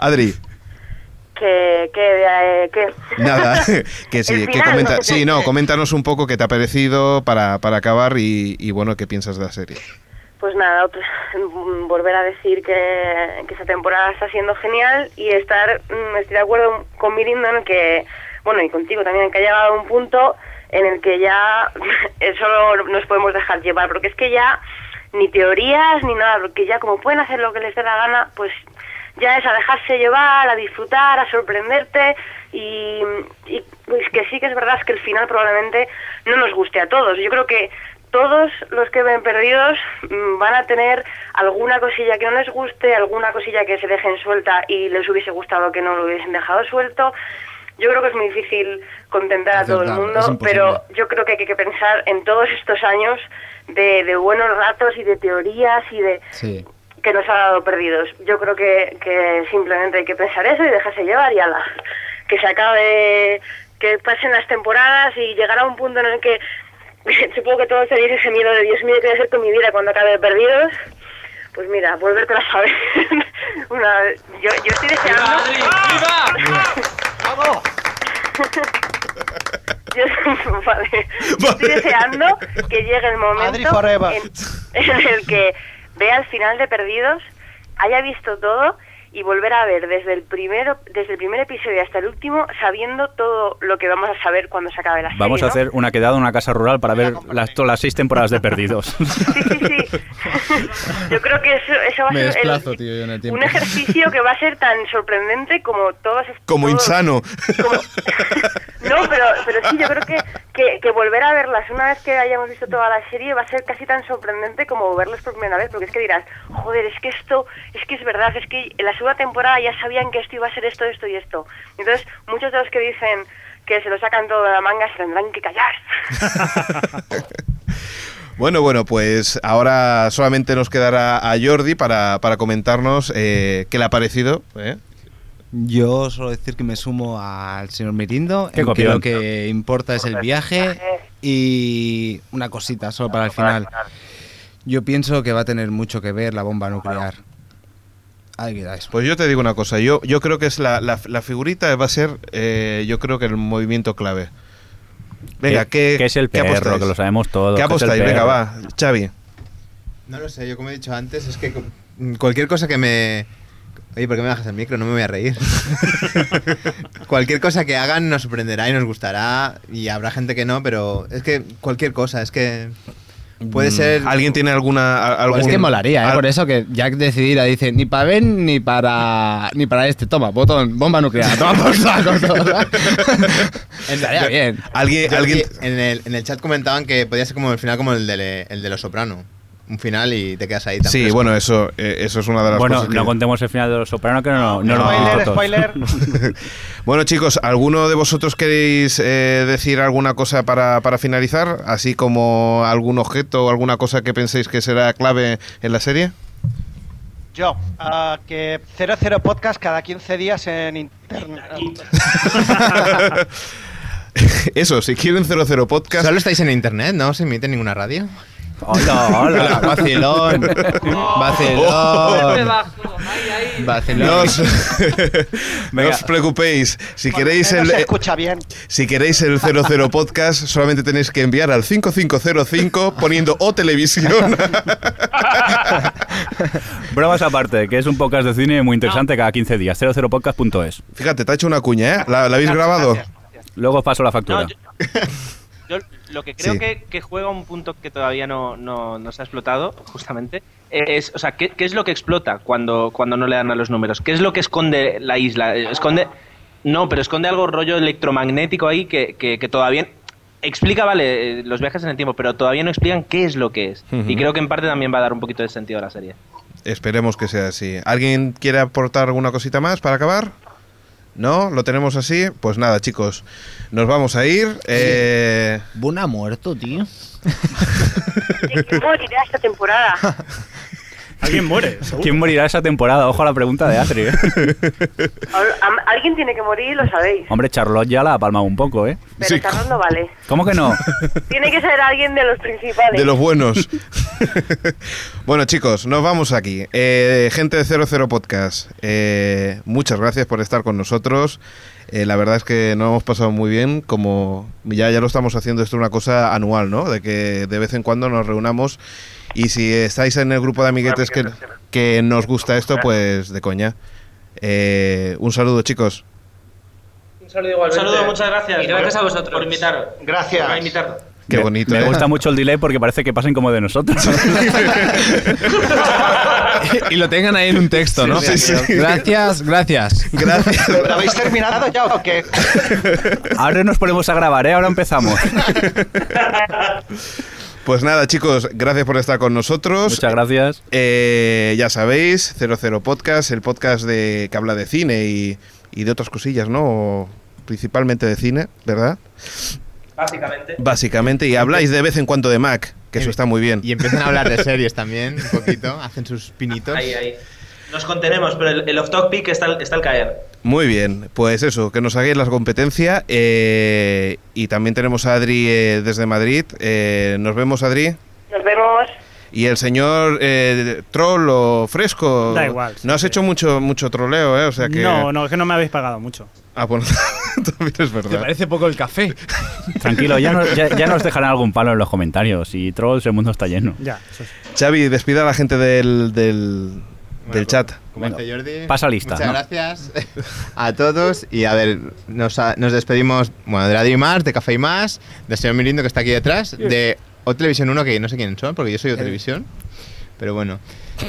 S2: Adri,
S4: que, que, eh, que-
S2: nada, que sí,
S4: El
S2: que
S4: final,
S2: comenta.
S4: ¿no?
S2: Sí, no, coméntanos un poco qué te ha parecido para, para acabar y, y, bueno, qué piensas de la serie.
S4: Pues nada, otra- mm, volver a decir que, que esa temporada está siendo genial y estar, mm, estoy de acuerdo con Mirindo en el que, bueno, y contigo también, que ha llegado a un punto en el que ya eso no nos podemos dejar llevar, porque es que ya ni teorías ni nada, porque ya como pueden hacer lo que les dé la gana, pues ya es a dejarse llevar, a disfrutar, a sorprenderte y, y es que sí que es verdad es que el final probablemente no nos guste a todos. Yo creo que todos los que ven perdidos mm, van a tener alguna cosilla que no les guste, alguna cosilla que se dejen suelta y les hubiese gustado que no lo hubiesen dejado suelto. Yo creo que es muy difícil contentar a todo el
S14: Acertar, es
S4: mundo,
S14: imposible.
S4: pero yo creo que hay que pensar en todos estos años de, de buenos ratos y de teorías y de,
S14: Sí.
S4: que nos ha dado perdidos. Yo creo que, que simplemente hay que pensar eso y dejarse llevar y ala. Que se acabe, que pasen las temporadas y llegará un punto en el que supongo que todos tenéis ese miedo de Dios mío, ¿qué voy a hacer con mi vida cuando acabe perdidos? Pues mira, volverte a saber. Una, yo, yo estoy deseando. Yo- vale. Estoy deseando que llegue el momento en, en el que vea el final de Perdidos haya visto todo y volver a ver desde el primero desde el primer episodio hasta el último sabiendo todo lo que vamos a saber cuando se acabe la serie.
S3: Vamos a
S4: ¿no?
S3: hacer una quedada en una casa rural para ver las, todas las seis temporadas de Perdidos.
S4: Yo creo que eso, eso va a
S3: Me
S4: ser el-
S3: desplazo,
S5: tío, yo en el
S4: un ejercicio que va a ser tan sorprendente como todas
S2: Como insano.
S4: No, pero, pero sí, yo creo que, que, que volver a verlas una vez que hayamos visto toda la serie va a ser casi tan sorprendente como verlas por primera vez, porque es que dirás, joder, es que esto, es que es verdad, es que en la segunda temporada ya sabían que esto iba a ser esto, esto y esto. Entonces, muchos de los que dicen que se lo sacan todo de la manga se tendrán que callar.
S2: Bueno, bueno, pues ahora solamente nos quedará a Jordi para, para comentarnos eh, qué le ha parecido. ¿eh?
S5: Yo solo decir que me sumo al señor Mirindo,
S2: Qué
S5: en que
S2: copión.
S5: lo que importa es el viaje y una cosita solo para el final. Yo pienso que va a tener mucho que ver la bomba nuclear. Ahí queda eso.
S2: Pues yo te digo una cosa, yo, yo creo que es la, la- la figurita va a ser, eh, yo creo que el movimiento clave. Venga, ¿qué,
S3: Eh, Que- que es el
S2: qué
S3: perro,
S2: apostáis?
S3: que lo sabemos todos,
S2: ¿Qué
S3: que es el
S2: apostáis? Venga,
S3: perro.
S2: va, Xavi.
S8: No lo sé, yo como he dicho antes, es que mm, cualquier cosa que me... Oye, ¿por qué me bajas el micro? No me voy a reír. cualquier cosa que hagan nos sorprenderá y nos gustará y habrá gente que no, pero es que cualquier cosa, es que puede
S2: Mm,
S8: ser...
S2: ¿Alguien tiene alguna... a-
S8: Pues
S2: algún-
S8: es
S15: Que molaría, ¿eh?
S2: al-
S15: Por eso que Jack decidirá, dice, ni para Ben ni para ni para este. Toma, botón, bomba nuclear. Toma por saco, todo. Estaría bien.
S2: Alguien,
S8: alguien... En, el, en el chat comentaban que podía ser como el final como el de, el de Los Soprano. Un final y te quedas ahí tan
S2: Sí,
S8: fresco.
S2: bueno, eso, eh, eso es una de las
S3: bueno,
S2: cosas que-
S3: no contemos el final de Los Soprano, que no, no, no lo hemos
S2: Spoiler,
S3: visto todos.
S2: spoiler. Bueno, chicos, ¿alguno de vosotros queréis eh, decir alguna cosa para, para finalizar? Así como algún objeto o alguna cosa que penséis que será clave en la serie.
S9: Yo, ah, que 00 podcast cada 15 días en internet.
S2: Eso, si quieren 00 podcast.
S8: Solo estáis en internet, no se emite en ninguna radio.
S3: Hola,
S8: hola. Vacilón.
S5: Vacilón.
S8: Vacilón.
S2: No os, no os preocupéis. Si queréis
S9: No
S2: el,
S9: se
S2: eh,
S9: escucha bien.
S2: si queréis el 00 podcast, solamente tenéis que enviar al 5505 poniendo o televisión.
S3: Bromas aparte, que es un podcast de cine muy interesante cada 15 días. 00podcast.es.
S2: Fíjate, te ha hecho una cuña, ¿eh? ¿La, la habéis grabado?
S3: Luego os paso la factura.
S6: No, yo- Yo lo que creo
S2: Sí.
S6: que, que juega un punto que todavía no, no, no se ha explotado, justamente, es, o sea, ¿qué, qué es lo que explota cuando, cuando no le dan a los números? ¿Qué es lo que esconde la isla? Eh, Esconde... No, pero esconde algo rollo electromagnético ahí que, que, que todavía... Explica, vale, eh, los viajes en el tiempo, pero todavía no explican qué es lo que es.
S2: Ujú.
S6: Y creo que en parte también va a dar un poquito de sentido a la serie.
S2: Esperemos que sea así. ¿Alguien quiere aportar alguna cosita más para acabar? ¿No? ¿Lo tenemos así? Pues nada, chicos. Nos vamos a ir. Eh,
S15: Buna ha muerto, tío.
S4: Oye, ¿quién morirá esta temporada?
S3: ¿Quién muere? ¿Quién morirá esa temporada? Ojo a la pregunta de Atri. ¿eh?
S4: Al- am- Alguien tiene que morir, lo sabéis,
S3: Hombre, Charlotte ya la ha palmado un poco, ¿eh?
S4: pero Carlos no vale.
S3: ¿Cómo que no?
S4: Tiene que ser alguien de los principales.
S2: de los buenos. bueno, chicos, nos vamos aquí. Eh, gente de 00 Podcast, eh, muchas gracias por estar con nosotros. Eh, la verdad es que nos hemos pasado muy bien, como ya, ya lo estamos haciendo, esto es una cosa anual, ¿no? De que de vez en cuando nos reunamos y si estáis en el grupo de amiguetes que, que nos gusta esto, pues de coña. Eh, un saludo, chicos.
S10: Un saludo igualmente.
S6: Un saludo, muchas gracias.
S10: Y gracias a vosotros.
S6: Por invitaros.
S9: Gracias.
S6: Por invitarnos.
S2: Qué bonito.
S3: Me
S2: ¿eh?
S3: gusta mucho el delay porque parece que pasen como de nosotros.
S15: y lo tengan ahí en un texto, ¿no?
S2: Sí, sí, sí.
S15: Gracias, gracias.
S2: Gracias.
S9: ¿Lo habéis terminado ya o qué?
S3: Ahora nos ponemos a grabar, ¿eh? Ahora empezamos.
S2: Pues nada, chicos, gracias por estar con nosotros.
S3: Muchas gracias.
S2: Eh, ya sabéis, 00 Podcast, el podcast de, que habla de cine y, y de otras cosillas, ¿no? O principalmente de cine, ¿verdad?
S6: Básicamente.
S2: Básicamente, y habláis de vez en cuando de Mac, que eso está muy bien.
S8: Y empiezan a hablar de series también, un poquito, hacen sus pinitos.
S6: Ahí, ahí. Nos contenemos, pero el, el off-topic está, al- está al caer.
S2: Muy bien, pues eso, que nos hagáis la competencia. eh, y también tenemos a Adri eh, desde Madrid. Eh, nos vemos, Adri.
S4: Nos vemos.
S2: Y el señor eh, troll o fresco.
S7: Da igual,
S2: No has hecho mucho, mucho troleo, ¿eh? O sea que.
S7: No, no, es que no me habéis pagado mucho.
S2: Ah, bueno, también es
S5: ¿Te
S2: verdad.
S5: parece poco el café?
S3: Tranquilo, ya nos, ya- ya nos dejarán algún palo en los comentarios. Y trolls, el mundo está lleno.
S7: Ya, eso sí.
S2: Xavi, despida a la gente del, del, del chat.
S8: Como dice Jordi,
S3: pasa lista,
S8: Muchas
S3: ¿no?
S8: gracias a todos. Y a ver, nos, a- nos despedimos bueno, de Adri Más, de Café y Más, de señor Mirindo que está aquí detrás, de O Televisión 1, que no sé quiénes son, porque yo soy O Televisión. Pero bueno,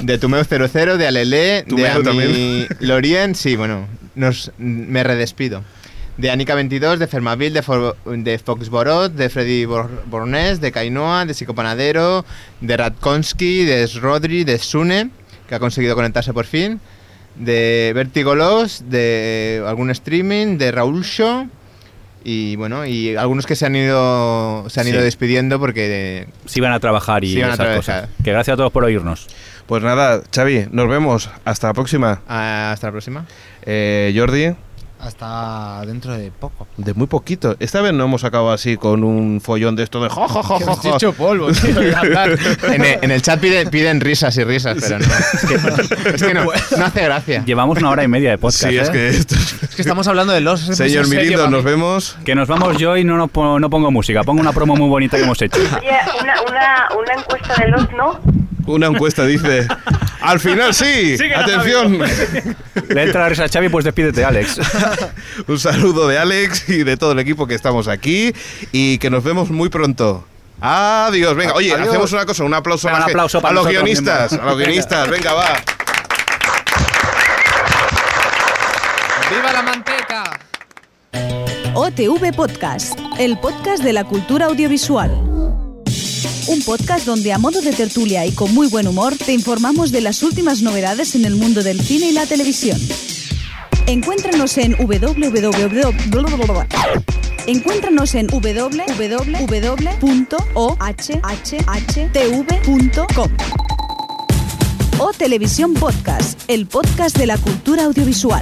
S8: de Tumeo 00, de Alele, de
S2: Tumeo
S8: Ami
S2: también.
S8: Lorien, sí, bueno, nos, me redespido. De Anika 22, de Fermaville, de, Fo- de Foxborot, de Freddy Bor- Bornés, de Kainoa, de Psicopanadero, de Radkonski, de Rodri, de Sune, que ha conseguido conectarse por fin, de Vertigo Lost, de algún streaming, de Raúl Show. Y bueno, y algunos que se han ido se han ido
S3: Sí.
S8: despidiendo porque
S3: Si van a trabajar y
S8: Sí, van a
S3: esas
S8: trabajar.
S3: cosas. Que gracias a todos por oírnos.
S2: Pues nada, Xavi, nos vemos. Hasta la próxima.
S8: Ah,
S2: Eh,
S8: hasta la próxima.
S2: Jordi,
S5: Hasta dentro de poco.
S2: de muy poquito. Esta vez no hemos acabado así con un follón de esto de jo, jo, jo,
S5: Que
S2: jo,
S5: hemos
S2: jo.
S5: hecho polvo, tío, de hablar.
S8: en, el, en el chat piden, piden risas y risas, pero no. Es que, es que no,
S2: Pues,
S8: no hace gracia.
S3: Llevamos una hora y media de podcast.
S2: Sí, es
S3: ¿eh?
S2: que esto-
S5: Es que estamos hablando de los.
S2: Señor Mirindo, nos vemos.
S3: Que nos vamos yo y no, nos po- no pongo música. Pongo una promo muy bonita que hemos hecho.
S16: Oye, una, una, una encuesta de los, ¿no?
S2: Una encuesta dice. Al final sí.
S16: Sí que la
S2: Atención.
S3: Le entra la risa a Xavi, pues despídete, Alex.
S2: Un saludo de Alex y de todo el equipo que estamos aquí y que nos vemos muy pronto. Adiós, venga, oye,
S3: Adiós.
S2: hacemos una cosa, un aplauso,
S3: Venga,
S2: más
S3: un
S2: que-
S3: aplauso para
S2: a los
S3: nosotros
S2: guionistas,
S3: mismos.
S2: a los guionistas, venga, va.
S5: ¡Viva la manteca!
S17: OTV Podcast, el podcast de la cultura audiovisual. Un podcast donde a modo de tertulia y con muy buen humor te informamos de las últimas novedades en el mundo del cine y la televisión. Encuéntranos en www. Encuéntranos en www.ohhtv.com. O Televisión Podcast, el podcast de la cultura audiovisual.